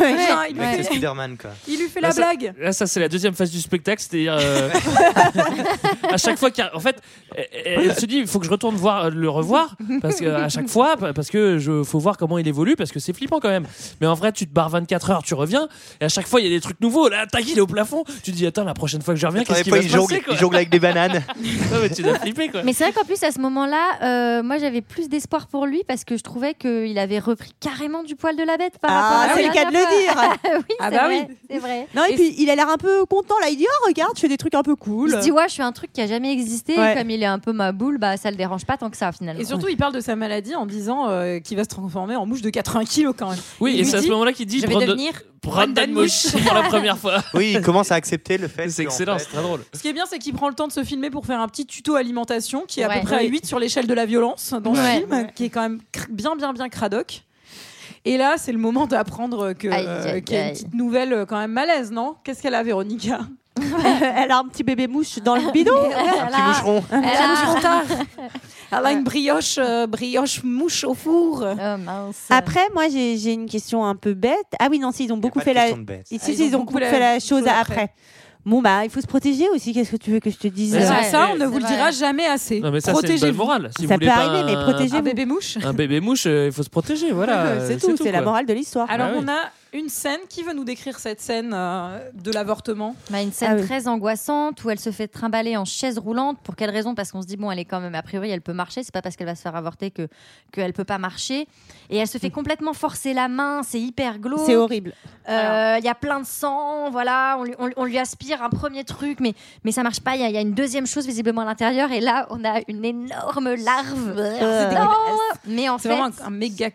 Speaker 1: il, lui
Speaker 8: Mec, c'est
Speaker 1: fait,
Speaker 8: Spider-Man, quoi.
Speaker 1: il lui fait
Speaker 6: Bah,
Speaker 1: la
Speaker 6: ça-
Speaker 1: blague.
Speaker 6: Là, ça, c'est la deuxième phase du spectacle, c'est-à-dire. euh, à chaque fois qu'en fait, elle, elle se dit, il faut que je retourne voir, le revoir, parce que, à chaque fois, pa- parce que je, faut voir comment il évolue, parce que c'est flippant quand même. Mais en vrai, tu te barres 24 heures, tu reviens, et à chaque fois, il y a des trucs nouveaux. Là, tac, il est au plafond. Tu te dis, attends, la prochaine fois que je reviens, qu'est-ce
Speaker 8: Attendez
Speaker 6: qui
Speaker 8: pas,
Speaker 6: va se
Speaker 8: il, jongle,
Speaker 6: passer, quoi
Speaker 8: il jongle avec des bananes.
Speaker 6: Ouais, mais Tu dois flipper, quoi.
Speaker 10: Mais c'est vrai qu'en plus, à ce moment-là, euh, moi, j'avais plus d'espoir pour lui parce que je trouvais qu'il avait repris carrément du poil de la bête par rapport
Speaker 7: Ah,
Speaker 10: à la
Speaker 7: c'est le cas de
Speaker 10: dernière
Speaker 7: le dire
Speaker 10: fois. oui,
Speaker 7: Ah
Speaker 10: c'est
Speaker 7: bah
Speaker 10: vrai,
Speaker 7: oui.
Speaker 10: c'est vrai.
Speaker 7: Non, et puis il a l'air un peu content là. Il dit Oh, regarde, je fais des trucs un peu cool.
Speaker 10: Il se dit ouais, je fais un truc qui a jamais existé.
Speaker 7: Ouais.
Speaker 10: Et comme il est un peu ma boule, bah ça le dérange pas tant que ça finalement.
Speaker 1: Et surtout, il parle de sa maladie en disant euh, qu'il va se transformer en mouche de 80 kilos quand même.
Speaker 6: Oui,
Speaker 1: Il
Speaker 6: et
Speaker 1: lui
Speaker 6: c'est à
Speaker 1: dit,
Speaker 6: ce moment-là qu'il dit
Speaker 1: Je vais
Speaker 6: Brandon-
Speaker 1: devenir
Speaker 6: Brandon Mouche pour la première fois.
Speaker 8: Oui, il commence à accepter le fait.
Speaker 6: C'est
Speaker 8: que, en
Speaker 6: excellent,
Speaker 8: fait-
Speaker 6: c'est très drôle.
Speaker 1: Ce qui est bien, c'est qu'il prend le temps de se filmer pour faire un petit tuto alimentation qui est à
Speaker 10: Ouais.
Speaker 1: peu près à
Speaker 10: Ouais.
Speaker 1: 8 sur l'échelle de la violence dans le
Speaker 10: Ouais.
Speaker 1: film, qui est quand même cr- bien, bien, bien cradoc. Et là, c'est le moment d'apprendre que,
Speaker 10: Aïe,
Speaker 1: euh,
Speaker 10: aïe,
Speaker 1: qu'il y a
Speaker 10: aïe.
Speaker 1: une petite nouvelle euh, quand même malaise, non Qu'est-ce qu'elle a, Véronica
Speaker 7: Elle a un petit bébé mouche dans le bidon.
Speaker 8: Un petit boucheron.
Speaker 10: Elle a-
Speaker 1: Elle a une brioche, euh, brioche mouche au four.
Speaker 10: Oh, mince.
Speaker 7: Après, moi, j'ai j'ai une question un peu bête. Ah oui, non, si, ils ont beaucoup
Speaker 8: Pas de
Speaker 7: fait la.
Speaker 8: question de baisse.
Speaker 10: Ah,
Speaker 7: Ils, si, si, ils ont beaucoup fait la chose après. Bon, bah, il faut se protéger aussi. Qu'est-ce que tu veux que je te dise
Speaker 6: Mais
Speaker 1: Ça,
Speaker 6: Ouais.
Speaker 1: ça, on ne
Speaker 10: C'est
Speaker 1: vous le
Speaker 10: vrai.
Speaker 1: dira jamais assez.
Speaker 6: Non, mais ça, c'est une bonne
Speaker 1: Protégez-vous.
Speaker 6: morale. Si vous
Speaker 7: Ça
Speaker 6: voulez
Speaker 7: peut
Speaker 6: pas
Speaker 7: arriver, mais
Speaker 6: un-
Speaker 7: protégez-vous.
Speaker 1: Un bébé mouche.
Speaker 6: Un bébé mouche, euh, il faut se protéger, voilà.
Speaker 7: C'est tout, c'est la
Speaker 6: quoi.
Speaker 7: morale de l'histoire.
Speaker 1: Alors,
Speaker 6: Ah oui.
Speaker 1: on a une scène. Qui veut nous décrire cette scène euh, de l'avortement
Speaker 10: Bah, une scène
Speaker 7: Ah oui.
Speaker 10: très angoissante où elle se fait trimballer en chaise roulante. Pour quelle raison Parce qu'on se dit bon, elle est quand même a priori, elle peut marcher. C'est pas parce qu'elle va se faire avorter que qu'elle peut pas marcher. Et elle se fait complètement forcer la main. C'est hyper glauque.
Speaker 7: Mm. C'est horrible.
Speaker 10: Euh, Il y a plein de sang. Voilà, on lui, on- on lui aspire un premier truc, mais mais ça marche pas. Il y, a- il y a une deuxième chose visiblement à l'intérieur. Et là, on a une énorme larve. Non mais en
Speaker 1: C'est
Speaker 10: fait,
Speaker 1: vraiment un, un méga,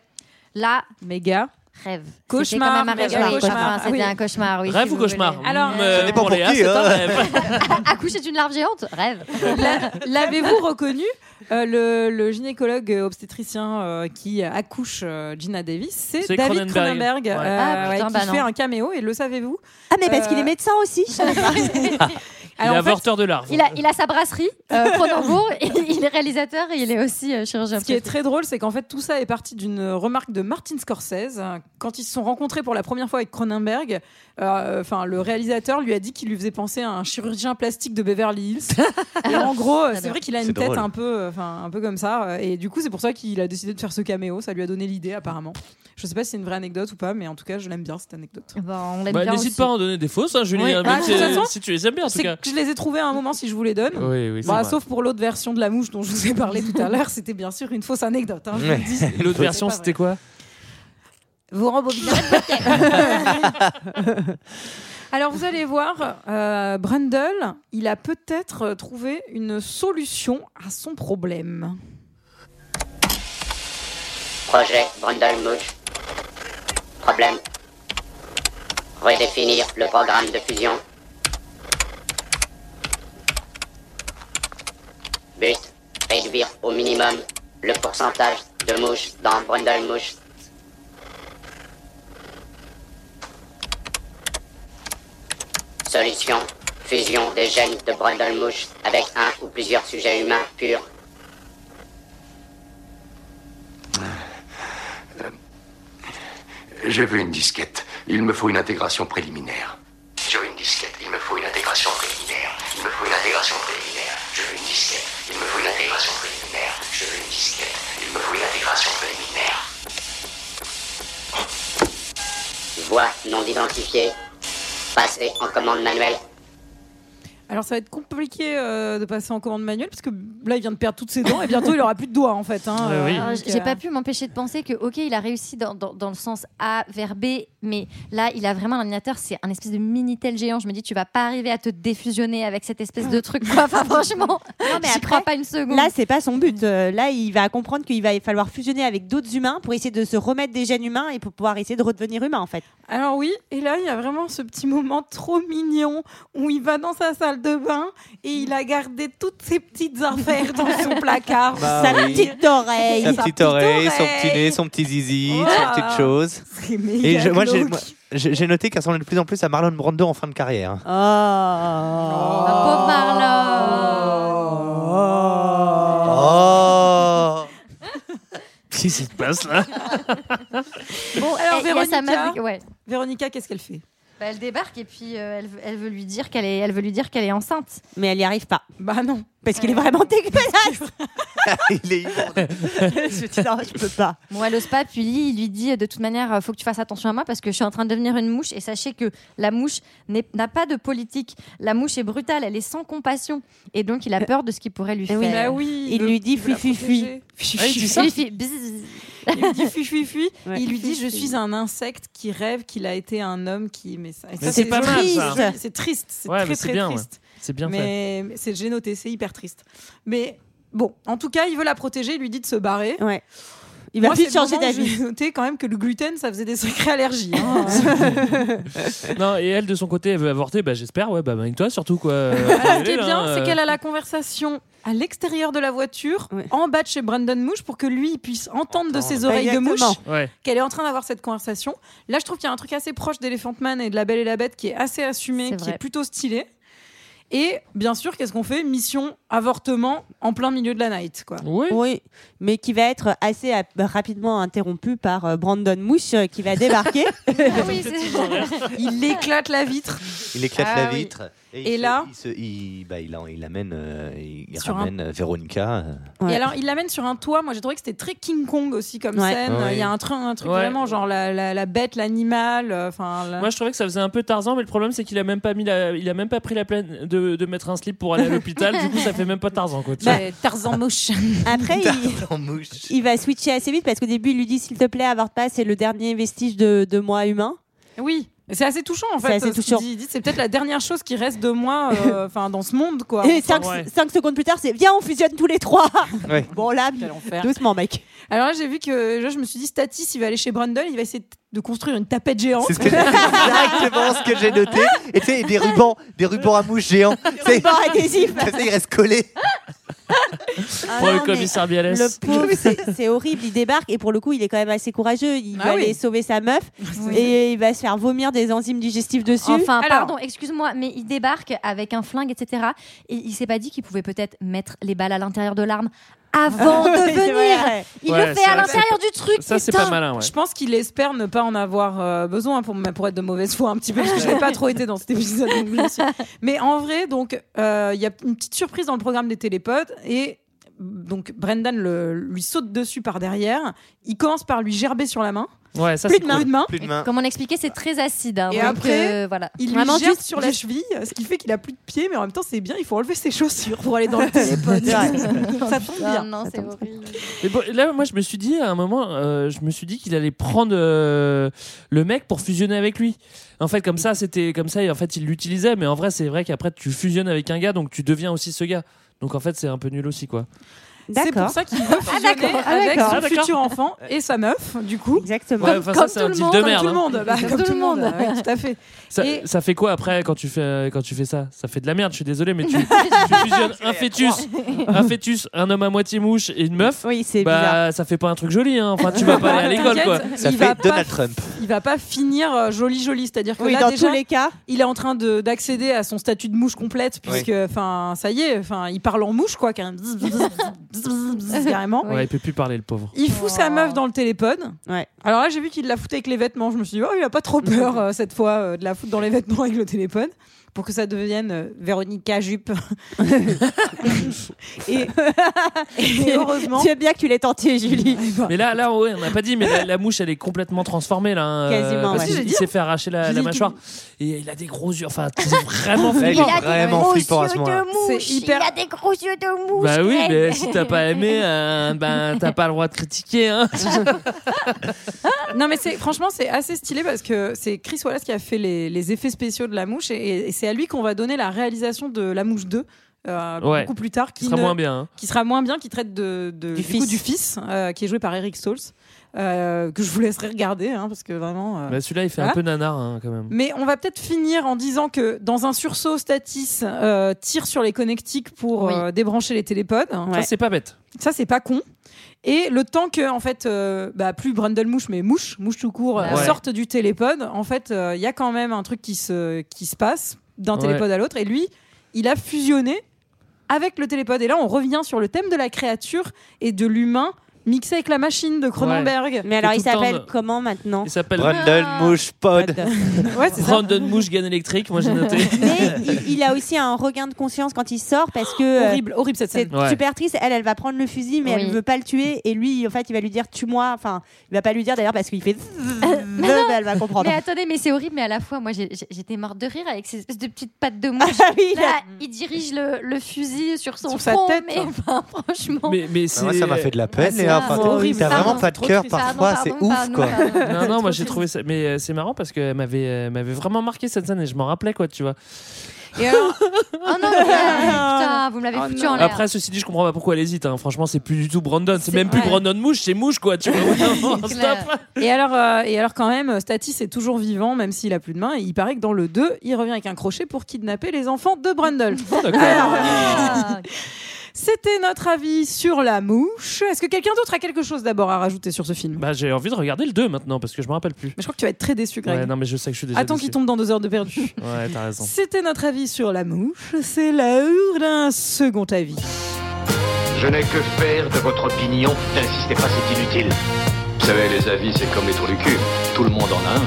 Speaker 10: là,
Speaker 1: méga.
Speaker 10: rêve.
Speaker 1: Ah, Cauchemar,
Speaker 10: C'était quand même un
Speaker 1: méga
Speaker 10: rêve. Oui,
Speaker 1: cauchemar. Ah
Speaker 10: enfin, C'était
Speaker 1: Oui.
Speaker 10: un cauchemar. Oui,
Speaker 6: Rêve
Speaker 10: si
Speaker 6: ou
Speaker 10: vous
Speaker 6: cauchemar
Speaker 10: voulez.
Speaker 1: Alors,
Speaker 6: Mmh,
Speaker 1: euh,
Speaker 6: ça
Speaker 8: dépend pour
Speaker 6: Léa,
Speaker 8: qui,
Speaker 6: c'est un
Speaker 8: hein.
Speaker 6: rêve.
Speaker 10: accoucher d'une larve géante, rêve.
Speaker 1: La- L'avez-vous reconnu Euh, le, le gynécologue obstétricien euh, qui accouche euh, Gina Davis, c'est
Speaker 6: C'est
Speaker 1: David
Speaker 6: Cronenberg.
Speaker 1: Cronenberg,
Speaker 6: Ouais.
Speaker 1: euh,
Speaker 10: Ah, putain,
Speaker 1: qui
Speaker 10: bah non.
Speaker 1: fait un caméo. Et le savez-vous
Speaker 7: Ah, mais parce
Speaker 1: Euh, Ah,
Speaker 7: qu'il est médecin aussi. je savais pas.
Speaker 1: Alors, en fait,
Speaker 6: L'avorteur de larves.
Speaker 10: Il a, il a sa brasserie, euh, Cronenbourg, et il est réalisateur et il est aussi euh, chirurgien.
Speaker 1: Ce qui est très drôle, c'est qu'en fait tout ça est parti d'une remarque de Martin Scorsese Euh, quand ils se sont rencontrés pour la première fois avec Cronenberg. euh, Enfin, le réalisateur lui a dit qu'il lui faisait penser à un chirurgien plastique de Beverly Hills. et en gros, euh, c'est vrai qu'il a une
Speaker 8: C'est
Speaker 1: tête
Speaker 8: drôle.
Speaker 1: un peu, euh, enfin, un peu comme ça. euh, Et du coup, c'est pour ça qu'il a décidé de faire ce caméo. Ça lui a donné l'idée apparemment. Je sais pas si c'est une vraie anecdote ou pas, mais en tout cas, je l'aime bien cette anecdote.
Speaker 10: Bah, on l'aime
Speaker 6: Bah,
Speaker 10: bien
Speaker 6: N'hésite
Speaker 10: aussi.
Speaker 6: pas à en donner des fausses, hein, Julie,
Speaker 1: Oui.
Speaker 6: hein,
Speaker 1: Ah,
Speaker 6: même
Speaker 1: de
Speaker 6: si,
Speaker 1: toute façon,
Speaker 6: si tu les aimes bien en tout
Speaker 1: C'est
Speaker 6: cas.
Speaker 1: que je les ai trouvés à un moment si je vous les donne.
Speaker 6: Oui, oui, c'est
Speaker 1: Bah,
Speaker 6: vrai.
Speaker 1: sauf pour l'autre version de la mouche dont je vous ai parlé tout à l'heure, c'était bien sûr une fausse anecdote. hein, je vous le dis.
Speaker 6: Et L'autre version,
Speaker 1: pas vrai.
Speaker 6: c'était quoi
Speaker 1: Vous rembobinerez Alors vous allez voir, euh, Brundle, il a peut-être trouvé une solution à son problème.
Speaker 9: Projet Brundlemouth. Problème. Redéfinir le programme de fusion. But. Réduire au minimum le pourcentage de mouches dans Brundlemouth. Solution. Fusion des gènes de Brundlemouth avec un ou plusieurs sujets humains purs
Speaker 2: J'ai vu une disquette. Il me faut une intégration préliminaire. J'ai vu une disquette. Il me faut une intégration préliminaire. Il me faut une intégration préliminaire. Je veux une disquette. Il me faut une intégration préliminaire. Je veux une disquette. Il me faut une intégration préliminaire.
Speaker 9: Voix non identifiée. Passer en commande manuelle.
Speaker 1: Alors ça va être compliqué euh, de passer en commande manuelle parce que là il vient de perdre toutes ses dents et bientôt il aura plus de doigts en fait. hein.
Speaker 6: Ah oui.
Speaker 10: Alors,
Speaker 1: donc,
Speaker 10: J'ai
Speaker 1: euh,
Speaker 10: pas pu m'empêcher de penser que, ok, il a réussi dans, dans- dans le sens A vers B, mais là, il a vraiment l'ordinateur, c'est un espèce de minitel géant. Je me dis, tu vas pas arriver à te défusionner avec cette espèce de truc, quoi. Enfin, franchement, non,
Speaker 7: mais
Speaker 10: mais
Speaker 7: après,
Speaker 10: crois pas une seconde.
Speaker 7: Là, c'est pas son but. Euh, Là, il va comprendre qu'il va falloir fusionner avec d'autres humains pour essayer de se remettre des gènes humains et pour pouvoir essayer de redevenir humain, en fait.
Speaker 1: Alors oui, et là il y a vraiment ce petit moment trop mignon où il va dans sa salle de bain et il a gardé toutes ses petites affaires dans son placard.
Speaker 8: Bah
Speaker 7: Sa
Speaker 8: oui.
Speaker 7: petite oreille.
Speaker 8: Sa petite oreille, son
Speaker 1: oreille.
Speaker 8: petit nez, son petit zizi,
Speaker 1: Wow.
Speaker 8: sa petite chose.
Speaker 1: C'est Oh. méga
Speaker 8: Et je- moi, j'ai-
Speaker 1: glauque.
Speaker 8: moi, j'ai j'ai noté qu'elle ressemble de plus en plus à Marlon Brando en fin de carrière. hein.
Speaker 7: Oh. Pauvre
Speaker 6: Ah.
Speaker 10: Pauvre Marlon.
Speaker 8: Oh
Speaker 6: Qu'est-ce qui se passe là
Speaker 1: Bon, alors
Speaker 10: Eh, il y a sa
Speaker 1: Véronica,
Speaker 10: meuf- ouais.
Speaker 1: Véronica qu'est-ce qu'elle fait
Speaker 10: Bah, elle débarque et puis euh, elle, elle veut lui dire qu'elle est, elle veut lui dire qu'elle est enceinte.
Speaker 7: Mais elle n'y arrive pas.
Speaker 1: Bah non.
Speaker 7: Parce qu'il est vraiment dégueulasse.
Speaker 8: Il est immonde.
Speaker 7: je dis non, je peux pas.
Speaker 10: Bon, elle ose pas, puis Lee, il lui dit euh, de toute manière, euh, faut que tu fasses attention à moi parce que je suis en train de devenir une mouche et sachez que la mouche n'est- n'a pas de politique. La mouche est brutale, elle est sans compassion et donc il a peur de ce qu'il pourrait lui
Speaker 7: Eh
Speaker 10: faire.
Speaker 7: oui,
Speaker 1: Bah oui.
Speaker 7: Il
Speaker 1: le-
Speaker 7: lui dit
Speaker 1: faut la
Speaker 7: fui fui fui.
Speaker 1: protéger.
Speaker 6: Ah, il dit
Speaker 10: Et
Speaker 6: ça
Speaker 10: il fait bzzz.
Speaker 1: Il lui dit fuis, fuis, fuis.
Speaker 7: Ouais.
Speaker 1: Il lui dit
Speaker 7: Fuis,
Speaker 1: je
Speaker 7: fuis.
Speaker 1: suis un insecte qui rêve qu'il a été un homme qui aimait ça. Et
Speaker 6: Mais
Speaker 1: ça,
Speaker 6: c'est pas mal,
Speaker 1: joli,
Speaker 6: ça.
Speaker 1: c'est joli, C'est triste. C'est
Speaker 6: Ouais, mais
Speaker 1: très,
Speaker 6: c'est
Speaker 1: très
Speaker 6: bien, ouais.
Speaker 1: triste.
Speaker 6: C'est bien fait.
Speaker 1: mais mais c'est j'ai noté, c'est hyper triste. Mais bon, en tout cas, il veut la protéger, il lui dit de se barrer.
Speaker 7: Ouais. Il va
Speaker 1: Moi,
Speaker 7: vite
Speaker 1: c'est le
Speaker 7: changer
Speaker 1: moment où
Speaker 7: d'avis.
Speaker 1: J'ai noté quand même que le gluten, ça faisait des sacrées allergies. hein.
Speaker 6: non, et elle, de son côté, elle veut avorter. Bah, j'espère, ouais, bah, avec toi surtout, quoi.
Speaker 1: Alors, Ah, ce qui est
Speaker 6: hein.
Speaker 1: bien,
Speaker 6: euh.
Speaker 1: c'est qu'elle a la conversation à l'extérieur de la voiture, en bas de chez Brandon Mouche, pour que lui il puisse entendre de ses oreilles de mouche
Speaker 7: Exactement.
Speaker 6: Ouais.
Speaker 1: qu'elle est en train d'avoir cette conversation. Là, je trouve qu'il y a un truc assez proche d'Elephant Man et de La Belle et la Bête qui est assez assumé,
Speaker 10: C'est
Speaker 1: qui
Speaker 10: vrai.
Speaker 1: est plutôt stylé. Et bien sûr, qu'est-ce qu'on fait Mission avortement en plein milieu de la night, quoi.
Speaker 6: Oui.
Speaker 7: Oui, mais qui va être assez ap- rapidement interrompu par euh, Brandon Mouche euh, qui va débarquer.
Speaker 10: Ah oui, c'est-
Speaker 1: Il éclate la vitre.
Speaker 8: Il éclate
Speaker 1: Ah
Speaker 8: la
Speaker 1: oui.
Speaker 8: vitre.
Speaker 1: Et
Speaker 8: il se-
Speaker 1: là
Speaker 8: il, se- il- bah, il, en- il amène, euh, il
Speaker 1: Sur un-
Speaker 8: ramène euh, Véronica. euh.
Speaker 7: Ouais.
Speaker 1: Et alors, il l'amène sur un toit. Moi, j'ai trouvé que c'était très King Kong aussi comme
Speaker 7: Ouais.
Speaker 1: scène.
Speaker 6: Ouais.
Speaker 1: Il y a un, train, un truc
Speaker 6: Ouais.
Speaker 1: vraiment genre la, la- la bête, l'animal. euh, Enfin, la-
Speaker 6: Moi, je trouvais que ça faisait un peu Tarzan, mais le problème, c'est qu'il a même pas mis la... il a même pas pris la peine de, de mettre un slip pour aller à l'hôpital. du coup, ça fait même pas Tarzan, quoi. tu vois.
Speaker 1: Ouais, Tarzan moche.
Speaker 7: Bah, Après, il,
Speaker 8: En mouche.
Speaker 7: il va switcher assez vite parce qu'au début, il lui dit s'il te plaît, avorte pas, c'est le dernier vestige de, de moi humain.
Speaker 1: Oui, c'est assez touchant en
Speaker 7: C'est
Speaker 1: fait.
Speaker 7: assez
Speaker 1: ce qu'il
Speaker 7: touchant.
Speaker 1: dit. Il dit, c'est peut-être la dernière chose qui reste de moi, euh, enfin dans ce monde quoi.
Speaker 7: Et
Speaker 1: Enfin,
Speaker 7: 5
Speaker 6: ouais.
Speaker 7: secondes plus tard, c'est viens, on fusionne tous les trois.
Speaker 8: Ouais.
Speaker 7: Bon, là,
Speaker 1: quel enfer.
Speaker 7: doucement, mec.
Speaker 1: Alors là, j'ai vu que là, je me suis dit, Statis, il va aller chez Brandon, il va essayer de construire une tapette géante.
Speaker 8: C'est ce que j'ai- exactement ce que j'ai noté. Et tu sais, des rubans, des rubans à mouche géants. Tu sais,
Speaker 7: Bon, adhésif.
Speaker 8: comme ça, ils restent collés.
Speaker 6: Pour le commissaire Bialès.
Speaker 7: Ah Le pauvre, c'est c'est horrible. Il débarque et pour le coup, il est quand même assez courageux. Il
Speaker 1: Ah
Speaker 7: va
Speaker 1: oui.
Speaker 7: aller sauver sa meuf
Speaker 1: Oui.
Speaker 7: et il va se faire vomir des enzymes digestives dessus.
Speaker 10: Enfin,
Speaker 1: Alors-
Speaker 10: pardon, excuse-moi, mais il débarque avec un flingue, etc. Et il s'est pas dit qu'il pouvait peut-être mettre les balles à l'intérieur de l'arme avant
Speaker 1: Ah.
Speaker 10: de
Speaker 7: C'est
Speaker 10: venir.
Speaker 7: vrai.
Speaker 10: Ah. Il
Speaker 6: Ouais,
Speaker 10: le
Speaker 6: c'est
Speaker 10: fait à
Speaker 6: vrai que
Speaker 10: l'intérieur du truc.
Speaker 6: Ça, c'est
Speaker 10: putain.
Speaker 6: pas malin, ouais.
Speaker 1: Je pense qu'il espère ne pas en avoir euh, besoin pour, pour être de mauvaise foi un petit peu, parce que je n'ai pas trop été dans cet épisode. donc je suis- Mais en vrai, donc, euh, il y a une petite surprise dans le programme des télépodes et donc Brendan le- lui saute dessus par derrière. Il commence par lui gerber sur la main.
Speaker 6: Ouais, ça,
Speaker 1: Plus
Speaker 6: c'est
Speaker 1: de main.
Speaker 6: cool.
Speaker 1: Plus de main.
Speaker 8: Plus de main.
Speaker 10: Comme on expliquait, c'est très acide. hein,
Speaker 1: Et
Speaker 10: donc,
Speaker 1: après,
Speaker 10: euh, voilà.
Speaker 1: Il lui
Speaker 10: Vraiment,
Speaker 1: jette
Speaker 10: juste-
Speaker 1: sur la cheville, ce qui fait qu'il a plus de pied, mais en même temps c'est bien, il faut enlever ses chaussures pour aller dans le télépod. Ça tombe
Speaker 10: Non,
Speaker 1: bien.
Speaker 10: non, c'est horrible.
Speaker 6: Mais bon, là, moi, je me suis dit à un moment, euh, je me suis dit qu'il allait prendre euh, le mec pour fusionner avec lui. En fait, comme ça, c'était comme ça. Et en fait, il l'utilisait. Mais en vrai, c'est vrai qu'après, tu fusionnes avec un gars, donc tu deviens aussi ce gars. Donc en fait, c'est un peu nul aussi, quoi.
Speaker 1: C'est pour
Speaker 7: D'accord.
Speaker 1: ça qu'il veut fusionner
Speaker 7: d'accord, ah,
Speaker 1: avec son
Speaker 7: d'accord.
Speaker 6: Ah, d'accord.
Speaker 1: futur enfant et sa meuf, du coup.
Speaker 7: Exactement.
Speaker 6: Ouais, enfin, ça, c'est un
Speaker 1: tout le
Speaker 6: deal
Speaker 1: monde,
Speaker 6: de
Speaker 1: comme
Speaker 6: merde,
Speaker 1: tout le
Speaker 6: hein.
Speaker 1: monde, bah, comme tout le monde, ouais, tout à fait.
Speaker 6: Ça,
Speaker 1: Et-
Speaker 6: ça fait quoi après quand tu fais quand tu fais ça Ça fait de la merde. Je suis désolé, mais tu, tu fusionnes un fœtus, un fœtus, un homme à moitié mouche et une meuf.
Speaker 7: Oui, c'est bizarre.
Speaker 6: Bah, ça fait pas un truc joli. Hein. Enfin, tu vas pas aller à l'école, quoi.
Speaker 1: T'inquiète,
Speaker 8: Ça
Speaker 1: il
Speaker 8: fait
Speaker 1: va
Speaker 8: Donald
Speaker 1: pas,
Speaker 8: Trump.
Speaker 1: Il va pas finir euh, joli joli, c'est-à-dire que
Speaker 7: Oui,
Speaker 1: là
Speaker 7: dans
Speaker 1: déjà
Speaker 7: tous les cas.
Speaker 1: il est en train de- d'accéder à son statut de mouche complète puisque enfin ça y est, enfin il parle en mouche quoi, carrément. carrément.
Speaker 6: Ouais, il peut plus parler, le pauvre.
Speaker 1: Il fout sa
Speaker 10: Oh.
Speaker 1: meuf dans le télépode.
Speaker 7: Ouais.
Speaker 1: Alors là, j'ai vu qu'il la foutait avec les vêtements. Je me suis dit, oh, il a pas trop peur euh, cette fois euh, de la foutre dans les vêtements avec le télépode pour que ça devienne euh, Véronica Jupe. et, et heureusement.
Speaker 7: Tu aimes bien que tu l'aies tenté, Julie.
Speaker 6: Mais là, là, ouais, on n'a pas dit, mais la, la mouche, elle est complètement transformée là. hein,
Speaker 7: Quasiment,
Speaker 6: parce
Speaker 7: ouais.
Speaker 6: qu'il
Speaker 1: J'ai dit-
Speaker 6: s'est fait arracher la,
Speaker 1: j'ai
Speaker 6: la
Speaker 1: dit
Speaker 6: mâchoire et il a des gros yeux. Enfin, c'est vraiment
Speaker 8: Là, il
Speaker 6: flippant.
Speaker 8: est vraiment
Speaker 10: oh,
Speaker 8: flippant à ce moment-là.
Speaker 1: C'est hyper.
Speaker 6: Bah oui, mais si t'as pas aimé, euh, ben t'as pas le droit de critiquer. Hein.
Speaker 1: Non, mais c'est franchement, c'est assez stylé parce que c'est Chris Wallace qui a fait les, les effets spéciaux de la mouche et, et c'est à lui qu'on va donner la réalisation de la mouche 2 euh,
Speaker 6: Ouais.
Speaker 1: beaucoup plus tard, qui,
Speaker 6: Ce sera
Speaker 1: ne-
Speaker 6: moins bien. hein.
Speaker 1: qui sera moins bien, qui traite de,
Speaker 7: Du
Speaker 1: de- du, coup,
Speaker 7: fils.
Speaker 1: du fils, euh, qui est joué par Eric Stolz, euh, que je vous laisserai regarder, hein, parce que vraiment. euh,
Speaker 6: Bah, Celui-là, il fait
Speaker 1: Voilà.
Speaker 6: un peu nanar hein, quand même.
Speaker 1: Mais on va peut-être finir en disant que dans un sursaut, Statis euh, tire sur les connectiques pour
Speaker 10: Oui.
Speaker 1: euh, débrancher les télépodes.
Speaker 6: Ça, c'est pas bête.
Speaker 1: Ça, c'est pas con. Et le temps que, en fait, euh, bah, plus Brundle Mouche, mais Mouche, Mouche tout court, euh,
Speaker 6: Ouais.
Speaker 1: sorte du télépode, en fait, euh, il y a quand même un truc qui se, qui se passe d'un
Speaker 6: Ouais.
Speaker 1: télépode à l'autre. Et lui, il a fusionné avec le télépode. Et là, on revient sur le thème de la créature et de l'humain mixé avec la machine de Cronenberg.
Speaker 7: Mais alors,
Speaker 6: Et
Speaker 7: il
Speaker 6: tout le temps
Speaker 7: s'appelle
Speaker 6: de-
Speaker 7: comment maintenant
Speaker 6: Il s'appelle
Speaker 8: Brandon Mouche Pod.
Speaker 1: Ouais, c'est ça.
Speaker 6: Brandon Mouche Gun électrique. Moi, j'ai noté.
Speaker 7: Mais il, il a aussi un regain de conscience quand il sort parce que euh,
Speaker 1: Horrible, horrible cette scène.
Speaker 7: c'est
Speaker 6: Ouais.
Speaker 7: super triste. Elle, elle va prendre le fusil, mais
Speaker 10: Oui.
Speaker 7: elle veut pas le tuer. Et lui, en fait, il va lui dire tue-moi. Enfin, il va pas lui dire d'ailleurs parce qu'il fait.
Speaker 10: Mais
Speaker 7: Veut,
Speaker 10: non.
Speaker 7: bah, elle va comprendre.
Speaker 10: Mais attendez, mais c'est horrible, mais à la fois, moi, j'ai- j'ai- j'étais morte de rire avec ces espèces de petites pattes de mouche.
Speaker 7: Ah
Speaker 10: Là, il dirige le, le fusil sur son
Speaker 1: Sur sa
Speaker 10: front,
Speaker 1: tête.
Speaker 10: mais enfin, franchement.
Speaker 6: Mais, mais
Speaker 8: Bah, moi, ça m'a fait de la peine,
Speaker 6: c'est
Speaker 8: Léa. Enfin, t'as-
Speaker 6: horrible.
Speaker 8: t'as vraiment pas de
Speaker 6: Trop
Speaker 8: cœur
Speaker 6: triste.
Speaker 8: parfois,
Speaker 10: Pardon,
Speaker 8: c'est
Speaker 10: pardon,
Speaker 8: ouf
Speaker 10: pardon,
Speaker 8: quoi.
Speaker 10: pardon.
Speaker 6: Non, non, moi
Speaker 10: Trop
Speaker 6: j'ai trouvé ça. Mais euh, c'est marrant parce qu'elle m'avait euh, m'avait vraiment marqué cette scène et je m'en rappelais, quoi, tu vois.
Speaker 1: Et alors,
Speaker 10: Oh non, mais, putain, vous me l'avez
Speaker 1: Oh
Speaker 10: foutu
Speaker 1: non.
Speaker 10: en l'air.
Speaker 6: Après, ceci dit, je comprends pas pourquoi elle hésite. hein. Franchement, c'est plus du tout Brandon. C'est
Speaker 1: C'est-
Speaker 6: même plus
Speaker 1: ouais.
Speaker 6: Brandon Mouche, c'est Mouche, quoi, tu vois. Vraiment,
Speaker 10: C'est
Speaker 6: stop.
Speaker 10: clair.
Speaker 1: et alors, euh, et alors quand même, Statis est toujours vivant, même s'il a plus de main. Et il paraît que dans le 2, il revient avec un crochet pour kidnapper les enfants de Brundle. Alors,
Speaker 10: Ah.
Speaker 1: c'était notre avis sur la mouche. Est-ce que quelqu'un d'autre a quelque chose d'abord à rajouter sur ce film
Speaker 6: Bah, j'ai envie de regarder le 2 maintenant parce que je me rappelle plus.
Speaker 1: Mais je crois que tu vas être très déçu, Greg.
Speaker 6: Ouais, non, mais je sais que je suis déjà
Speaker 1: Attends qu'il
Speaker 6: déçu.
Speaker 1: tombe dans deux heures de perdu.
Speaker 6: Ouais, t'as raison.
Speaker 1: C'était notre avis sur la mouche. C'est l'heure d'un second avis.
Speaker 2: Je n'ai que faire de votre opinion. N'insistez pas, c'est inutile. Vous savez, les avis, c'est comme les trous du cul. Tout le monde en a un.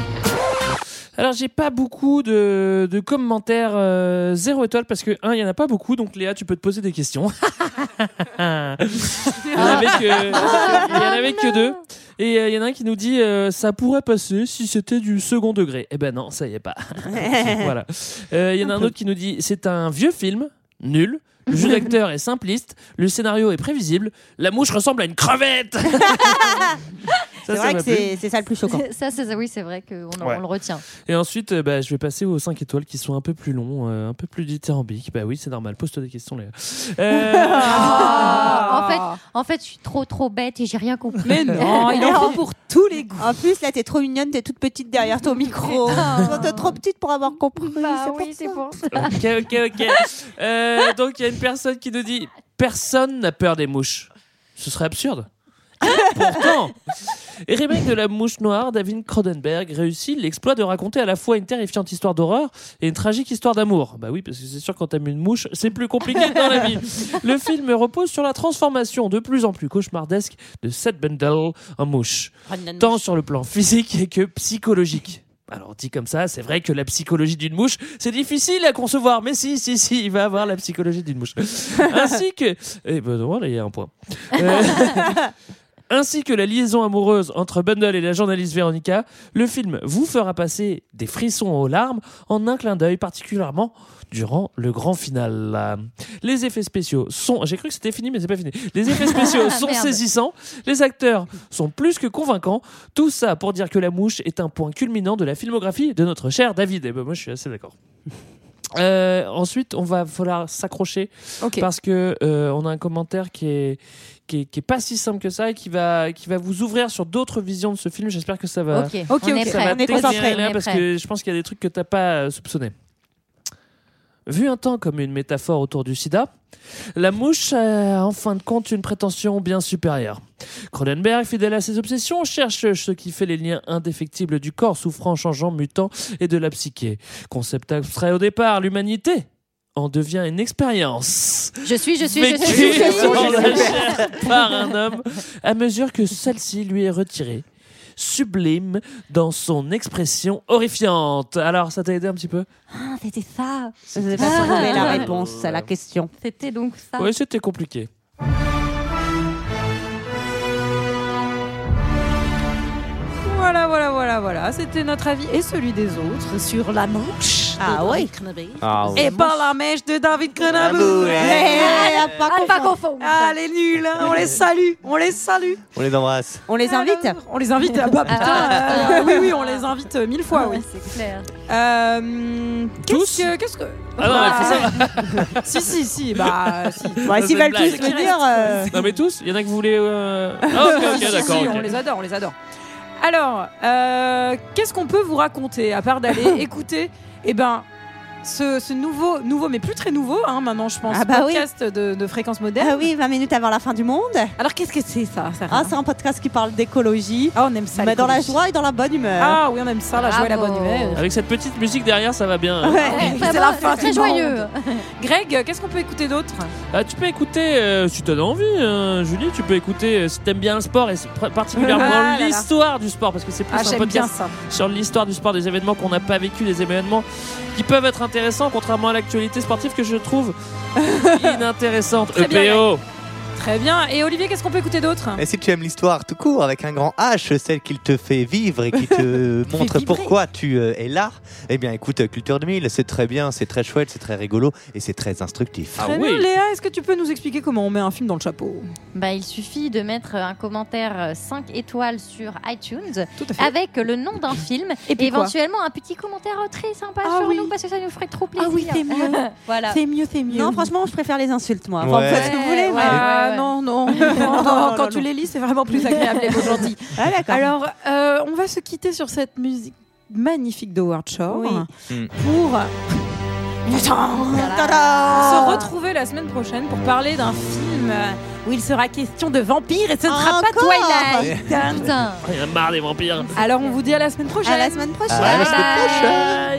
Speaker 6: Alors, j'ai pas beaucoup de, de commentaires euh, zéro étoile parce que, un, il y en a pas beaucoup. Donc, Léa, tu peux te poser des questions. il y en avait que, il y en avait que deux. Et euh, il y en a un qui nous dit euh, ça pourrait passer si c'était du second degré. Eh ben non, ça y est pas. voilà. Euh, Il y en a un autre qui nous dit c'est un vieux film, nul. Le jeu d'acteur est simpliste, le scénario est prévisible, la mouche ressemble à une crevette. Ça,
Speaker 7: C'est
Speaker 6: ça
Speaker 7: vrai
Speaker 6: m'a
Speaker 7: que
Speaker 6: plu.
Speaker 7: c'est c'est ça le plus choquant.
Speaker 10: Ça, c'est ça, oui, c'est vrai qu'on en-
Speaker 6: Ouais.
Speaker 10: on le retient.
Speaker 6: Et ensuite, euh, bah, je vais passer aux 5 étoiles qui sont un peu plus longs, euh, un peu plus dithyrambiques. Bah oui, c'est normal. Pose-toi des questions, Léa. Euh,
Speaker 7: Ah.
Speaker 10: En fait, en fait, je suis trop trop bête et j'ai rien compris.
Speaker 1: Mais non, il en faut pour tous les goûts.
Speaker 7: En plus, là, t'es trop mignonne, t'es toute petite derrière ton micro.
Speaker 1: Ah.
Speaker 7: t'es trop petite pour avoir compris.
Speaker 10: Bah
Speaker 7: c'est pour
Speaker 10: oui, c'est
Speaker 7: ça.
Speaker 10: pour ça.
Speaker 6: ok, ok, ok. Euh, donc, il y a une personne qui nous dit Personne n'a peur des mouches. Ce serait absurde. Et Pourtant, et remake de La Mouche Noire, David Cronenberg réussit l'exploit de raconter à la fois une terrifiante histoire d'horreur et une tragique histoire d'amour. Bah oui, parce que c'est sûr, quand t'aimes une mouche, c'est plus compliqué que dans la vie. Le film repose sur la transformation de plus en plus cauchemardesque de Seth Bendel en mouche tant sur le plan physique que psychologique. Alors dit comme ça, c'est vrai que la psychologie d'une mouche, c'est difficile à concevoir, mais si, si, si, il va avoir la psychologie d'une mouche. Ainsi que... Eh ben non, là, il y a un point. Euh, Ainsi que la liaison amoureuse entre Bundle et la journaliste Véronica, le film vous fera passer des frissons aux larmes en un clin d'œil, particulièrement durant le grand final. Les effets spéciaux sont... J'ai cru que c'était fini, mais c'est pas fini. Les effets spéciaux sont
Speaker 10: Merde.
Speaker 6: saisissants, les acteurs sont plus que convaincants, tout ça pour dire que La Mouche est un point culminant de la filmographie de notre cher David. Et ben moi, je suis assez d'accord. Euh, ensuite, on va falloir s'accrocher
Speaker 1: Ok.
Speaker 6: parce que euh, on a un commentaire qui est, qui est qui est pas si simple que ça et qui va qui va vous ouvrir sur d'autres visions de ce film. J'espère que ça va.
Speaker 10: Ok,
Speaker 1: Ok,
Speaker 10: on
Speaker 1: ok.
Speaker 10: est
Speaker 6: Ça va
Speaker 10: prêt.
Speaker 6: t'éclairer,
Speaker 10: concentré.
Speaker 6: Léa, parce que je pense qu'il y a des trucs que t'as pas euh, soupçonné. Vu un temps comme une métaphore autour du sida, la mouche a en fin de compte une prétention bien supérieure. Cronenberg, fidèle à ses obsessions, cherche ce qui fait les liens indéfectibles du corps souffrant, changeant, mutant et de la psyché. Concept abstrait au départ, l'humanité en devient une expérience
Speaker 10: Je suis, je suis, je suis.
Speaker 6: vécue
Speaker 10: je suis, je
Speaker 6: dans
Speaker 10: suis.
Speaker 6: la chair par un homme à mesure que celle-ci lui est retirée, sublime dans son expression horrifiante. Alors, ça t'a aidé un petit peu
Speaker 10: Ah, c'était ça.
Speaker 7: C'est pas trouver la
Speaker 6: Ah.
Speaker 7: réponse à la question.
Speaker 10: C'était donc ça.
Speaker 6: Oui, c'était compliqué.
Speaker 1: Voilà, voilà, voilà, voilà. C'était notre avis et celui des autres sur la mouche. de
Speaker 7: Ah
Speaker 1: David
Speaker 7: oui.
Speaker 1: Cronenberg.
Speaker 8: Ah, ouais.
Speaker 1: Et pas la mèche de David
Speaker 8: Bravo,
Speaker 6: hein.
Speaker 1: Cronenberg.
Speaker 8: ouais.
Speaker 1: Eh, eh, eh.
Speaker 7: pas
Speaker 10: Ah, ne pas confondre.
Speaker 1: Ah, les nuls, hein. on les salue, on les salue.
Speaker 8: On les embrasse.
Speaker 7: On les invite
Speaker 1: Alors, On les invite. Ah bah putain,
Speaker 10: Ah.
Speaker 1: euh, oui, oui, on les invite euh, mille
Speaker 7: Ah,
Speaker 1: fois, oui.
Speaker 10: c'est clair.
Speaker 1: Euh,
Speaker 6: Tous
Speaker 1: qu'est-ce que, qu'est-ce que.
Speaker 6: Ah non,
Speaker 1: Bah,
Speaker 6: mais faut
Speaker 1: si, si, si, bah, si.
Speaker 7: Eh Bah,
Speaker 6: C'est
Speaker 7: S'ils
Speaker 6: une
Speaker 7: veulent
Speaker 6: blague.
Speaker 7: tous me dire. euh,
Speaker 6: Non, mais tous Il y en a que vous voulez. euh, Ah, ok,
Speaker 1: Si,
Speaker 6: ok,
Speaker 1: si,
Speaker 6: d'accord.
Speaker 1: si,
Speaker 6: ok.
Speaker 1: On les adore, on les adore. Alors, euh, qu'est-ce qu'on peut vous raconter à part d'aller écouter eh ben, ce, ce nouveau, nouveau, mais plus très nouveau, hein, maintenant je pense,
Speaker 7: Ah bah oui.
Speaker 1: podcast de, de fréquence moderne.
Speaker 7: Ah oui, 20 minutes avant la fin du monde.
Speaker 1: Alors qu'est-ce que c'est ça Sarah
Speaker 7: Ah, c'est un podcast qui parle d'écologie.
Speaker 1: Ah, on aime ça.
Speaker 7: Mais dans la
Speaker 1: l'écologie.
Speaker 7: joie et dans la bonne humeur.
Speaker 1: Ah oui, on aime ça, la joie et la bonne
Speaker 10: Bravo.
Speaker 1: humeur.
Speaker 6: Avec cette petite musique derrière, ça va bien. hein.
Speaker 7: Ouais.
Speaker 10: C'est
Speaker 1: Euh, la fin
Speaker 10: très
Speaker 1: du
Speaker 10: joyeux.
Speaker 1: Greg, qu'est-ce qu'on peut écouter d'autre
Speaker 6: Ah, tu peux écouter, euh, si t'en as envie, hein, Julie, tu peux écouter euh, si t'aimes bien le sport et pr- particulièrement
Speaker 1: Ah là là.
Speaker 6: l'histoire du sport, parce que c'est plus
Speaker 1: Ah,
Speaker 6: un
Speaker 1: j'aime bien
Speaker 6: podcast
Speaker 1: ça.
Speaker 6: sur l'histoire du sport, des événements qu'on n'a pas vécu, des événements qui peuvent être intéressants, contrairement à l'actualité sportive que je trouve inintéressante. E
Speaker 1: Très bien,
Speaker 6: EPO,
Speaker 1: Très bien. Et Olivier, qu'est-ce qu'on peut écouter d'autre
Speaker 6: Ah
Speaker 8: Et si tu aimes l'histoire tout court, avec un grand H, celle qu'il te fait vivre et qui te montre pourquoi tu euh, es là, eh bien écoute euh, Culture 2000, c'est très bien, c'est très chouette, c'est très rigolo et c'est très instructif.
Speaker 1: Très bien. Léa, est-ce que tu peux nous expliquer comment on met un film dans le chapeau
Speaker 10: Bah, il suffit de mettre un commentaire 5 étoiles sur iTunes
Speaker 1: à fait.
Speaker 10: avec le nom d'un film
Speaker 7: Et
Speaker 10: et,
Speaker 7: puis quoi
Speaker 10: éventuellement un petit commentaire euh, très sympa
Speaker 7: Ah
Speaker 10: sur
Speaker 7: oui.
Speaker 10: nous parce que ça nous ferait trop
Speaker 7: Ah
Speaker 10: plaisir.
Speaker 7: oui, c'est mieux.
Speaker 10: voilà.
Speaker 7: C'est mieux, c'est mieux. Non, franchement, je préfère les insultes, moi. Enfin,
Speaker 8: Ouais.
Speaker 7: vous faites ce que vous voulez, mais-
Speaker 1: Ah non, non, non, non,
Speaker 7: non,
Speaker 1: quand
Speaker 7: non.
Speaker 1: tu les lis, c'est vraiment plus agréable et plus gentil.
Speaker 7: Ah, d'accord.
Speaker 1: Alors, euh, on va se quitter sur cette musique magnifique d'Howard Shore
Speaker 8: Oui. Mm.
Speaker 1: pour
Speaker 6: Mm.
Speaker 7: Tada
Speaker 1: se retrouver la semaine prochaine pour parler d'un film où il sera question de vampires et ce ne sera pas
Speaker 7: Encore
Speaker 1: Twilight.
Speaker 10: Putain.
Speaker 6: Ah, Il y en a marre des vampires.
Speaker 1: Alors, on vous dit à la semaine prochaine.
Speaker 7: À la semaine prochaine.
Speaker 8: À la semaine
Speaker 1: Bye.
Speaker 8: prochaine.